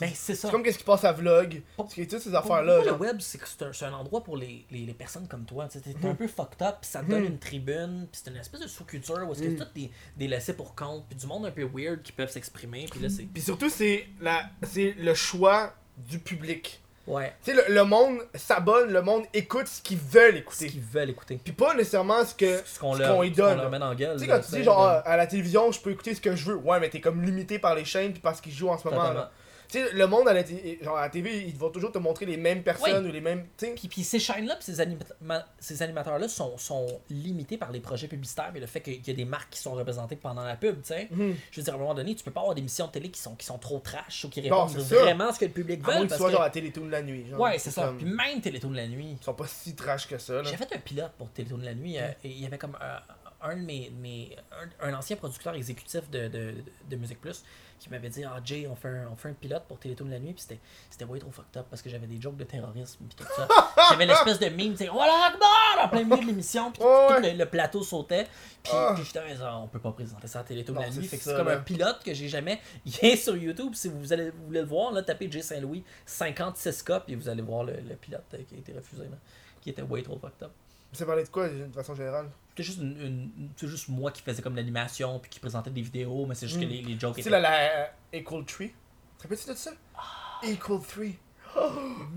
Mais Ben, c'est ça. C'est comme qu'est-ce qui passe à vlog. Parce que toutes ces Pour affaires-là, moi, le genre. web, c'est que c'est un, c'est un endroit pour les, les, les personnes comme toi. Tu sais, T'es t'es un Mm-hmm. peu fucked up, puis ça te donne une tribune, puis c'est une espèce de sous-culture où est-ce que Mm. c'est tout des, des laissés pour compte, puis du monde un peu weird qui peuvent s'exprimer, puis là, c'est... Puis surtout, c'est la... c'est le choix du public. Ouais. Tu sais, le, le monde s'abonne, le monde écoute ce qu'ils veulent Ce écouter. qu'ils veulent écouter. Puis pas nécessairement ce que Ce qu'on ce leur, qu'on lui ce qu'on donne. leur met dans la gueule. Tu sais, là, ben, euh, quand tu dis genre ah, à la télévision, je peux écouter ce que je veux. Ouais, mais t'es comme limité par les chaînes puis parce qu'ils jouent en ce moment. totalement. là. Tu sais, le monde à la, té- genre, à la TV, ils vont toujours te montrer les mêmes personnes ou les mêmes. Tu sais, Puis, puis ces chaînes-là, puis ces, anima- ces animateurs-là sont, sont limités par les projets publicitaires et le fait qu'il y a des marques qui sont représentées pendant la pub, tu sais. Mhm. Je veux dire, à un moment donné, tu peux pas avoir des missions de télé qui sont, qui sont trop trash ou qui Non, répondent c'est ça. vraiment à ce que le public à moins veut. que tu Parce sois que... genre à Télétoon la nuit. Genre, Ouais, c'est ça. comme- Puis même Télétoon de la nuit. Ils sont pas si trash que ça. Là. J'ai fait un pilote pour Télétoon de la nuit. euh, et il y avait comme euh, un de mes. mes- un, un ancien producteur exécutif de, de, de Musique Plus qui m'avait dit Ah, Jay, on fait, un, on fait un pilote pour Télétoon de la nuit. Puis c'était c'était way trop fucked up parce que j'avais des jokes de terrorisme. Puis tout ça. j'avais l'espèce de meme, tu sais, Voilà, Akbar en plein milieu de l'émission. Puis tout- Ouais, ouais. tout le, le plateau sautait. Puis, Ah. puis j'étais genre, On peut pas présenter ça à Télétoon de Non, la nuit. c'est Fait que ça, c'est comme là. un pilote que j'ai jamais. Il est sur YouTube. Si vous, allez, vous voulez le voir, là, tapez Jay Saint-Louis 56K. Puis vous allez voir le, le pilote euh, qui a été refusé. là qui était way trop fucked up. Tu sais parler de quoi de façon générale C'était juste, une, une- c'est juste moi qui faisais comme l'animation puis qui présentait des vidéos, mais c'est juste que Mm. les, les jokes Tu étaient. sais, la, la euh, Equal Tree. Tu te rappelles-tu de ça Ah. Equal Tree.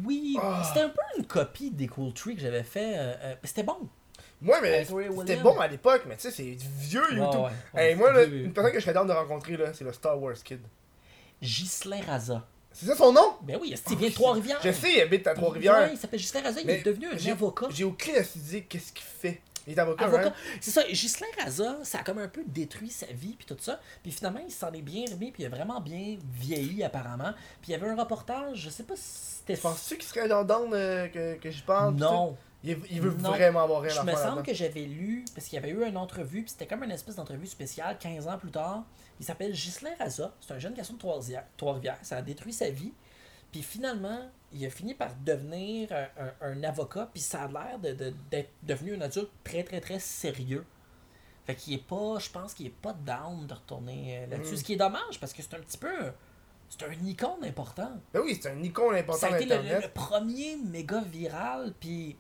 Oui, Ah. c'était un peu une copie des Cool Tree que j'avais fait. euh, euh, mais c'était bon. Moi, mais Hey, Tori c'était Williams. bon à l'époque, mais tu sais, c'est du vieux YouTube. Ouais, ouais, ouais. Hey, moi, là, Oui, oui, oui. une personne que je serais down de rencontrer, là, c'est le Star Wars Kid. Ghislain Raza. C'est ça son nom Ben oui, il vient de Trois-Rivières. Ah, Je sais, il habite à Ouais, Trois-Rivières. il s'appelle Ghislain Raza, il Mais est devenu un j'ai- avocat. J'ai aucune idée qu'est-ce qu'il fait. Il est avocat, Avocat. hein? C'est ça, Ghislain Raza, ça a comme un peu détruit sa vie, puis tout ça. Puis finalement, il s'en est bien remis, puis il a vraiment bien vieilli, apparemment. Puis il y avait un reportage, je sais pas si c'était. Penses-tu qu'il serait genre down euh, que, que je parle pis Non. tout? Il, il veut Non. vraiment avoir rien Je à me faire semble là-dedans. que j'avais lu, parce qu'il y avait eu une entrevue, puis c'était comme une espèce d'entrevue spéciale 15 ans plus tard. Il s'appelle Ghislain Raza, c'est un jeune garçon de Trois-Rivières- Trois-Rivières, ça a détruit sa vie. Puis finalement, il a fini par devenir un, un- un avocat, puis ça a l'air de- de- d'être devenu un adulte très, très, très sérieux. Fait qu'il est pas, je pense qu'il est pas down de retourner euh, là-dessus, Mm. ce qui est dommage, parce que c'est un petit peu, un- c'est un icône important. Ben oui, c'est un icône Ça important a été le, le- le d'Internet. premier méga viral, puis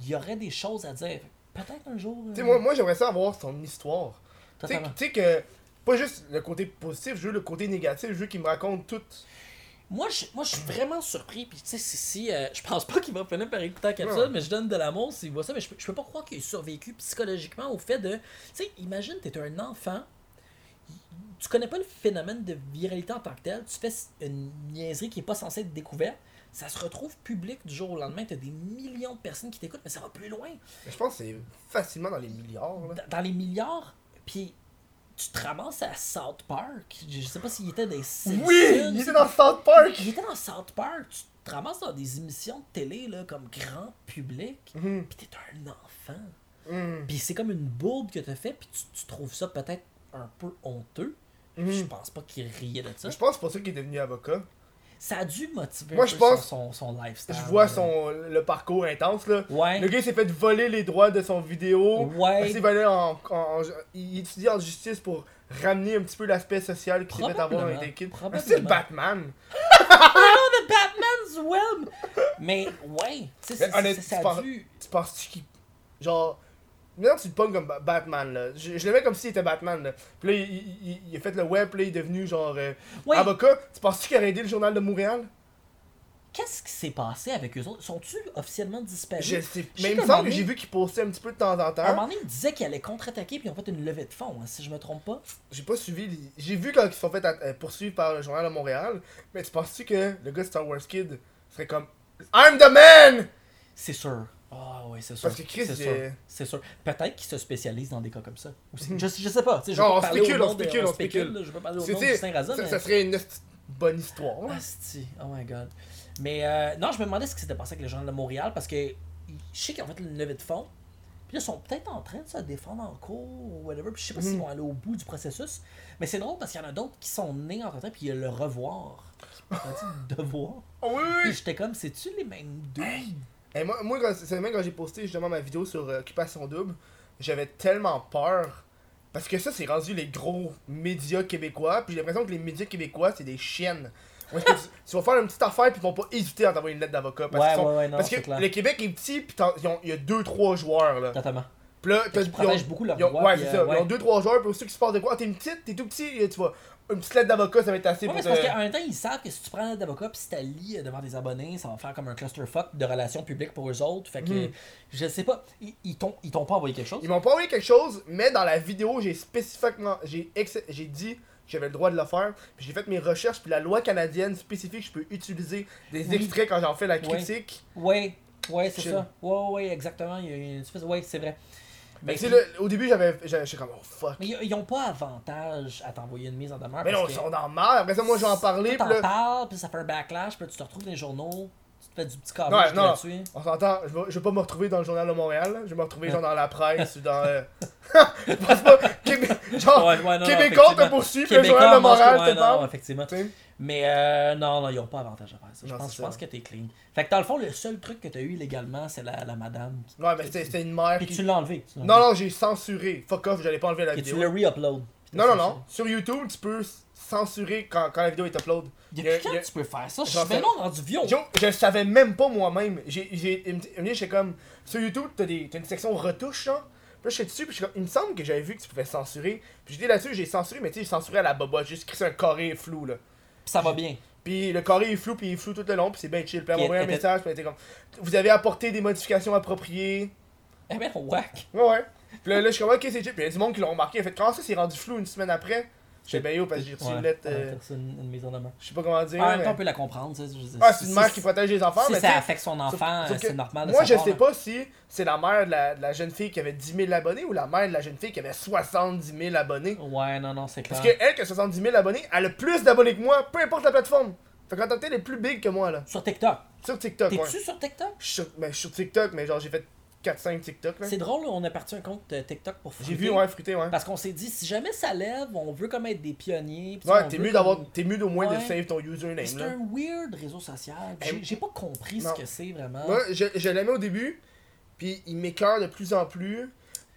il y aurait des choses à dire. Peut-être un jour. euh, Tu sais, moi, moi j'aimerais ça avoir son histoire. Tu sais- totalement. tu sais que. Pas juste le côté positif, je veux le côté négatif, je veux qu'il me raconte tout. Moi, je, moi, je suis vraiment surpris. Puis, tu sais, si, si, euh, je pense pas qu'il va finir par écouter la capsule, Non. mais je donne de l'amour s'il voit ça. Mais je, peux- je peux pas croire qu'il ait survécu psychologiquement au fait de. Tu sais, imagine, t'es un enfant. Tu connais pas le phénomène de viralité en tant que tel. Tu fais une niaiserie qui est pas censée être découverte. Ça se retrouve public du jour au lendemain. T'as des millions de personnes qui t'écoutent, mais ça va plus loin. Mais je pense que c'est facilement dans les milliards. Là. dans- dans les milliards, puis tu te ramasses à South Park. Je je sais pas s'il était des Simpsons. Oui! Il était dans South Park! Il était dans South Park. Tu te ramasses dans des émissions de télé là, comme grand public, Mhm. puis t'es un enfant. Mm. Puis c'est comme une bourde que t'as fait, puis tu, tu trouves ça peut-être un peu honteux. Mhm. Je pense pas qu'il riait de ça. Je pense que c'est pour ça qu'il est devenu avocat. Ça a dû motiver Moi, un je peu pense- son, son, son lifestyle. Je vois là. son, le parcours intense là. Ah, Ouais. Le gars il s'est fait voler les droits de son vidéo. Ouais. Parce qu'il valait en- en- en- il étudie en justice pour ramener un petit peu l'aspect social qu'il s'est fait avoir avec des kids. Probablement. Mais Ah, C'est le Batman. The Batman's Web! Mais ouais, tu sais, c'est- Mais honnête, c'est- tu ça a parles- dû. Tu penses-tu qu'il. Genre. Maintenant tu le pognes comme Ba- Batman là. Je, je le mets comme s'il était Batman là. Puis là il, il- il- il a fait le web, puis là il est devenu genre. euh, Ouais. Avocat. Tu penses-tu qu'il aurait aidé le journal de Montréal Qu'est-ce qui s'est passé avec eux autres? Sont-tu officiellement disparus? Je sais. Je Mais sais il me qu'à un moment semble que donné- j'ai vu qu'il postait un petit peu de temps en temps. À un moment donné, ils disaient qu'ils allaient contre-attaquer puis ils ont fait une levée de fonds, hein, si je me trompe pas. J'ai pas suivi. les- J'ai vu quand ils se sont fait att- euh, poursuivre par le journal de Montréal. Mais tu penses-tu que le gars de Star Wars Kid serait comme I'm the man C'est sûr. Ah ouais, c'est sûr. Parce que Chris, c'est j'ai- sûr. C'est sûr. Peut-être qu'ils se spécialisent dans des cas comme ça. aussi. Je, je sais pas. tu sais, Je Mhm. Non, veux pas on parler spécule, au nom on de- spécule, on spécule. là, Je veux parler au C'est- nom c'est- de Saint-Razin. ça, mais- ça serait une esti- bonne histoire. là. Asti. Oh my god. Mais euh, non, je me demandais ce qui s'était passé avec le journal de Montréal parce que je sais qu'ils ont fait une levée de fonds. Puis là, ils sont peut-être en train de se défendre en cours ou whatever. Puis je sais pas s'ils Mhm. vont aller au bout du processus. Mais c'est drôle parce qu'il y en a d'autres qui sont nés entre temps. Puis il y a le revoir. Qui dit devoir. Oh, oui, oui, Puis oui. j'étais comme, c'est-tu les mêmes deux Et moi, moi quand- cette semaine, quand j'ai posté justement ma vidéo sur euh, Occupation Double, j'avais tellement peur. Parce que ça, c'est rendu les gros médias québécois. Puis j'ai l'impression que les médias québécois, c'est des chiennes. Où est-ce que tu, tu vas faire une petite affaire, puis ils vont pas hésiter à t'envoyer une lettre d'avocat. Parce, Ouais, qu'ils sont- ouais, ouais, non, parce c'est que clair. le Québec est petit, puis t'en- ils ont- il y a 2-3 joueurs là. Notamment. Puis là, t'as- qu'ils protègent beaucoup leur ils ont- droit, Ouais, puis, c'est euh, ça. Ils ouais. ont 2-3 joueurs, pour ceux qui se passent de quoi. Ah, t'es une petite, t'es tout petit, tu vois. Une petite lettre d'avocat, ça va être assez Ouais, pour mais c'est parce te- qu'en même temps, ils savent que si tu prends l'aide d'avocat puis si t'as lis euh, devant des abonnés, ça va faire comme un clusterfuck de relations publiques pour eux autres. Fait que Mhm. euh, je sais pas, ils, ils t'ont ils t'ont pas envoyé quelque chose. Ils m'ont pas envoyé quelque chose, mais dans la vidéo, j'ai spécifiquement. J'ai ex- j'ai dit que j'avais le droit de le faire. Puis j'ai fait mes recherches. Puis la loi canadienne spécifique, je peux utiliser des Oui. extraits quand j'en fais la Oui. critique. Ouais, ouais, c'est Chill. ça. Ouais, ouais, exactement. Il y a une espèce- Ouais, c'est vrai. Mais Mais, tu sais, là, au début, j'avais. j'avais- J'étais comme, oh fuck. mais ils ils ont pas avantage à t'envoyer une mise en demeure. Mais non, parce ils que sont dans le marre. Après ça, moi, j'en parlais. T'en Puis là, parles, puis ça fait un backlash, puis là, tu te retrouves dans les journaux, tu te fais du petit Ouais, cadrage non. gratuit. on s'entend. Je vais, je vais pas me retrouver dans le journal de Montréal. là. Je vais me retrouver genre dans la presse ou dans. euh, je pense pas. Québé- Genre, Ouais, ouais, non, non, Ah, Québécois te effectivement. poursuit. Puis le journal Québécois, de Montréal ouais, te non, parle. effectivement. Tu sais. Mais euh, non, non, ils n'ont pas avantage à faire ça. Je Non, pense, c'est je ça. pense que t'es clean. Fait que dans le fond, le seul truc que t'as eu légalement, c'est la, la madame. qui- Ouais, mais c'était c'était une mère Puis qui. tu l'as enlevé. tu l'as Non, enlevé. non, j'ai censuré. Fuck off, j'allais pas enlever la Et tu vidéo. le re-upload. Non, non, non. Sur YouTube, tu peux censurer quand, quand la vidéo est upload. Il y a- Depuis il y quand a- tu peux faire ça? Je J'en suis fais- maintenant rendu vieux. Yo, je le savais même pas moi-même. J'ai, j'ai, il me dit- il me dit, j'étais comme, sur YouTube, t'as, des, t'as une section retouche, genre. Puis là, j'étais dessus, puis j'étais comme, il me semble que j'avais vu que tu pouvais censurer. Puis j'étais là-dessus, j'ai censuré, mais tu sais, j'ai censuré à la bobotte. J'ai juste écrit un carré flou, là. Puis ça va bien. Puis le carré est flou, puis il est flou tout le long, puis c'est bien chill. Puis elle m'a Puis envoyé un elle- elle- message, puis elle était comme, vous avez apporté des modifications appropriées. Eh ben, whack. Ouais, ouais. Puis là, là, je suis comme, ok, c'est chill. Puis il y a du monde qui l'ont remarqué. Elle fait, comment ça, c'est rendu flou une semaine après? J'ai ben yo, parce que j'ai reçu Ouais, une lettre, ouais, Ah, euh, t'as reçu une, une mise en demeure. je sais pas comment dire. En même mais- temps, on peut la comprendre. tu sais, je veux dire, Ah, c'est si- une mère si- qui protège les enfants, Si mais ça tu sais, affecte son sauf- enfant, euh, sauf que c'est normal de Moi, je savoir, sais là. pas si c'est la mère de la, de la jeune fille qui avait 10 000 abonnés ou la mère de la jeune fille qui avait 70 000 abonnés. Ouais, non, non, c'est clair. Parce que elle, qui a 70 000 abonnés, elle a plus d'abonnés que moi, peu importe la plateforme. Fait qu'en tant que telle, elle est plus big que moi, là. Sur TikTok. Sur TikTok, ouais. T'es-tu sur TikTok? Je suis sur- ben, je suis sur TikTok, mais genre, j'ai fait 4-5 TikTok, là. C'est drôle, on a parti un compte euh, TikTok pour J'ai fruiter. vu, ouais, fruité, ouais. Parce qu'on s'est dit, si jamais ça lève, on veut comme être des pionniers. puis on Ouais, t'es veut mieux comme- d'avoir. T'es mieux d'au moins de Ouais. save ton Mais username, C'est là. un weird réseau social. J'ai Eh, j'ai pas compris non. ce que c'est vraiment. Moi, je, je l'aimais au début, puis il m'écœure de plus en plus,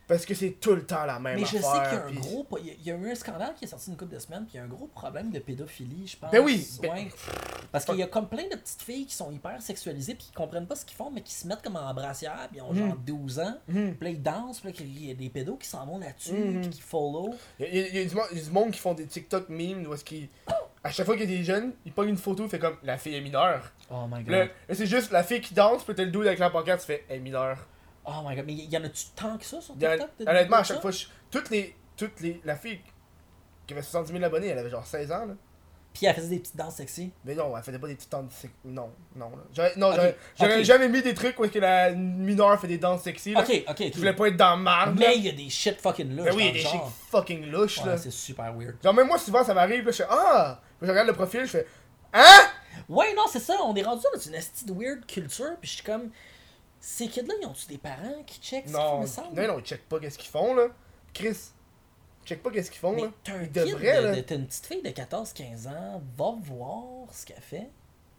parce que c'est tout le temps la même mais je sais affaire. qu'il y a un puis- gros. po- Il y a- il y a eu un scandale qui est sorti une couple de semaines, puis il y a un gros problème de pédophilie, je pense. Ben oui, ben- Ouais. Parce qu'il y a comme plein de petites filles qui sont hyper sexualisées, puis qui comprennent pas ce qu'ils font, mais qui se mettent comme en brassière, puis ils Hmm. ont genre 12 ans. Mhm. Puis là, ils dansent, puis là, il y a des pédos qui s'en vont là-dessus, Mhm. puis qui follow. Il y, a- y a du mo- y a du monde qui font des TikTok memes où est-ce qu'ils. À chaque fois qu'il y a des jeunes, ils pognent une photo, fait comme la fille est mineure. Oh my Puis Là, god. là, c'est juste la fille qui danse, peut-être le dude avec la pancarte, tu fais elle est mineure. Oh my god. Mais il y en a-tu tant que ça sur Puis, TikTok de- Honnêtement, à de ça? chaque fois, je- toutes les. Toutes les. La fille qui avait 70 000 abonnés, elle avait genre 16 ans, là. Puis elle faisait des petites danses sexy. Mais non, elle faisait pas des petites danses sexy. Non, non, là. J'aurais, non, Ok, j'aurais, j'aurais ok. jamais mis des trucs où est-ce que la mineure fait des danses sexy, là. Ok, ok, Je voulais ok. pas être dans marre. Mais il y a des shit fucking louches. Mais oui, il y a dans des le chics genre. fucking louches, Ouais, là. c'est super weird. Genre, même moi, souvent, ça m'arrive, là, je fais Ah! Je regarde le profil, je fais Hein? Ouais, non, c'est ça, on est rendu dans une esti de weird culture, puis je suis comme. Ces kids-là, ils ont-tu des parents qui checkent ce qu'ils Non, me semble? non, non, ils checkent pas qu'est-ce qu'ils font là. Chris, check pas qu'est-ce qu'ils font Mais là. t'as Ils un kid, devraient, de- là. de- t'as une petite fille de 14-15 ans, va voir ce qu'elle fait.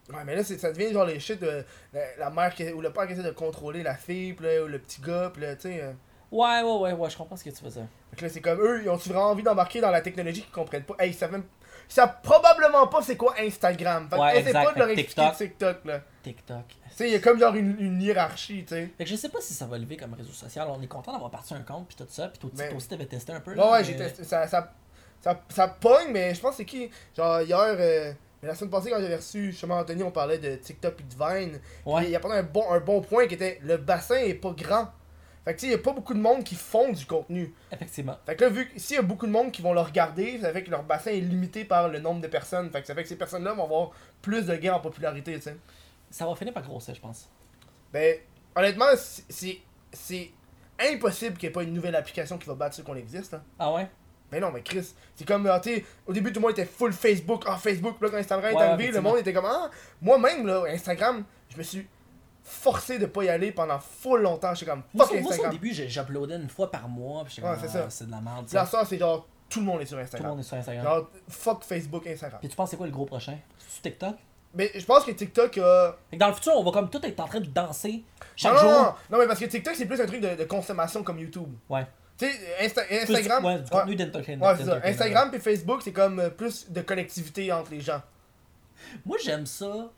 Ouais, mais là, c'est- ça devient genre les shit de la, la mère qui- ou le père qui essaie de contrôler la fille, pis là, ou le petit gars, pis là, tu sais. euh. Ouais, ouais, ouais, ouais, je comprends ce que tu veux dire. Fait que là, c'est comme eux, ils ont-tu vraiment envie d'embarquer dans la technologie qu'ils comprennent pas? Hey, ils savent même. Ils savent probablement pas c'est quoi Instagram. Fait que Ouais, essaie exact. pas de leur Fait que expliquer TikTok. TikTok là. TikTok. Tu sais, il y a comme genre une, une hiérarchie, tu sais. Fait que je sais pas si ça va lever comme réseau social. On est content d'avoir parti un compte, puis tout ça, puis toi Mais- toi aussi t'avais testé un peu. Ben Ouais, là, ouais, mais- j'ai testé- Ça, ça, ça, ça pogne, mais je pense que c'est qui Genre, hier, euh, mais la semaine passée, quand j'avais reçu justement Anthony, on parlait de TikTok et de Vine. Puis Ouais. Il y a pas un bon, un bon point qui était le bassin est pas grand. Fait que tu sais, il y a pas beaucoup de monde qui font du contenu. Effectivement. Fait que là, vu que s'il y a beaucoup de monde qui vont le regarder, ça fait que leur bassin est limité par le nombre de personnes. Fait que ça fait que ces personnes-là vont avoir plus de gains en popularité, tu sais. Ça va finir par grossir, je pense. Ben, honnêtement, c'est- c'est c'est impossible qu'il n'y ait pas une nouvelle application qui va battre ceux qu'on existe. hein. Ah ouais? Mais non, mais Chris, c'est comme, euh, tu sais, au début tout le monde était full Facebook, ah Facebook, puis là quand Instagram Ouais, est arrivé, le effectivement. monde était comme, ah, moi-même, là, Instagram, je me suis forcé de pas y aller pendant full longtemps, j'étais comme, Moi, fuck ça- moi, ça, au Instagram. début, j'ai- j'uploadais une fois par mois, puis j'étais Ouais, comme, c'est ça. ah, c'est de la merde. Là, ça. ça, c'est genre, tout le monde est sur Tout le Instagram. monde est sur Instagram. Genre, fuck Facebook, Instagram. Puis tu penses c'est quoi le gros prochain? C'est TikTok? Mais je pense que TikTok a. Fait que dans le futur, on va comme tout être en train de danser chaque Non, non, jour. non, non, mais parce que TikTok, c'est plus un truc de, de consommation comme YouTube. Ouais. Tu sais, Insta- Plus du- Instagram. ouais, du ouais. contenu d'entertainment. Ouais, c'est ça. d'entertainment. Instagram puis Facebook, c'est comme euh, plus de connectivité entre les gens. Moi, j'aime ça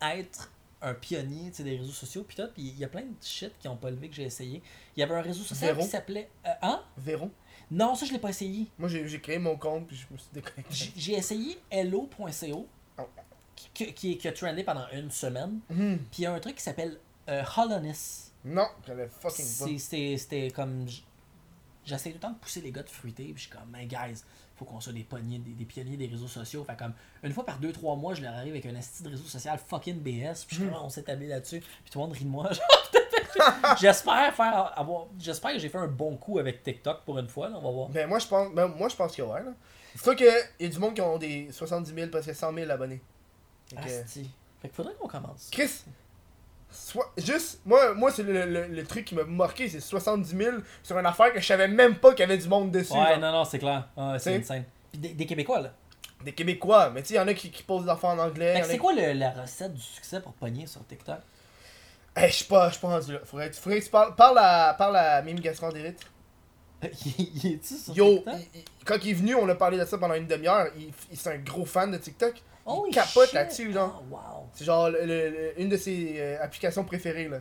être un pionnier tu sais, des réseaux sociaux. Puis tout, puis il y a plein de shit qui ont pas levé que j'ai essayé. Il y avait un réseau social Véro. qui s'appelait. euh, hein Véron. Non, ça, je l'ai pas essayé. Moi, j'ai j'ai créé mon compte, puis je me suis déconnecté. J'ai j'ai essayé hello.co Oh. qui, qui- qui, qui a trendé pendant une semaine. Hmm. Puis il y a un truc qui s'appelle euh, Hollowness. Non, j'avais fucking pas. C'est- C'était c'était comme. j- J'essaie tout le temps de pousser les gars de fruiter, puis je suis comme, man, guys, faut qu'on soit des, pionniers des, des pionniers des réseaux sociaux. Fait comme, une fois par deux, trois mois, je leur arrive avec un asti de réseau social fucking BS, puis je suis comme, Ah, Hmm. on s'établit là-dessus, puis tout le monde rit de moi. genre. J'espère faire avoir. J'espère que j'ai fait un bon coup avec TikTok pour une fois, là, on va voir. Ben moi je pense, ben, moi je pense que ouais là. C'est sûr qu'il y a du monde qui ont des 70 000, presque 100 000 abonnés. Ah, Fait que- Asti. Fait que faudrait qu'on commence. Chris, soit, juste, moi, moi c'est le, le- le truc qui m'a marqué, c'est 70 000 sur une affaire que je savais même pas qu'il y avait du monde dessus. Ouais, genre. non, non, c'est clair. Ah, c'est T'sais. une scène. Puis des, des Québécois, là. Des Québécois, mais tu sais, il y en a qui, qui posent des affaires en anglais. Fait y en que a c'est qui- quoi le- la recette du succès pour pogner sur TikTok Eh, je suis pas, je suis pas rendu là. Faudrait, faudrait que tu parles, parle à, parle à Mimi Gaston d'Hérite. Il il est-tu sur Yo, TikTok il- il- quand il est venu, on a parlé de ça pendant une demi-heure. Il, il- c'est un gros fan de TikTok. Holy il capote shit. là-dessus, genre. Ah, wow. C'est genre le- le- le- une de ses euh, applications préférées, là.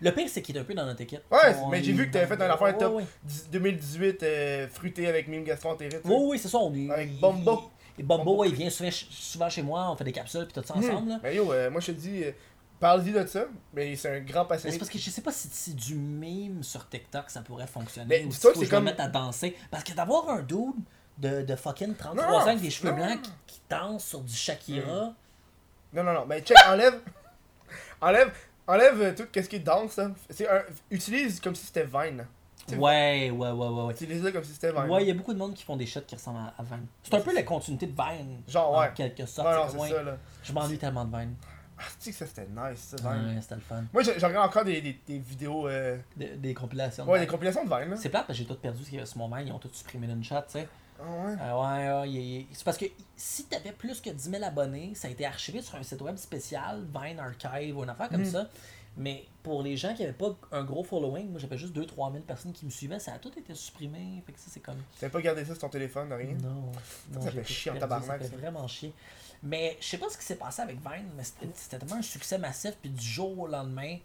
Le pire, c'est qu'il est un peu dans notre équipe. Ouais, On- mais j'ai vu que t'avais fait une affaire Ouais, top ouais. 10- 2018 euh, fruité avec Mime Gaston Territe. Oui, oui, c'est ça. On est... Avec Bombo. Et Bombo, Bombo. ouais, il vient souvent, souvent chez moi, on fait des capsules puis tout ça ensemble. là. Mais yo, euh, moi je te dis, euh, parle-y de ça. Mais c'est un grand Mais passionné. c'est parce que je sais pas si, si du mime sur TikTok ça pourrait fonctionner. Mais ou dis-toi que si faut que c'est je me comme- mette à danser. Parce que d'avoir un dude de, de fucking 33 Non, ans avec des cheveux non. Hmm. blancs qui, qui danse sur du Shakira. Non, non, non. Mais check, enlève. enlève. Enlève euh, tout quest ce qui danse, là. C'est un- Utilise comme si c'était Vine. C'est- Ouais, ouais, ouais, ouais. ouais. Utilise-le comme si c'était Vine. Ouais, il y a beaucoup de monde qui font des shots qui ressemblent à, à Vine. C'est un peu la continuité de Vine. Genre, en ouais. quelque sorte. non, C'est non, comme, c'est ça, ouais, là. Je m'ennuie tellement de Vine. Ah, c'est que ça c'était nice, ça, Vine. Ouais, c'était le fun. Moi, je, je regarde encore des, des, des vidéos. euh, Des, des compilations. de Ouais, Vine. des compilations de Vine, là. C'est plate parce que j'ai tout perdu ce qu'il y avait sur mon mail, ils ont tout supprimé d'une chat, tu sais. Ah, ouais. Euh, ouais, ouais, il- il- c'est parce que si t'avais plus que 10 000 abonnés, ça a été archivé sur un site web spécial, Vine Archive ou une affaire comme ça. Mais pour les gens qui n'avaient pas un gros following, moi j'avais juste 2-3 000 personnes qui me suivaient, ça a tout été supprimé. Fait que ça, c'est comme. T'avais pas gardé ça sur ton téléphone, rien. Non, non, ça j'ai fait tout chier en perdu, tabarnak, Ça ça. fait vraiment chier. Mais je sais pas ce qui s'est passé avec Vine, mais c'était c'était tellement un succès massif, puis du jour au lendemain,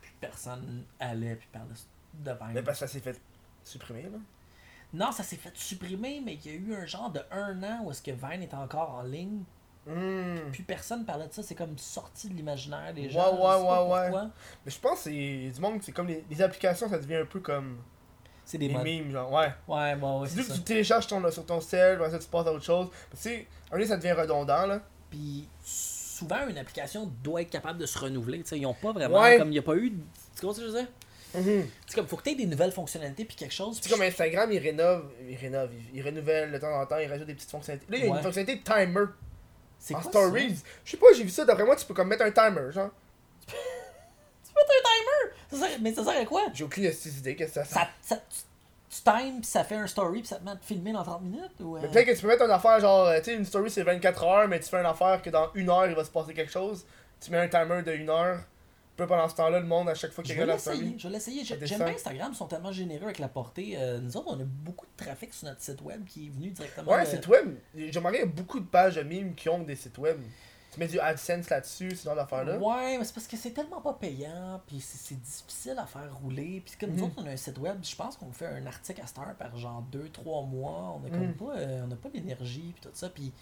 plus personne allait, puis parlait de Vine. Mais parce que ça s'est fait supprimer, là. Non, ça s'est fait supprimer, mais il y a eu un genre de un an où est-ce que Vine était encore en ligne. Hmm. Puis personne parlait de ça, c'est comme sorti de l'imaginaire des Ouais, ouais, gens. je sais pas ouais, ouais. pourquoi. Mais je pense que c'est du monde, c'est comme les, les applications, ça devient un peu comme C'est des des modes. Ouais, mimes, genre, ouais. ouais, ouais, C'est c'est juste que ça. tu télécharges ton, sur ton cell, après ça tu passes à autre chose. Tu sais, un moment donné, ça devient redondant, là. Puis souvent, une application doit être capable de se renouveler. tu sais, ils n'ont pas vraiment, Ouais. Mhm. comme il n'y a pas eu. de- Tu comprends ce que je veux dire? C'est comme, faut que tu aies des nouvelles fonctionnalités, puis quelque chose. C'est puis comme Instagram, ils rénovent, ils rénovent, ils, ils renouvellent de temps en temps, ils rajoutent des petites fonctionnalités. Là, il y a Ouais. une fonctionnalité timer C'est en quoi stories. ça? Je sais pas, j'ai vu ça, d'après moi, tu peux comme mettre un timer, genre. Tu peux mettre un timer! Ça sert- mais ça sert à quoi? J'ai aucune hostie idée, qu'est-ce que ça sert. Ça, ça- tu, tu times, puis ça fait un story, puis ça te met à te filmer dans 30 minutes? Ou, euh, Mais peut-être que tu peux mettre une affaire, genre, euh, tu sais, une story c'est 24 heures, mais tu fais une affaire que dans une heure il va se passer quelque chose. Tu mets un timer de une heure. Puis pendant ce temps-là, le monde, à chaque fois Je qu'il vais regarde la story. l'essayer, je vais l'essayer. J'ai- Ça J'aime descend. bien Instagram, ils sont tellement généreux avec la portée. Euh, nous autres, on a beaucoup de trafic sur notre site web qui est venu directement. euh, Ouais, de- site web. J'ai remarqué il y a beaucoup de pages de mimes qui ont des sites web. Tu mets du AdSense là-dessus, ce genre d'affaires-là. Ouais, mais c'est parce que c'est tellement pas payant, puis c'est c'est difficile à faire rouler. Puis comme nous Mhm. autres, on a un site web, je pense qu'on fait un article à cette heure par genre 2-3 mois. On a comme Mhm. pas, euh, on a pas l'énergie, puis tout ça. Puis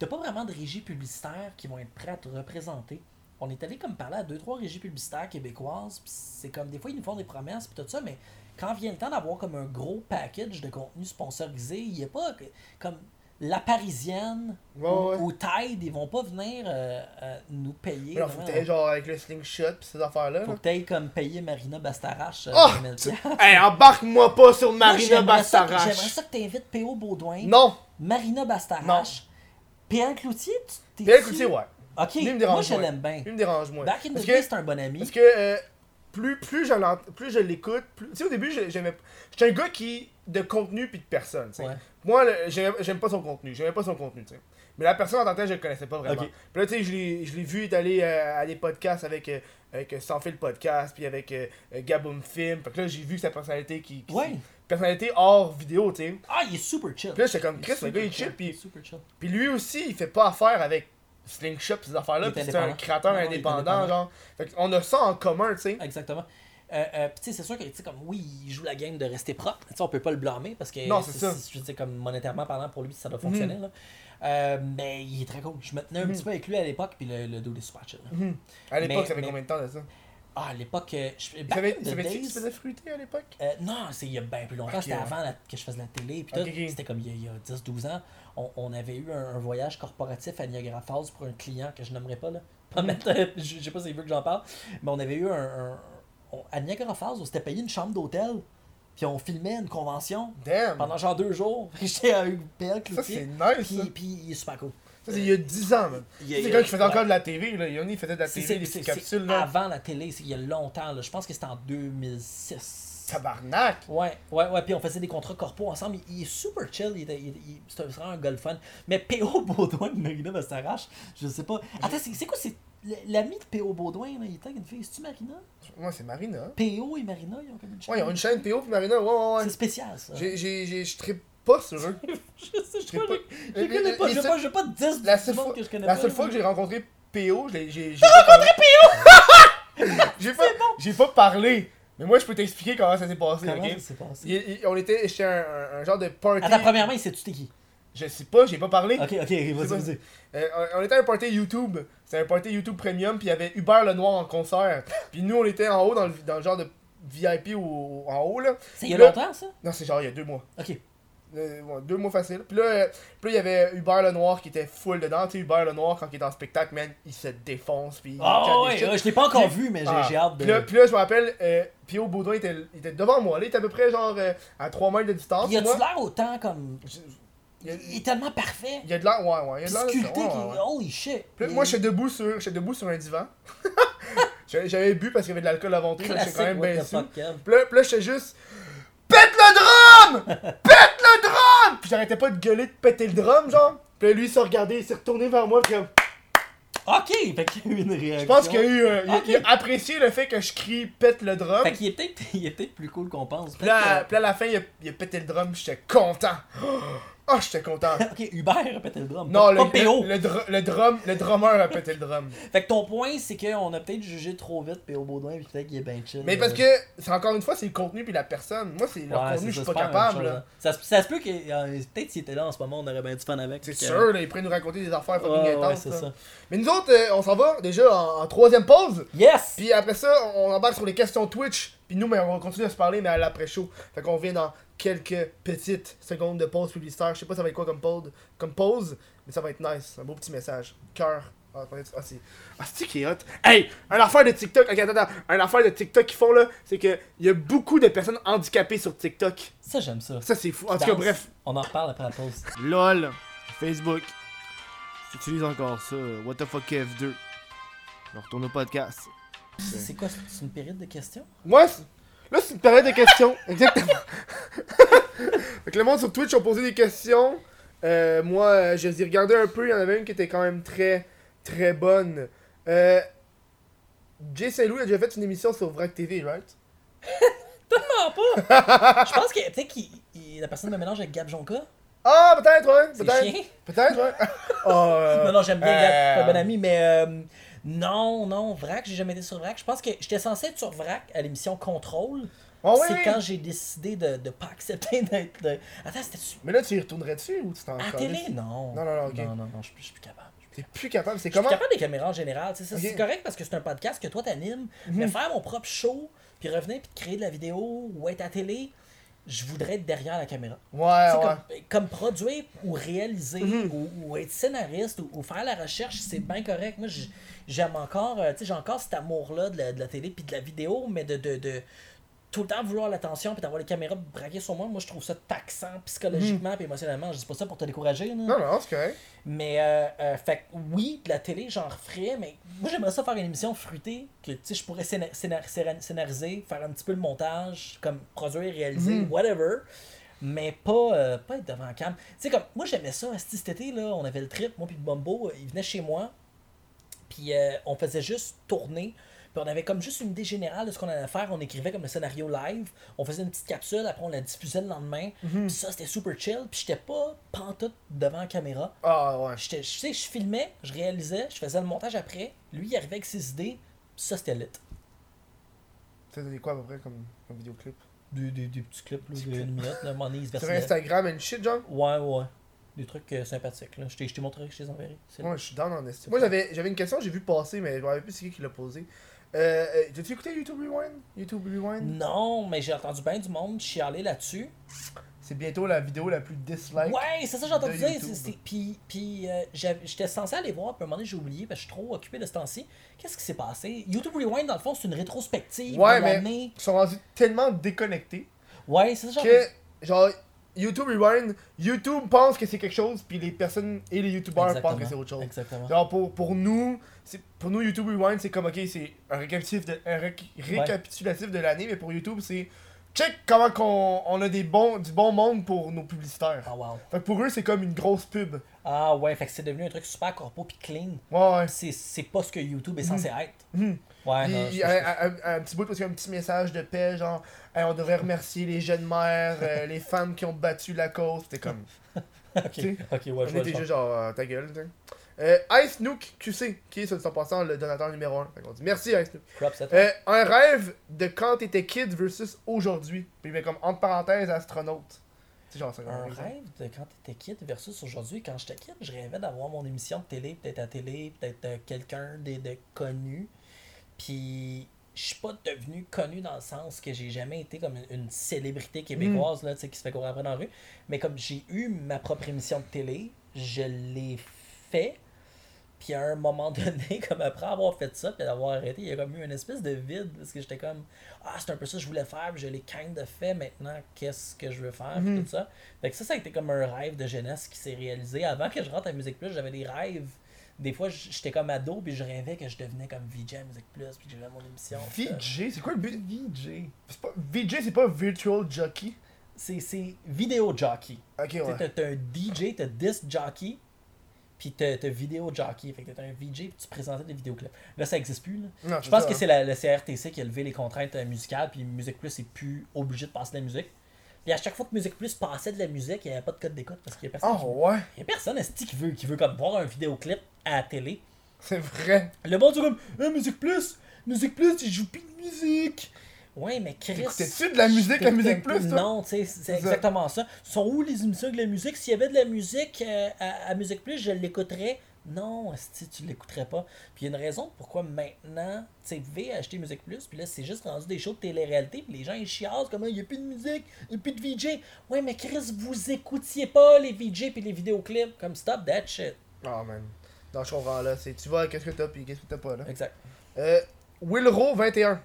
t'as pas vraiment de régies publicitaires qui vont être prêtes à te représenter. On est allé comme parler à 2-3 régies publicitaires québécoises, puis c'est comme des fois ils nous font des promesses, puis tout ça, mais quand vient le temps d'avoir comme un gros package de contenu sponsorisé, il n'y a pas que- comme. La Parisienne Ouais, ou, ouais. ou Tide, ils vont pas venir euh, euh, nous payer. Alors, faut que vraiment. t'aies genre avec le slingshot pis ces affaires-là. Faut là. que t'ailles comme payer Marina Bastarache. euh, Oh! 2000 Tu- piastres. hey, embarque-moi pas sur Moi, Marina j'aimerais ça- J'aimerais Bastarache. ça que t'invites P.O. Baudouin, Non! Marina Bastarache, P.L. Cloutier. tu- Bien t'es-tu- écoutez, ouais. Ok, Lui, il me dérange moi je moins. l'aime bien. Lui me dérange moins. Back in the Parce day, que, c'est un bon ami. parce que euh, plus, plus je l'ent- plus je l'écoute, plus... tu sais, au début, je- j'aimais. J'étais un gars qui. de contenu pis de personne, tu sais. Ouais. Moi, le- j'aime j'aime pas son contenu. J'aimais pas son contenu, tu sais. Mais la personne en tant que telle, je le connaissais pas vraiment. Ok. Puis là, tu sais, je l'ai- je l'ai vu est allé euh, à des podcasts avec, euh, avec euh, Sans Fil Podcast, puis avec euh, euh, Gaboum Film. Fait que là, j'ai vu sa personnalité qui. qui- Ouais. Personnalité hors vidéo, tu sais. Ah, il est super chill. Puis là, j'étais comme, Il est Chris, le super gars, il est chill, il est puis, super chill. puis lui aussi, il fait pas affaire avec Slingshot pis ces affaires-là, Il pis était c'est un indépendant. créateur Ouais, il était indépendant, indépendant. genre. Fait qu'on a ça en commun, tu sais. Exactement. Euh, euh, puis tu sais, c'est sûr que, tu sais, comme, oui, il joue la game de rester propre. Tu sais, on peut pas le blâmer parce que, Non, c'est ça. Mhm. je veux dire, comme monétairement parlant, pour lui, ça doit fonctionner. Là. Euh, mais il est très cool. Je me tenais un petit peu avec lui à l'époque, puis le, le dos est super chill. là. Mhm. À l'époque, Mais- ça fait mais- combien de temps de ça Ah, à l'époque, euh, je Ça fait back in the ça fait-tu que tu days, faisais fruité à l'époque euh, non, c'est il y a bien plus longtemps. Ok, C'était ouais. avant la- que je faisais la télé. puis Ok, tout. ok. C'était comme il y a, il y a 10-12 ans. On, on avait eu un, un voyage corporatif à Niagara Falls pour un client que je nommerai pas. Là. Pas mettre- je je sais pas s'il veut que j'en parle. Mais on avait eu un. un- on- à Niagara Falls, on s'était payé une chambre d'hôtel. Puis on filmait une convention Damn pendant genre deux jours. J'étais à Hugues Pell, Ça, c'est Cloutier. nice, ça. Puis, puis il est super cool. Ça, c'est il y a 10 ans, même. Il C'est y a- il y a- quelqu'un qui faisait ouais. encore de la TV, là. Yoni faisait de la C'est- TV, des c'est- petites c'est- capsules, c'est là. avant la télé, c'est il y a longtemps. là. Je pense que c'était en 2006. Tabarnak Ouais, ouais, ouais. Puis on faisait des contrats corpo ensemble. Il, il est super chill. Il, était- il- il- c'est un- c'est vraiment un golf fun. Mais P.O. Baudouin de Marina Bastarache, je sais pas. Attends, c'est c'est quoi c'est l- L'ami de P.O. Baudouin, là, il était avec une fille. C'est-tu Marina Moi, c'est Marina. hein. P.O. et Marina, ils ont comme une chaîne. Ouais, ils ont une chaîne PO puis Marina, ouais, ouais, C'est ouais. spécial, ça. J'ai- j'ai- j'ai- Je trippe pas sur eux. Je sais, je j'ai pas- connais- je les- connais pas. les J'ai seuls- pas, j'ai pas 10 La seule du monde fois que je connais la pas. seule là. fois que j'ai rencontré PO, je l'ai- j'ai j'ai pas rencontré PO J'ai pas, j'ai pas parlé. Mais moi, je peux t'expliquer comment ça s'est passé, Comment ok? ça s'est passé Il- il- on était chez un, un- un genre de party. Attends, premièrement, il sait-tu t'es qui Je sais pas, j'ai pas parlé. Ok, ok, vas-y, pas- vas-y. Euh, on on était à un party YouTube. C'était un party YouTube premium, puis il y avait Hubert Lenoir en concert. Puis nous, on était en haut dans le, dans le genre de VIP au- en haut, là. C'est il y a Là- longtemps, ça Non, c'est genre il y a deux mois. Ok. Euh, ouais, deux mois faciles. Puis là, euh, puis là, il y avait Hubert Lenoir qui était full dedans. Tu sais, Hubert Lenoir, quand il est en spectacle, man, il se défonce. Puis il Ah chante des ouais, shit. ouais, je l'ai pas encore Puis- vu, mais j'ai Ah. j'ai hâte Puis là, de. puis là, je me rappelle, euh, Pio Baudouin était, il était devant moi. Là, il était à peu près genre euh, à 3 mètres de distance. Il a-tu moi. l'air autant comme. Je- Il Il y a- est tellement parfait. Il y a de l'air, ouais, ouais, il y a de l'air. de ça, sculpté ouais, ouais, qui- ouais. Holy shit! Puis là, Il- moi, j'étais debout sur, j'étais debout sur un divan. J'avais j'avais bu parce qu'il y avait de l'alcool à ventre, j'étais Classique, quand même what bien the sous. fuck, Kev. Puis là, puis là, j'étais juste Pète le drum! Pète le drum! Puis j'arrêtais pas de gueuler de péter le drum, genre. Puis là, lui, il s'est regardé, il s'est retourné vers moi, puis comme. Ok! Fait qu'il y a eu une réaction. Je pense qu'il a eu. euh, il- Ok. il a apprécié le fait que je crie Pète le drum. Fait qu'il est peut-être il est peut-être plus cool qu'on pense. Puis là, à- Peut-être puis là, à la fin, il a, il a pété le drum, j'étais content. Oh, j'étais content. que- Ok, Hubert a pété le drum. Non, pas, le, pas PO. le, le dr- le drum, le drummer a pété le drum. Fait que ton point, c'est qu'on a peut-être jugé trop vite PO Baudouin, puis peut-être qu'il est bien chill. Mais parce euh. que, c'est encore une fois, c'est le contenu puis la personne. Moi, c'est le Ouais, contenu, c'est je suis ça, pas c'est la même capable. chose, là. hein. Ça, se- ça se peut que. euh, Peut-être s'il était là en ce moment, on aurait bien du fun avec. C'est puis que- sûr, là, ils pourraient nous raconter des affaires Ouais, fucking ouais, intenses. c'est là. ça. Mais nous autres, euh, on s'en va déjà en, en troisième pause. Yes! Puis après ça, on embarque sur les questions Twitch. Puis nous, mais on va continuer à se parler, mais à l'après-show. Fait qu'on vient dans quelques petites secondes de pause publicitaire. Je sais pas ça va être quoi comme pause, comme pause mais ça va être nice. Un beau petit message. Cœur. Ah, ah, c'est ah, c'est-tu qui est hot. Hey, un affaire de TikTok. Ok, attends, attends. Un affaire de TikTok qu'ils font là, c'est que il y a beaucoup de personnes handicapées sur TikTok. Ça, j'aime ça. Ça, c'est fou. En tout cas, Danse. bref. On en reparle après la pause. LOL, Facebook. J'utilise encore ça. What the fuck F2. On retourne au podcast. C'est quoi? C'est une période de questions? Moi, c'est- là, c'est une période de questions. Exactement. fait que le monde sur Twitch ont posé des questions. Euh, moi, euh, je les ai regardées un peu. Il y en avait une qui était quand même très, très bonne. Euh, Jay Saint-Louis a déjà fait une émission sur Vrac TV, right? pas! Je pense que peut-être qu'il il- la personne me mélange avec Gab Jonka. Ah, peut-être, ouais. C'est Peut-être. chien. Peut-être, ouais. Ah, euh, Non, non, j'aime bien Gab, euh, c'est un bon ami, mais euh, non, non, Vrac, j'ai jamais été sur Vrac. Je pense que j'étais censé être sur Vrac à l'émission Contrôle. ah, oui, c'est oui. quand j'ai décidé de ne pas accepter d'être. de- Attends, c'était sur- Mais là, tu y retournerais dessus ou tu t'en à la calais? télé Non. Non, non, non, ok. non, non, non, je suis plus- je suis plus capable. Je suis plus- T'es plus capable, c'est je suis comment? capable des caméras en général, tu sais, ça, Ok. Mhm. c'est correct parce que c'est un podcast que toi t'animes, mais faire mon propre show, puis revenir puis de créer de la vidéo ou être à la télé, je voudrais être derrière la caméra. Ouais, Tu sais, ouais. Mhm. Comme, comme produire ou réaliser ou, ou être scénariste ou, ou faire la recherche, c'est bien correct. Moi, j'- j'aime encore, euh, tu sais, j'ai encore cet amour-là de la, de la télé puis de la vidéo, mais de, de, de tout le temps vouloir l'attention puis d'avoir les caméras braquées sur moi, moi, je trouve ça taxant psychologiquement puis émotionnellement. Je dis pas ça pour te décourager, là. Mhm. Non, non, c'est correct. Mais, euh, euh, fait que oui, de la télé, j'en referais, mais moi, j'aimerais ça faire une émission fruitée, que, tu sais, je pourrais scéna- scénar- scénar- scénariser, faire un petit peu le montage, comme produire, réaliser, whatever, mais pas, euh, pas être devant la cam. Tu sais, comme, moi, j'aimais ça, asti, cet été, là, on avait le trip, moi puis Bombo, euh, il venait chez moi, puis euh, on faisait juste tourner, puis Puis on avait comme juste une idée générale de ce qu'on allait faire. On écrivait comme le scénario live. On faisait une petite capsule, après on la diffusait le lendemain. Puis ça, c'était super chill. Puis j'étais pas pantoute devant la caméra. Ah ouais. J'étais- Je sais, je filmais, je réalisais, je faisais le montage après. Lui, il arrivait avec ses idées. Puis ça, c'était lit. Ça donnait quoi à peu près comme, comme vidéoclip Des, des, des petits clips, là, de une minute, là, à un moment donné, il se Sur versait. Instagram and shit, genre Ouais, ouais. Des trucs euh, sympathiques, là. Je t'ai je t'ai montré, je t'ai enverré. C'est Moi, je suis down en esti. Moi, j'avais j'avais une question, j'ai vu passer, mais je me rappelle plus c'est qui qui l'a posée. Euh, euh, T'as-tu écouté YouTube Rewind YouTube Rewind Non, mais j'ai entendu bien du monde chialer là-dessus. C'est bientôt la vidéo la plus dislike. ouais, c'est ça que j'ai entendu de dire. YouTube. c'est- c'est- Puis, puis euh, j'avais- j'étais censé aller voir, puis à un moment donné, j'ai oublié, parce que je suis trop occupé de ce temps-ci. Qu'est-ce qui s'est passé? YouTube Rewind, dans le fond, c'est une rétrospective Ouais, de mais- l'année. Ils sont rendus tellement déconnectés Ouais, c'est ça que j'ai que, genre, YouTube Rewind, YouTube pense que c'est quelque chose, puis les personnes et les YouTubers pensent que c'est autre chose. Exactement. Genre, pour, pour nous, c'est- pour nous, YouTube Rewind, c'est comme, ok, c'est un récapitulatif de, un ré- récapitulatif de l'année, mais pour YouTube, c'est check comment qu'on, on a des bons, du bon monde pour nos publicitaires. Ah, wow. Fait que pour eux, c'est comme une grosse pub. Ah, ouais, fait que c'est devenu un truc super corpo puis clean. Ouais, ouais. C'est c'est pas ce que YouTube est censé être. Mhm. Ouais, Puis, non, je- je- un, un- un petit bout, parce qu'il y a un petit message de paix, genre, Hey, on devrait remercier les jeunes mères, euh, les femmes qui ont battu la cause. C'était comme. tu Ok, ok, ouais, je On vois était le juste genre. genre euh, ta gueule, tu sais. Euh, Ice Nook QC, qui est, soit dit en passant, le donateur numéro 1. On dit merci Ice Nook. Props à toi. Euh, un rêve de quand t'étais kid versus aujourd'hui. Puis il met comme entre parenthèses astronaute. C'est genre ça. comme Un exemple. rêve de quand t'étais kid versus aujourd'hui. Quand j'étais kid, je rêvais d'avoir mon émission de télé, peut-être à télé, peut-être euh, quelqu'un de, de connu. Puis je suis pas devenu connu dans le sens que j'ai jamais été comme une, une célébrité québécoise Mhm. là, tu sais, qui se fait courir après dans la rue. Mais comme j'ai eu ma propre émission de télé, je l'ai fait. Puis à un moment donné, comme après avoir fait ça, puis d'avoir arrêté, il y a comme eu une espèce de vide, parce que j'étais comme, ah, c'est un peu ça que je voulais faire, puis je l'ai kind de fait, maintenant, qu'est-ce que je veux faire, puis Mhm. tout ça. Fait que ça, ça a été comme un rêve de jeunesse qui s'est réalisé. Avant que je rentre à Musique Plus, j'avais des rêves. Des fois, j- j'étais comme ado, puis je rêvais que je devenais comme VJ à Musique Plus, puis que j'avais mon émission. puis ça. VJ, c'est quoi le but VJ c'est pas... VJ, c'est pas Virtual Jockey. C'est c'est vidéo jockey. Ok, ouais. Tu sais, T'as t'as un DJ, t'as disc jockey, puis t'as t'as vidéo jockey. Fait que t'as un VJ, puis tu présentais des vidéoclips. Là, ça existe plus, là. Non, Je pense ça, que hein. c'est la, le CRTC qui a levé les contraintes euh, musicales, puis Musique Plus est plus obligé de passer de la musique. Puis à chaque fois que Musique Plus passait de la musique, il n'y avait pas de code d'écoute parce qu'il n'y a personne. Oh ouais, Il y a personne esti, qui veut, qui veut comme voir un vidéoclip à la télé. c'est vrai. Le monde c'est comme Eh, Musique Plus, Musique Plus, ils jouent plus de musique. Ouais, mais Chris. T'écoutais-tu de la musique, la musique t'écoutais- plus, toi? Non, tu sais, c'est ça. exactement ça. Sont où les émissions de la musique S'il y avait de la musique euh, à, à Musique Plus, je l'écouterais. Non, si tu l'écouterais pas. Puis il y a une raison pourquoi maintenant, tu sais, vais acheter Musique Plus, puis là, c'est juste rendu des shows de télé-réalité, puis les gens, ils chiassent comme il n'y a plus de musique, il n'y a plus de VJ. Ouais, mais Chris, vous écoutiez pas les VJ puis les vidéoclips. Comme stop that shit. Oh man. Dans ce comprends là, c'est tu vois qu'est-ce que t'as puis qu'est-ce que t'as pas là. Exact. Euh, Willro21.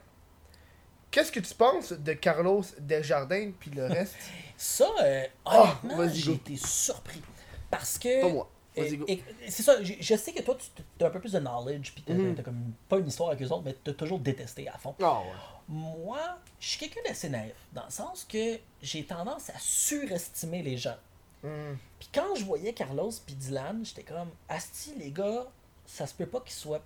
Qu'est-ce que tu penses de Carlos Desjardins puis le reste Ça, euh, Ah, honnêtement, vas-y, j'ai go. été surpris. Parce que. Pas moi. Vas-y, Et- go. et- C'est ça, je, je sais que toi, tu as un peu plus de knowledge, puis t'as Mhm. t'as comme pas une histoire avec eux autres, mais t'as toujours détesté à fond. Ah ouais. Moi, je suis quelqu'un d'assez naïf, dans le sens que j'ai tendance à surestimer les gens. Hmm. Puis quand je voyais Carlos puis Dylan, j'étais comme, Asti, les gars, ça se peut pas qu'ils soient.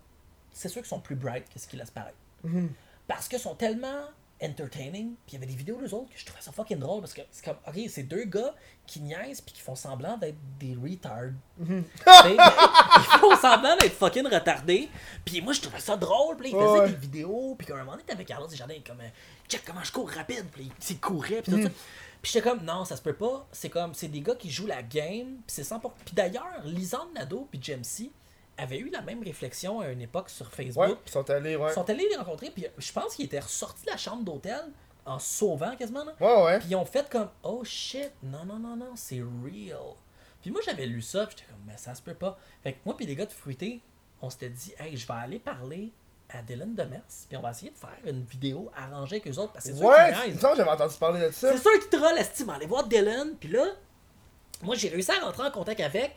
C'est sûr qu'ils sont plus bright que ce qu'ils laissent paraître. Hmm. Parce qu'ils sont tellement entertaining, puis il y avait des vidéos d'eux autres que je trouvais ça fucking drôle parce que c'est comme, ok, c'est deux gars qui niaisent puis qui font semblant d'être des retards. Hmm. Tu sais, ils font semblant d'être fucking retardés. Puis moi, je trouvais ça drôle. Puis là, ils faisaient Ouais. des vidéos. Puis à un moment donné, t'avais Carlos Desjardins il est comme euh, check comment je cours rapide. Puis il courait. Mm. Puis tout ça. Puis j'étais comme non, ça se peut pas. C'est comme c'est des gars qui jouent la game. Puis c'est sans pour. Puis d'ailleurs, Lisanne Nadeau puis Jamesy avaient eu la même réflexion à une époque sur Facebook. Ouais, ils sont allés, ouais. Ils sont allés les rencontrer. Puis je pense qu'ils étaient ressortis de la chambre d'hôtel en se sauvant quasiment. là. Ouais, ouais. Puis ils ont fait comme oh shit, non non non non, c'est real. Puis moi j'avais lu ça, puis j'étais comme mais ça se peut pas. Fait que moi puis les gars de Fruité, on s'était dit hey, je vais aller parler à Dylan Demers, puis on va essayer de faire une vidéo arrangée avec eux autres parce que c'est sûr Ouais, qu'ils il me niaisent. semble que j'avais entendu parler de ça. C'est sûr qu'ils trollent, estime, aller voir Dylan, puis là moi j'ai réussi à rentrer en contact avec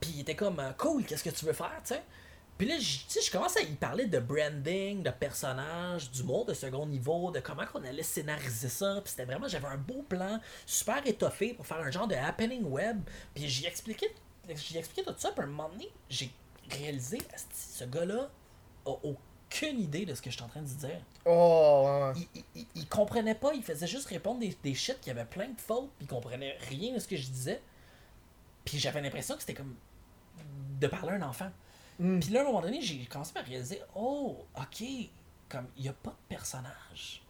puis il était comme euh, cool, qu'est-ce que tu veux faire, tu sais. Puis là, je- tu sais, je commence à y parler de branding, de personnages, d'humour de second niveau, de comment qu'on allait scénariser ça. Puis c'était vraiment, j'avais un beau plan, super étoffé pour faire un genre de happening web. Puis j'y expliquais, j'y expliquais tout ça. Puis à un moment donné, j'ai réalisé, asti, ce gars-là a aucune idée de ce que je suis en train de dire. Oh, ouais, ouais. Il, il, il- il comprenait pas, il faisait juste répondre des, des shit qui avaient plein de fautes, puis il comprenait rien de ce que je disais. Puis j'avais l'impression que c'était comme de parler à un enfant. Mm. Puis là, à un moment donné, j'ai commencé par réaliser oh, ok, comme il n'y a pas de personnage.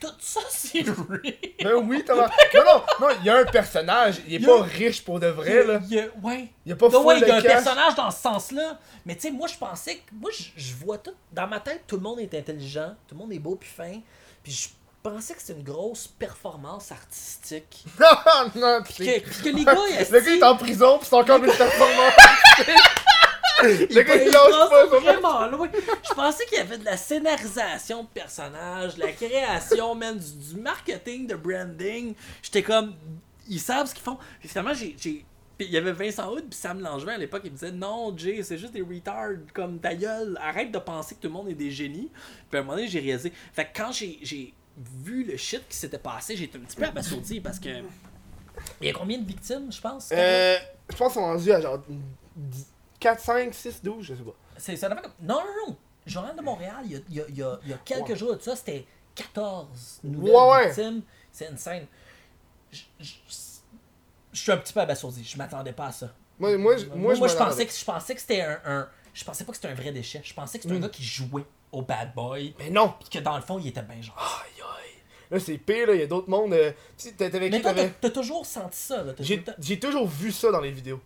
Tout ça, c'est vrai. Ben oui, t'as Non, non, non, il y a un personnage, il est Il y a- pas riche pour de vrai, là. Il y a- ouais. Il y a pas Non, full ouais, il y a de un cash. personnage dans ce sens-là. Mais tu sais, moi, je pensais que. Moi, je- je vois tout. Dans ma tête, tout le monde est intelligent, tout le monde est beau puis fin. Puis je pensais que c'était une grosse performance artistique. Non, non, tu Puis que, sais. puis que les gars, Le gars il est en prison, pis c'est encore une performance. Le gars il ils lâche pas, passent son vraiment loin. Je pensais qu'il y avait de la scénarisation de personnages, de la création, même du, du marketing, de branding. J'étais comme, ils savent ce qu'ils font. Puis finalement, j'ai. j'ai- puis il y avait Vincent Hood puis Sam Langevin à l'époque, il me disait Non, Jay, c'est juste des retards comme ta gueule. Arrête de penser que tout le monde est des génies. Puis à un moment donné, j'ai réalisé. Fait que quand j'ai- j'ai vu le shit qui s'était passé, j'ai été un petit peu abasourdi parce que. Il y a combien de victimes, je pense Euh, je pense qu'on est rendu à genre 4, 5, 6, 12, je sais pas. C'est ça. Non, non, non. Journal de Montréal, il y a, il y a- il y a- il y a quelques Ouais. jours de ça, c'était 14 nouvelles Ouais, ouais. victimes. C'est une scène. Je, je- je suis un petit peu abasourdi. Je m'attendais pas à ça. Moi, moi, je- Moi, moi, moi, je, m'en pensais attendais. que, je pensais que c'était un, un- Je pensais pas que c'était un vrai déchet. Je pensais que Mm. c'était un gars qui jouait au bad boy. Mais non! Puis que dans le fond, il était bien genre. Aïe aïe! Là, c'est pire, là, il y a d'autres mondes. euh, Tu sais, t'es- t'avais Mais qui toi, t'as t'avais. t'as toujours senti ça. Là, t'as tout J'ai le temps- j'ai toujours vu ça dans les vidéos.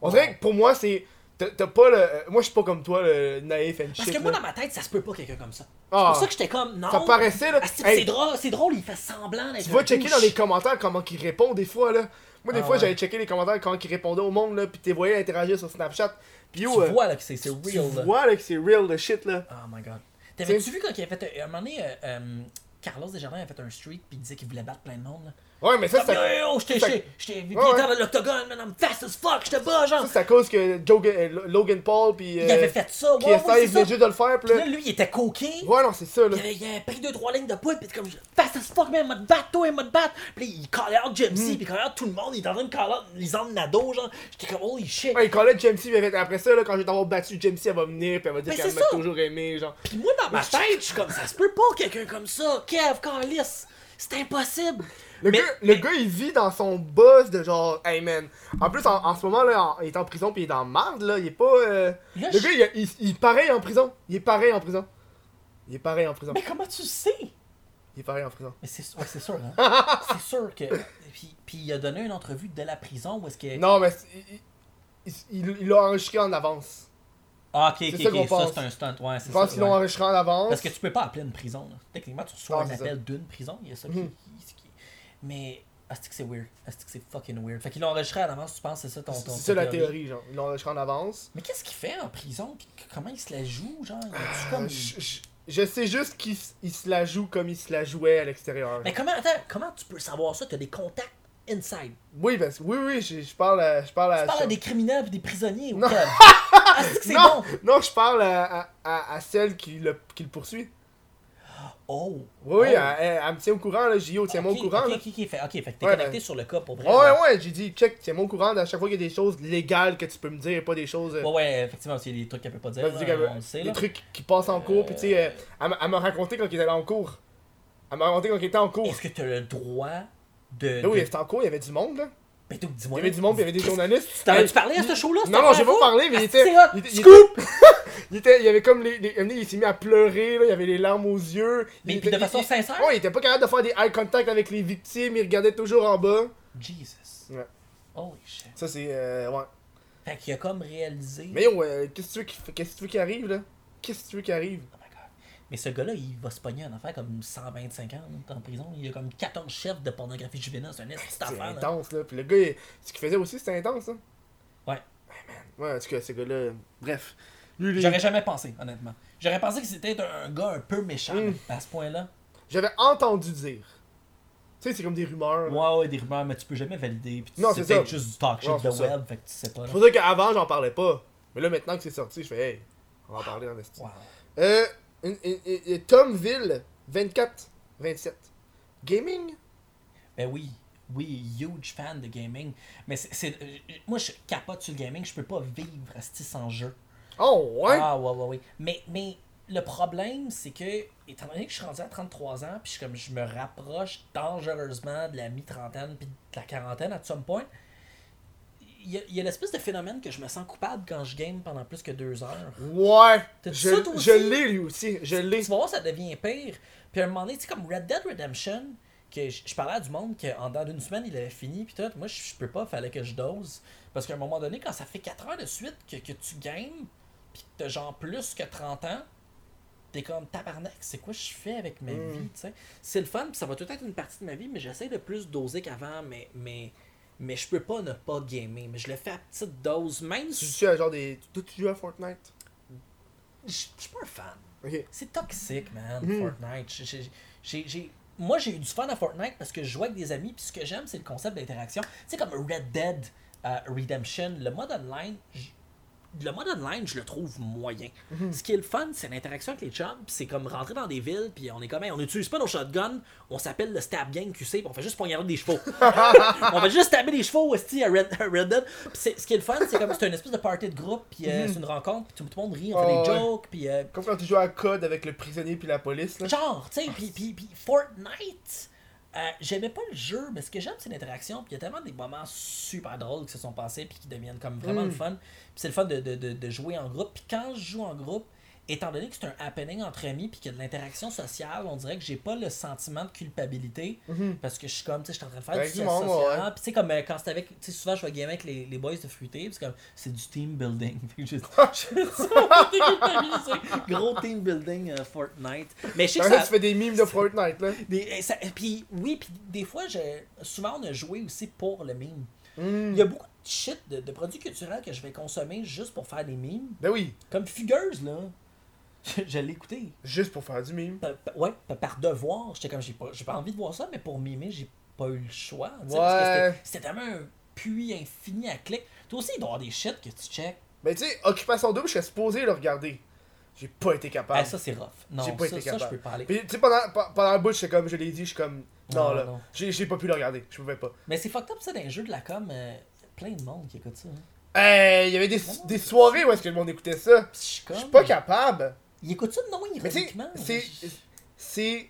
On Ouais. dirait que pour moi, c'est. T'as t'as pas le. euh, Moi, je suis pas comme toi, le naïf and shit. Parce que moi, là. dans ma tête, ça se peut pas quelqu'un comme ça. C'est Ah. pour ça que j'étais comme. Non. Ça paraissait, là. Ah, c'est Hey. c'est drôle, c'est drôle, il fait semblant d'être. Tu un vas checker dans douche. les commentaires comment qu'ils répondent des fois, là. Moi, des Ah fois, ouais. j'allais checker les commentaires comment qu'ils répondaient au monde, là, pis t'es voyais interagir sur Snapchat. Pis yo, Tu euh, vois là que c'est c'est tu real. là. vois, là, que c'est real, le shit, là. Oh my god. T'avais-tu T'sais- vu quand il a fait. euh, À un moment donné, euh, euh, Carlos Desjardins a fait un streak puis il disait qu'il voulait battre plein de monde. Là. Ouais, mais ça, Comme, c'est yo à- yo, yo, j'étais ça- j'étais- j'étais puis Ouais, il était ouais. dans l'octogone, man, I'm fast as fuck, j'étais bas, genre. ça, euh, c'est à cause que Joe- euh, Logan Paul pis. il avait fait ça, Qui ouais, ouais, essaye c'est ça. juste de le faire, pis Puis là. là, lui, il était coqué. Ouais, non, c'est ça, là. Il avait, il avait pris deux, trois lignes de poudre, pis comme, fast as fuck, man, m'a te battre, toi, m'a te battre. Puis là, il call out Mm. Gypsy, puis il call out tout le monde, il est en train de call out les hommes nado, genre. J'étais comme, holy shit. Ouais, il collait Jamesy, il avait fait après ça, là, quand je vais t'avoir battu, Jamesy, elle va venir, pis elle va dire Mais qu'elle c'est m'a ça. toujours aimé, genre. Pis moi, dans ma tête, je suis comme ça se peut pas, quelqu'un comme ça. Kev, Carlis, c'est impossible. Le, Mais- gars, le mais- gars, il vit dans son buzz de genre, hey man. En plus, en, en ce moment, là, en- il est en prison puis il est en marde, là. Il est pas. euh, Là, le je- gars, il, a- il, il est pareil en prison. Il est pareil en prison. Il est pareil en prison. Mais comment tu le sais? Il est pareil en prison. Mais c'est ouais, c'est sûr, hein? c'est sûr que. Puis, puis il a donné une entrevue de la prison où est-ce que. Non, mais c'est- il- il il- il l'a enregistré en avance. Ah, ok, C'est ok, ça ok, qu'on ça pense. c'est un stunt, ouais, Je c'est ça. pense qu'ils l'ont ouais. enregistré en avance. Parce que tu peux pas appeler une prison, là. Techniquement, tu reçois Non, un c'est ça. appel d'une prison, il y a ça qui. Mhm. qui- qui- Mais. Asti que c'est weird. Asti que c'est fucking weird. Fait qu'ils l'ont enregistré à l'avance, tu penses, c'est ça ton. C'est ton- ça ta la théorie, genre. Ils l'ont enregistré en avance. Mais qu'est-ce qu'il fait en prison? Puis comment il se la joue? Genre, il a-tu Euh, comme. je, je- je sais juste qu'il s- il se la joue comme il se la jouait à l'extérieur. Mais comment, attends, comment tu peux savoir ça? T'as des contacts inside. Oui, parce que oui, oui, je, je parle à. Je parle à Tu parles à des criminels et des prisonniers. Non. que c'est non, bon? non, je parle à, à- à- à celle qui le, qui le poursuit. Oh. Oui, oui, oh. elle, elle- elle me tient au courant, là. J'ai dit, oh, tiens-moi Ok, au courant, ok, là. ok, ok, fait, ok, fait que t'es Ouais, connecté ben- sur le cas pour vrai. Ouais, ouais, ouais, j'ai dit, check, tiens-moi au courant. À chaque fois qu'il y a des choses légales que tu peux me dire et pas des choses. euh, Ouais, ouais, effectivement, parce qu'il y a des trucs qu'elle peut pas dire. ça veut dire qu'elle- là, ben, on le sait, des là. trucs qui passent en cours, puis tu sais, euh, elle, m'a- elle m'a raconté quand il était en cours. Elle m'a raconté quand il était en cours. Est-ce que t'as le droit de. Là, Ben oui, il de... ben, était en cours, il y avait du monde, là. Mais donc, Il dis-moi. y avait du monde, puis il y avait des journalistes. Euh, T'avais tu parlé à ce show-là? Ah, Non, non, j'ai pas parlé, mais il était. il était- il était- Scoop! Il était, il avait comme les, les- il s'est mis à pleurer, là, il avait les larmes aux yeux. Mais il puis de était- façon il- sincère? Ah Ouais, il était pas capable de faire des eye contact avec les victimes, il regardait toujours en bas. Jesus. Ouais. Holy shit. Ça c'est, euh, ouais. Fait qu'il a comme réalisé. Mais yo, euh, qu'est-ce que tu veux qu'il f- qu'est-ce que tu veux qu'il arrive là Qu'est-ce que tu veux qu'il arrive Oh my God. Mais ce gars-là, il va se pogner un affaire comme 125 ans là, en prison. Il a comme 14 chefs de pornographie juvénile. C'est une petite C'est affaire. là. intense là. Puis le gars, il- ce qu'il faisait aussi, c'était intense. Hein. Ouais. Ouais, en tout cas, ce gars-là, bref. Lui, lui- J'aurais jamais pensé, honnêtement. J'aurais pensé que c'était un gars un peu méchant Mm. à ce point-là. j'avais entendu dire. Tu sais, c'est comme des rumeurs. là. Ouais, ouais, des rumeurs, mais tu peux jamais valider. Puis tu- Non, c'est c'est ça. peut-être juste du talk shit Non, de c'est ça. web, fait que tu sais pas. C'est là. pour ça qu'avant, j'en parlais pas. Mais là, maintenant que c'est sorti, je fais, hey, on va en parler dans le style. Wow. Euh, une- une- une- Tomville, 24, 27. Gaming? Ben oui, oui, huge fan de gaming. Mais c'est, c'est- euh, moi, je capote sur le gaming. Je peux pas vivre asti, sans jeu. Oh, ouais! Ah, ouais, ouais, ouais. Mais, mais le problème, c'est que, étant donné que je suis rendu à 33 ans, puis je, suis comme, je me rapproche dangereusement de la mi-trentaine, puis de la quarantaine, à some point, il y a, il y a l'espèce de phénomène que je me sens coupable quand je game pendant plus que deux heures. Ouais. T'as-tu Je, ça, toi je aussi? l'ai lui aussi. Je l'ai. Tu vas voir, ça devient pire. Puis à un moment donné, tu sais, comme Red Dead Redemption, que je, je parlais à du monde qu'en dans une semaine, il avait fini, puis tout. Moi, je, je peux pas, fallait que je dose. Parce qu'à un moment donné, quand ça fait 4 heures de suite que, que tu games, puis que t'as genre plus que 30 ans, t'es comme tabarnak, c'est quoi je fais avec ma vie, tu sais. C'est le fun, puis ça va tout être une partie de ma vie, mais j'essaie de plus doser qu'avant, mais. mais mais je peux pas ne pas gamer, mais je le fais à petite dose, même Tu si joues à genre des. Toi, tu joues à Fortnite. je je suis pas un fan. Ok. C'est toxique, man, Mhm. Fortnite. J'ai- j'ai- j'ai- j'ai- Moi, j'ai eu du fun à Fortnite parce que je jouais avec des amis, puis ce que j'aime, c'est le concept d'interaction. Tu sais, comme Red Dead euh, Redemption, le mode online, j- le mode online, je le trouve moyen. Ce qui est le fun, c'est l'interaction avec les chums, puis c'est comme rentrer dans des villes, puis on est comme, Hey, on n'utilise pas nos shotguns, on s'appelle le Stab Gang QC, puis on fait juste poignarder des chevaux. on va juste stabber des chevaux aussi à Red, à Red Dead. Puis c'est- ce qui est le fun, c'est comme, c'est une espèce de party de groupe, puis euh, c'est une rencontre, puis tout le monde rit, on fait Ah, des ouais. jokes, puis. euh, Comme quand tu joues à Code avec le prisonnier puis la police là. Genre, tu sais, Ah, puis puis- puis Fortnite, euh, j'aimais pas le jeu, mais ce que j'aime, c'est l'interaction. Puis il y a tellement des moments super drôles qui se sont passés, puis qui deviennent comme vraiment le Hmm. fun. Puis c'est le fun de, de, de, de jouer en groupe. Puis quand je joue en groupe, étant donné que c'est un happening entre amis, puis qu'il y a de l'interaction sociale, on dirait que j'ai pas le sentiment de culpabilité. Parce que je suis comme, tu sais, je suis en train de faire Mhm. Avec du du social. monde, ouais. Puis tu sais, comme euh, quand c'est avec, tu sais, souvent je vais gamer avec les, les boys de Fruité, puis c'est comme, c'est du team building. Fait que je- je- ça m'a été culpabilisé. Gros team building euh, Fortnite. Mais je sais que Quand là, ça, tu fais des mimes de Fortnite là. des- et ça- et puis oui, puis des fois, je, souvent on a joué aussi pour le meme. Hmm. Il y a beaucoup de shit, de, de produits culturels que je vais consommer juste pour faire des memes. Ben oui. Comme Fugueuse, là. Je, je l'ai écouté. Juste pour faire du mime. Pa- pa- ouais, pa- par devoir. J'étais comme, j'ai pas, j'ai pas envie de voir ça, mais pour mimer, j'ai pas eu le choix. tu sais, parce que Ouais. c'était- C'était tellement un puits infini à clic. Toi aussi, il doit y avoir des shit que tu check. Ben tu sais, Occupation Double, je serais supposé le regarder. J'ai pas été capable. Ah, ça, c'est rough. Non, J'ai pas ça, été ça, je capable. peux pas aller. Puis, tu sais, pendant, pe- pendant le bout, j'étais comme, je l'ai dit, je suis comme, non, Non, là, non. J'ai, j'ai pas pu le regarder, je pouvais pas. Mais c'est fucked up, ça, dans les jeux de la com. euh, plein de monde qui écoute ça. hein. Hey, il y avait des, des soirées où est-ce que le monde écoutait ça. Puis je suis Je suis comme- pas capable. Il écoute ça de non Mais tu sais, ironiquement. c'est, c'est,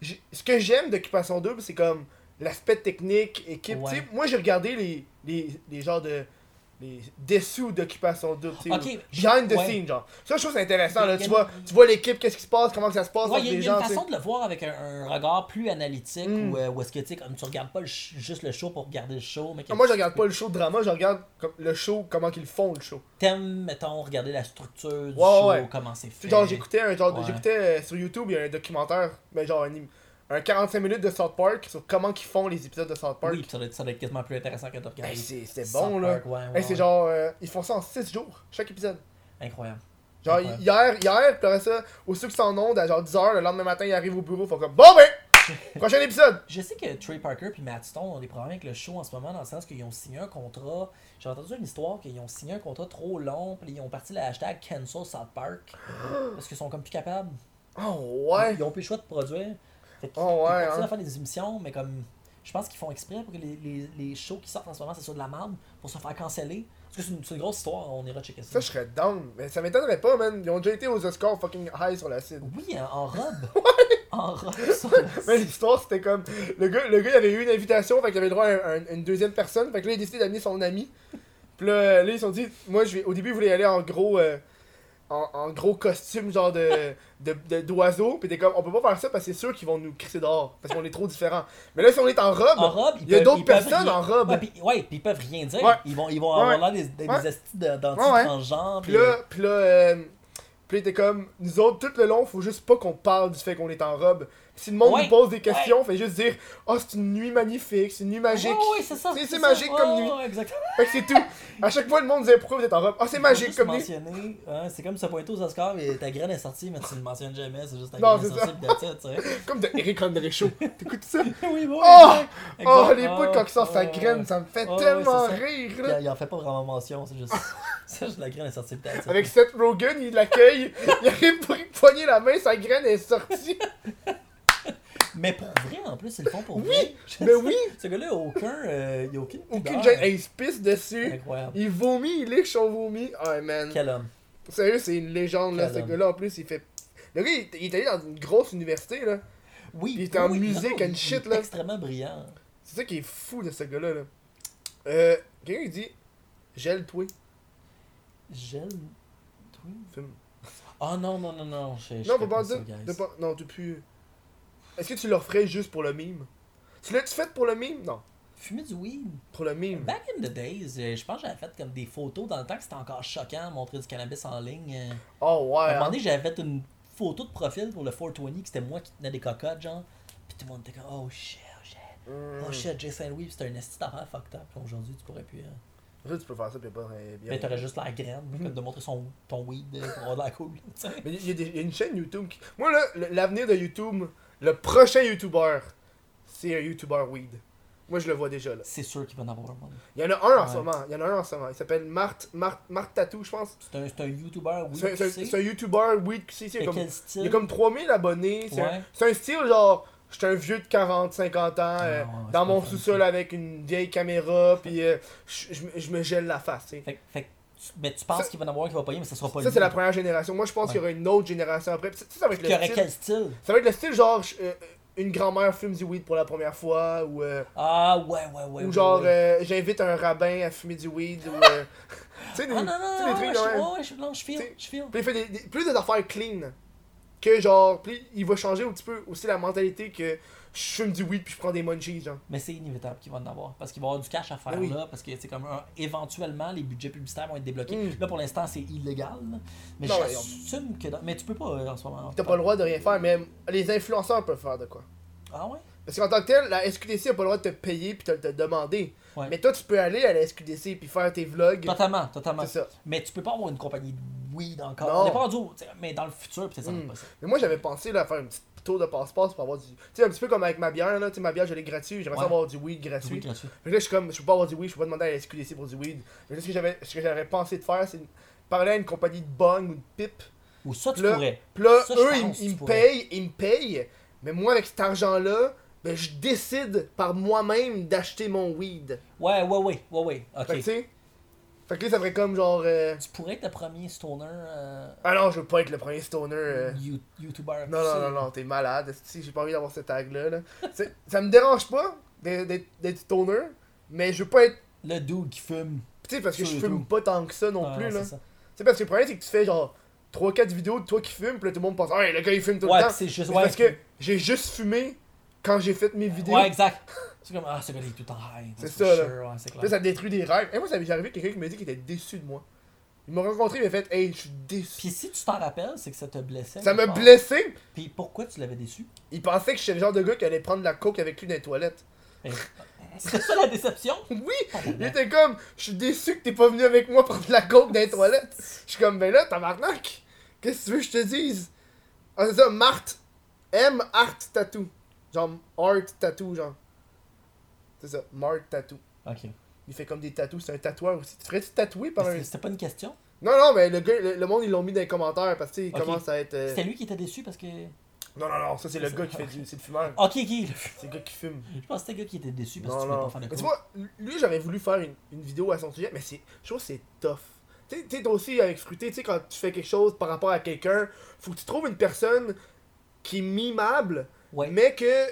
j'ai- ce que j'aime d'Occupation Double, c'est comme l'aspect technique, équipe. Ouais. Tu sais, moi, j'ai regardé les, les, les genres de, les dessous d'Occupation Double, tu sais, Ok. ou behind the Ouais. scenes, genre. Ça, je trouve ça intéressant, Il y a là, tu une- vois, tu vois l'équipe, qu'est-ce qui se passe, comment que ça se passe Ouais, entre il y a, les il y a gens, une tu sais. façon de le voir avec un, un regard plus analytique Mm. ou, euh, ou est-ce que tu sais, comme tu regardes pas le ch- juste le show pour regarder le show, mais que Moi, je regarde pas le show de drama, je regarde comme le show, comment qu'ils font le show. t'aimes, mettons, regarder la structure du Ouais, show, ouais. comment c'est fait. Tu sais, genre, j'écoutais un genre de- Eh. Ouais. j'écoutais euh, sur YouTube, il y a un documentaire, mais genre un, im- un 45 minutes de South Park sur comment qu'ils font les épisodes de South Park. Ben, Oui, puis ça doit, être, ça doit être quasiment plus intéressant que de regarder. Hey, c'est c'est South bon là. Park, ouais, ouais, Hey, c'est ouais. genre euh, ils font ça en 6 jours chaque épisode. Incroyable. Genre Ouais. hier hier puis après ça au ceux qui sont en onde à genre 10h le lendemain matin ils arrivent au bureau ils font comme bon ben prochain épisode. Je sais que Trey Parker puis Matt Stone ont des problèmes avec le show en ce moment, dans le sens qu'ils ont signé un contrat. J'ai entendu une histoire qu'ils ont signé un contrat trop long, puis ils ont parti le hashtag Cancel South Park. parce qu'ils sont comme plus capables. Oh ouais. Ils ont plus le choix de produire. Fait qu'ils- Oh, ouais, ils continuent hein. à faire des émissions, mais comme. Je pense qu'ils font exprès pour que les, les, les shows qui sortent en ce moment, c'est sur de la merde, pour se faire canceller. Parce que c'est une, c'est une grosse histoire, on ira checker Ça ça. je serais down, mais ça m'étonnerait pas man, ils ont déjà été aux Oscars fucking high sur l'acide. Oui, hein, en, en robe. En robe, ça. Mais l'histoire c'était comme le gars, le gars il avait eu une invitation, fait qu'il avait le droit à un- un- une deuxième personne, fait que là il a décidé d'amener son ami. Puis là, là, ils se sont dit, moi je vais, au début ils voulaient y aller en gros, euh, en, en gros costume genre de de- de- d'oiseau, puis t'es comme on peut pas faire ça parce que c'est sûr qu'ils vont nous crisser dehors parce qu'on est trop différents. Mais là si on est en robe, En robe, ils il y a peuvent- d'autres ils peuvent personnes rien- en robe. Ouais, puis ouais, puis ils peuvent rien dire. Ouais. Ils vont, ils vont Ouais, avoir l'air des, des, Ouais. estis de- d'anti Ouais, ouais. transgenres. Puis puis, là, puis là, euh, puis là, t'es comme, nous autres, tout le long, faut juste pas qu'on parle du fait qu'on est en robe. Puis si le monde Ouais, nous pose des questions, fait juste dire, oh, c'est une nuit magnifique, c'est une nuit magique. Ouais, ouais, c'est ça. C'est- C'est ça. magique Ouais, comme ouais, nuit. ouais, exactement. Fait que c'est tout. À chaque fois, le monde disait, pourquoi vous êtes en robe? Ah, c'est magique Juste comme nuit. mentionner, hein, c'est comme se pointer aux Oscars et ta graine est sortie, mais tu ne mentionnes jamais, c'est juste ta Non, graine est c'est ça. sortie, puis that's it, tu sais. Comme de Eric André Show. T'écoutes ça? oui, oui. Oh! exact, exact. Oh, les bouts quand il sort sa ouais, graine, ouais. ça me fait Ouais, tellement Ah, ouais, c'est ça. rire, Puis, là. Il en fait pas vraiment mention, c'est juste. c'est juste la graine est sortie peut-être. Avec Seth Rogen, il l'accueille, il arrive pour lui poigner la main, sa graine est sortie. Mais pour vrai, en plus, ils le font pour vrai. Je mais sais, oui. Ce gars-là, aucun. euh, il a aucune. Aucune pudeur. gêne. Hey, il se pisse dessus. Incroyable. Il vomit, il liche son vomi. Ah, man. Quel homme. Sérieux, c'est une légende, là, ce Quel homme. gars-là. En plus, il fait. Le gars, il, est- il est allé dans une grosse université, là. Oui. Il était en oui, musique non, and il est shit, là. extrêmement brillant. C'est ça qui est fou de ce gars-là, là. Euh, quelqu'un il dit Gèle-toi. Gel. Film. Oh non, non, non, non. Je, je Non, fais faut pas ça, dire. guys. de pas- Non, depuis. Est-ce que tu le referais juste pour le mime Tu l'as-tu fait pour le mime Non. Fumer du weed. Pour le mime. Back in the days, euh, je pense que j'avais fait comme des photos dans le temps que c'était encore choquant montrer du cannabis en ligne. euh. Oh, ouais. À un hein. moment donné, j'avais fait une photo de profil pour le 420 que c'était moi qui tenais des cocottes, genre. Puis tout le monde était comme, oh shit, oh shit. Hmm. Oh shit, Jay Saint-Louis, c'était un esti d'affaires fucked up. Puis Aujourd'hui, tu pourrais plus. hein. Ça, tu peux faire ça, pis pas. euh, bien. Mais Ben, t'aurais juste la graine, Mm-hmm. comme de montrer son, ton weed euh, pour avoir de la cool. tu sais. Mais il y, a des- il y a une chaîne YouTube qui... Moi, là, le- l'avenir de YouTube, le prochain YouTuber, c'est un YouTuber weed. Moi, je le vois déjà, là. C'est sûr qu'il va en avoir un. man. Il y en a un en Ouais. ce moment. Il y en a un en ce moment. Il s'appelle Marthe, Marthe, Marthe Tatou, je pense. C'est un, c'est un YouTuber, oui, C'est un- tu c'est un- sais. c'est un YouTuber weed qui c'est De comme... quel Il style y a comme 3000 abonnés. C'est un- Ouais. c'est un, style genre... J'étais un vieux de 40, 50 ans, euh, Ah ouais, ouais, dans c'est mon pas sous-sol avec une vieille caméra, puis euh, je je me- je me gèle la face, tu sais. Fait, que- fait que tu- mais tu penses Ça- qu'il va en avoir un qui va payer, mais ça sera pas Ça, lui. c'est la première génération. Moi, je pense Ouais. qu'il y aura une autre génération après. Puis Ça, ça va être le Qui aurait style- quel style Ça va être le style genre je- euh, une grand-mère fume du weed pour la première fois ou, euh, Ah, ouais, ouais, ouais. ou ouais, genre ouais. euh, j'invite un rabbin à fumer du weed ou euh, tu sais des, tu sais, Ah, non, non, des non, ouais, trucs je, genre, ouais, je, non, je Tu sais, file, je file. Puis il fait des, des- plus des affaires clean que genre puis il va changer un petit peu aussi la mentalité que je fume du weed puis je prends des munchies genre. Mais c'est inévitable qu'il va en avoir. Parce qu'il va y avoir du cash à faire Ah oui. là. Parce que, c'est comme, un- éventuellement, les budgets publicitaires vont être débloqués. Mm. Là, pour l'instant, c'est illégal. là. Mais Non, j'assume que. dans- Mais tu peux pas euh, en ce moment. T'as pas le droit de rien faire mais les influenceurs peuvent faire de quoi. Ah, ouais Parce qu'en tant que tel, la SQDC a pas le droit de te payer puis de te le demander. Ouais. Mais toi tu peux aller à la SQDC puis faire tes vlogs. Totalement, totalement. C'est ça. Mais tu peux pas avoir une compagnie de weed encore. Non. On n'est pas rendu, au- t'sais, mais dans le futur, peut-être ça va Mm. être possible. Mais moi j'avais pensé là, à faire un petit tour de passe-passe pour avoir du. Tu sais, un petit peu comme avec ma bière là, tu sais, ma bière je l'ai gratuite, j'aimerais ça Ouais. avoir du weed Du gratuit. weed gratuit. Fait que là je suis comme, je peux pas avoir du weed, je peux pas demander à la SQDC pour du weed. Mais là, ce que j'avais ce que j'aurais pensé de faire, c'est de parler à une compagnie de bong ou de pipe. Ou ça, tu Là, pourrais. Puis là, Ça, je eux pense ils, que ils tu me pourrais. payent, ils me payent. Mais moi avec cet argent là, ben je décide par moi-même d'acheter mon weed. Ouais, ouais, ouais, ouais, ouais. Fait Ok. que tu sais. Fait que là ça ferait comme genre. euh, Tu pourrais être le premier stoner euh, Ah non, je veux pas être le premier stoner. euh, you- YouTuber. Non, non, tu sais. non, non, t'es malade. Si j'ai pas envie d'avoir ce tag-là. Là. C'est- Ça me dérange pas d'être- d'être d'être stoner, mais je veux pas être. Le dude qui fume. Tu sais, parce que Sur je fume YouTube. pas tant que ça non Ah, plus. là. Tu c'est ça. sais, parce que le problème, c'est que tu fais genre 3-4 vidéos de toi qui fume, puis là, tout le monde pense, hey, le gars il fume tout Ouais, le temps. puis c'est juste. C'est Ouais, parce que j'ai juste fumé quand j'ai fait mes vidéos. ouais, exact. C'est comme, ah, ce gars il est tout en high. C'est for ça, là. sure, ouais, c'est clair. Là, ça détruit des rêves. Et moi, ça m'est déjà arrivé quelqu'un qui m'a dit qu'il était déçu de moi. Il m'a rencontré, il m'a fait, hey, je suis déçu. Puis si tu t'en rappelles, c'est que ça te blessait. Ça m'a quelque part. blessé. Puis pourquoi tu l'avais déçu Il pensait que j'étais le genre de gars qui allait prendre de la coke avec lui dans les toilettes. Ben, C'était ça la déception Oui! Il était comme, je suis déçu que t'es pas venu avec moi prendre la coke dans les toilettes. Je suis comme, ben là, tabarnak, qu'est-ce que tu veux que je te dise? Ah, c'est ça, Marthe. M. Art Tattoo. Genre, Art Tattoo, genre. C'est ça, Mart Tattoo. Ok. Il fait comme des tatous, c'est un tatoueur aussi. Tu ferais-tu tatouer par un. Mais C'était pas une question. Non, non, mais le gars, le, le monde, ils l'ont mis dans les commentaires parce qu'il Ok. commence à être. euh, C'était lui qui était déçu parce que. Non, non, non, ça, c'est le C'est- gars qui fait du. C'est le fumeur. Ok, ok. C'est le gars qui fume. Je pense que c'était le gars qui était déçu parce que Non, tu voulais non. pas faire de Mais tu cours. vois, lui, j'aurais voulu faire une, une vidéo à son sujet, mais c'est, je trouve que c'est tough. Tu sais, toi aussi, avec Fruité, tu sais, quand tu fais quelque chose par rapport à quelqu'un, faut que tu trouves une personne qui est mimable, Ouais. mais que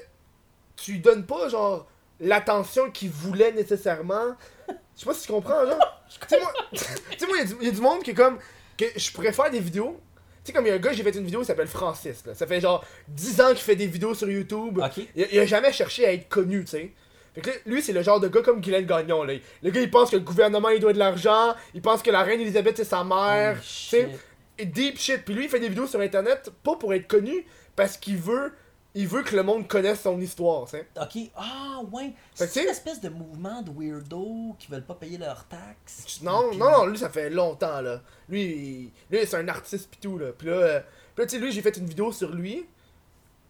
tu lui donnes pas, genre, l'attention qu'il voulait nécessairement. Je sais pas si tu comprends, genre. tu sais, moi, tu sais, moi, il y a du- il y, a du monde qui est comme, que je pourrais faire des vidéos. Tu sais, comme il y a un gars, j'ai fait une vidéo, il s'appelle Francis, là. Ça fait genre 10 ans qu'il fait des vidéos sur YouTube. Ok. Il, il a jamais cherché à être connu, tu sais. Fait que là, lui, c'est le genre de gars comme Guylaine Gagnon, là. Le gars, il pense que le gouvernement, il doit de l'argent. Il pense que la reine Elisabeth, c'est sa mère. Holy tu sais. shit. Et Deep shit. Puis lui, il fait des vidéos sur Internet, pas pour être connu, parce qu'il veut, il veut que le monde connaisse son histoire, tu sais. Ok, ah ouais. Fait que C'est tu une sais- espèce de mouvement de weirdo qui veulent pas payer leurs taxes. Non, Puis- non, non, lui, ça fait longtemps, là. Lui, il- lui c'est un artiste, pis tout, là. Puis là, euh, puis là, tu sais, lui, j'ai fait une vidéo sur lui.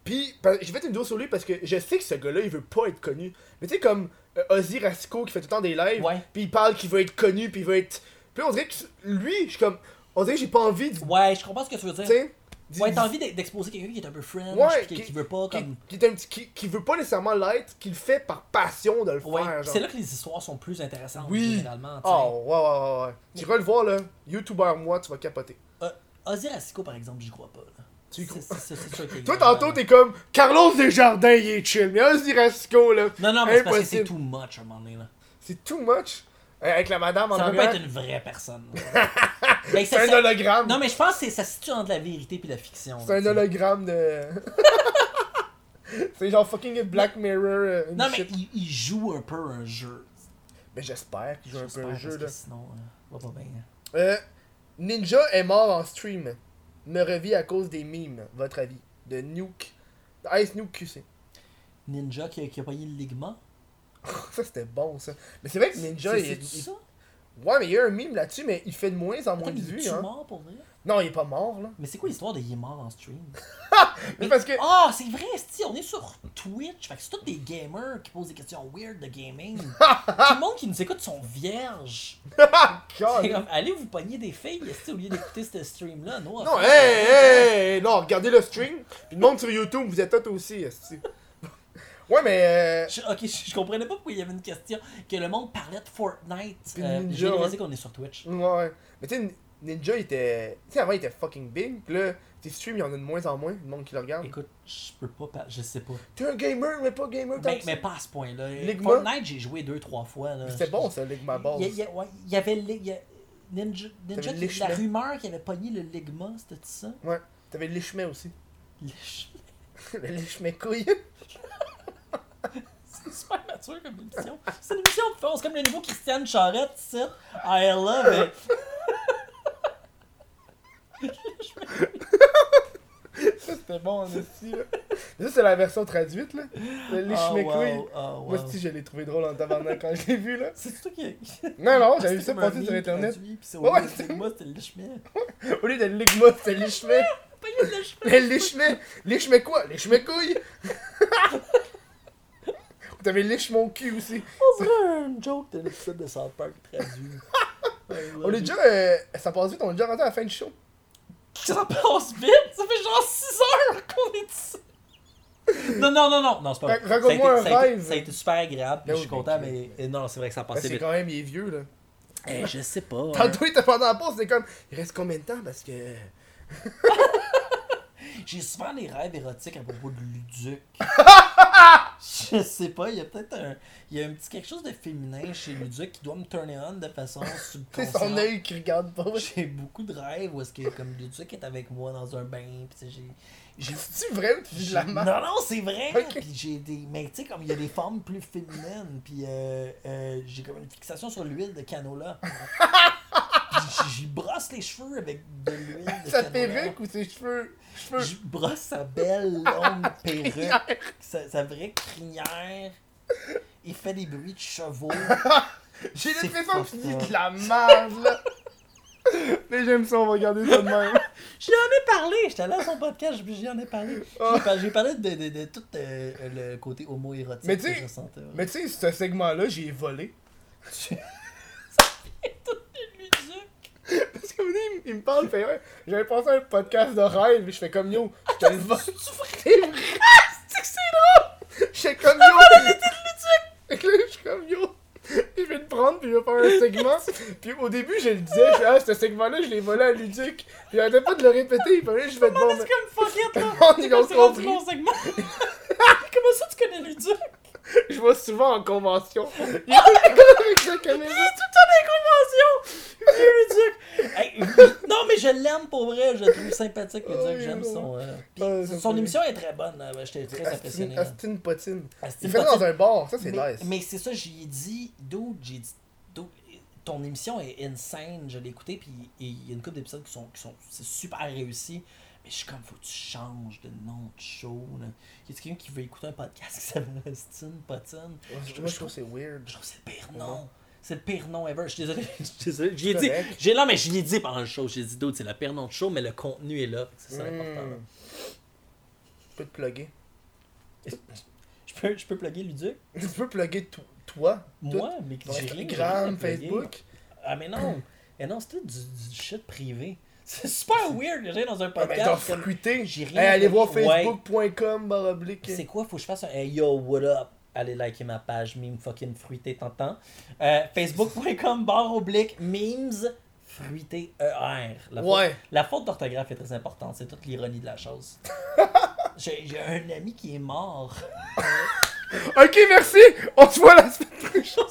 Puis, pa- j'ai fait une vidéo sur lui parce que je sais que ce gars-là, il veut pas être connu. Mais tu sais, comme euh, Ozzy Rasco qui fait tout le temps des lives, Ouais. puis il parle qu'il veut être connu, puis il veut être. Puis on dirait que lui, je suis comme. On dirait que j'ai pas envie de. Ouais, je comprends ce que tu veux Tu dire. sais. du- Ouais, t'as envie d'e- d'exposer quelqu'un qui est un peu fringe, Ouais, puis qui, qui- qui veut pas qui, comme. qui est un petit- qui- qui veut pas nécessairement l'être, qu'il fait par passion de le Ouais, faire. genre. c'est là que les histoires sont plus intéressantes, Oui. généralement. tu sais. Oh, ouais, ouais, ouais, ouais. Tu vas le voir, là. YouTuber, moi, tu vas capoter. Euh, Ozzy Rassico, par exemple, j'y crois pas. là. Tu y crois. C'est- c'est- c'est ça qui est Toi, grave. tantôt, t'es comme Carlos Desjardins, il est chill. Mais un Zirasco, là. Non, non, mais c'est parce que c'est impossible. too much à un moment donné. Là. C'est too much. Euh, Avec la madame en Ça peut arrière. pas être une vraie personne. là. Ben, C'est un ça- hologramme. Non, mais je pense que c'est- ça se situe entre la vérité puis la fiction. C'est un là, tu sais. hologramme de. c'est genre fucking Black Mirror. euh, une Non, mais shit. il, il joue un peu un jeu. Mais j'espère qu'il joue un peu J'espère, un parce jeu, que là. sinon, euh, va pas bien. hein. Euh, Ninja est mort en stream. Me revit à cause des mimes, votre avis. De Nuke. Ice Nuke QC. Ninja qui a, qui a pogné le ligament. Ça, c'était bon, ça. Mais c'est vrai que Ninja, C'est- il, c'est-tu il- ça? Ouais, mais il y a un mime là-dessus, mais il fait de moins en moins Attends, de mais il vues, est hein. mort pour vrai? Non, il est pas mort, là. Mais c'est quoi l'histoire de il est mort en stream? Mais parce que. Ah, c'est vrai, esti, on est sur Twitch. Fait que c'est tous des gamers qui posent des questions weird de gaming. Tout le monde qui nous écoute sont vierges. C'est God. comme, allez vous pogner des filles, esti, au lieu d'écouter ce stream-là. No Non, offense. hey, hey, hey, non, regardez le stream. Puis le monde sur YouTube, vous êtes tous aussi, esti. Ouais, mais. euh, Je- ok, je, je comprenais pas pourquoi il y avait une question que le monde parlait de Fortnite. Puis Euh, Ninja, hein. J'ai réalisé ouais. qu'on est sur Twitch. euh, Ouais. Mais tu sais, Ninja, il était. Tu sais, avant, il était fucking big. Puis là, tes streams, il y en a de moins en moins, le monde qui le regarde. Écoute, je peux pas, par- je sais pas. T'es un gamer, mais pas gamer, tant Mais, que mais ça. pas à ce point-là. Ligma? Fortnite, j'ai joué deux, trois fois. là. Puis C'était bon, ça, Ligma Balls. Il y, a- il y a- ouais, il y avait le- il y a- Ninja, Ninja le qui- la lichement. rumeur qui avait pogné le ligma, c'était ça? Ouais. T'avais le lichemet aussi. Lich- le lichemet couille. C'est super mature comme émission. C'est une émission de force, comme le nouveau Christiane Charette, tu sais. I love it. C'était bon, en esti, là. Mais ça, c'est la version traduite, là. Le lichemet Oh, couille. wow, oh, Moi, wow. si je l'ai trouvé drôle en tabarnak quand je l'ai vu, là. C'est toi qui. Non, non, j'avais Ah, vu c'est ça comme un passer sur meme Internet. traduit, puis c'est Ouais, au lieu de c'est- ligma, c'était le chemin. Au lieu de Ligma, c'était lichemet. Pas le lichement. Mais lichemet. Lichemet quoi Lichemet couille. T'avais liche mon cul aussi. On dirait un joke de l'épisode de South Park traduit. I love On est it. déjà. euh, ça passe vite, on est déjà rendu à la fin du show. Ça passe vite! Ça fait genre 6 heures qu'on est ici! Non, non, non, non! Non, c'est pas Fait- vrai. raconte-moi un Ça a été- ça a été- rêve. Ça a été super agréable, puis Ben je suis oui, content, ben, mais et non, Ah, c'est vrai que ça a Ben, passé c'est vite. quand même, il est vieux, là. Eh, je sais pas. hein. Tantôt, il était pendant la pause, c'est comme. Il reste combien de temps Parce que. J'ai souvent des rêves érotiques à propos de Luduc. je sais pas, il y a peut-être un. Il y a un petit quelque chose de féminin chez Luduc qui doit me turner on de façon C'est subconsciente. son œil qui regarde pas. J'ai beaucoup de rêves où est-ce que comme Luduc est avec moi dans un bain, pis tu sais, j'ai- j'ai C'est-tu vrai ou tu dis de la Non, merde non, c'est vrai! Ok. Puis j'ai des. Mais tu sais, comme il y a des formes plus féminines, puis euh, euh, j'ai comme une fixation sur l'huile de canola. Puis j'y brosse les cheveux avec de l'huile de Sa canola. perruque ou ses cheveux Cheveux. Je brosse sa belle longue perruque, sa, sa vraie crinière. Il fait des bruits de chevaux. J'ai C'est l'impression que tu fucked dis up. de la merde, là. Mais j'aime ça, on va regarder ça de même. J'en ai parlé, j'étais allé à son podcast, puis j'en ai parlé. J'ai par- J'ai parlé de, de- de tout euh, le côté homo-érotique Mais que tu sais- je sentais. ouais. Mais tu sais, ce segment-là, j'ai volé. Parce que il, il me parle, fait ouais, j'avais pensé à un podcast de rêve, je fais comme yo, je te le vole. C'est vrai, c'est que c'est drôle! Je fais comme yo! Fait que là, je suis comme yo! Je vais le prendre, puis je vais faire un segment. Puis au début, je le disais, je fais, ah, ce segment-là, je l'ai volé à Luduc. Puis j'arrêtais pas de le répéter, il fallait que je vais te bon. Comment est-ce que me fuck it, là? On y l'a C'est rendu compris. mon segment. Comment ça tu connais Luduc? mais Je vois souvent en convention. Il est comme avec la caméra. Tout le temps des conventions! Vieux Luduc! Hey, non, mais je l'aime pour vrai, je le trouve sympathique Luduc, Oh, j'aime oui, son... euh, puis Ah, ça son fait- émission est très bonne, euh, ouais, j'étais très impressionné. hein. Astine, Astine là. Potine. Astine Il fait ça Potine. dans un bar, ça c'est mais, nice. mais c'est ça, j'y ai dit, dude, j'ai dit, dude, ton émission est insane, je l'ai écouté, puis il y a une couple d'épisodes qui sont, qui sont c'est super réussi. Mais je suis comme, faut que tu changes de nom de show. Là. Y a quelqu'un qui veut écouter un podcast qui s'appelle Austin Potine? Moi Je- je je trouve que c'est weird. Je trouve que c'est le pire nom. C'est le pire nom ever. Je suis désolé. Je suis désolé. J'y ai dit. Correct. J'ai là, mais je l'ai dit pendant le show. J'ai dit d'autres, c'est le pire nom de show, mais le contenu est là. C'est ça l'important. là. Hmm. Je peux te plugger. Je peux, je peux plugger Luduc Tu peux plugger to- toi, Moi, tout- mais ton j'ai rien- j'ai rien à Instagram, plugger. Facebook. Ah, mais non. mais non, c'est tout du, du shit privé. C'est super weird que j'aille dans un Ah, ben, genre, podcast. comme- fruité. j'ai Hey, rien allez à voir plugger. Ouais. facebook.com, barre oblique. C'est quoi, faut que je fasse un hey, yo, what up? Allez liker ma page, meme fucking fruité, t'entends? Euh, Facebook.com, barre oblique, memes fruité ER. La Ouais. Faute, la faute d'orthographe est très importante, c'est toute l'ironie de la chose. J'ai j'ai un ami qui est mort. Ok, merci! On se voit la semaine prochaine!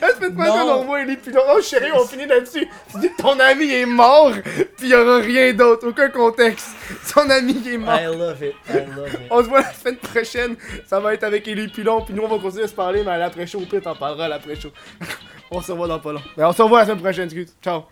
La semaine prochaine, Non. on voit Ellie Pilon. Oh chérie, on finit là-dessus! Tu dis que ton ami est mort, pis y aura rien d'autre, aucun contexte. Son ami est mort. I love it, I love it. On se voit la semaine prochaine. Ça va être avec Élie Pilon, puis nous on va continuer à se parler, mais à Ben, l'après-show, au pire, t'en parleras à l'après-show. on se revoit dans pas long. Mais on se revoit la semaine prochaine, excuse. Ciao!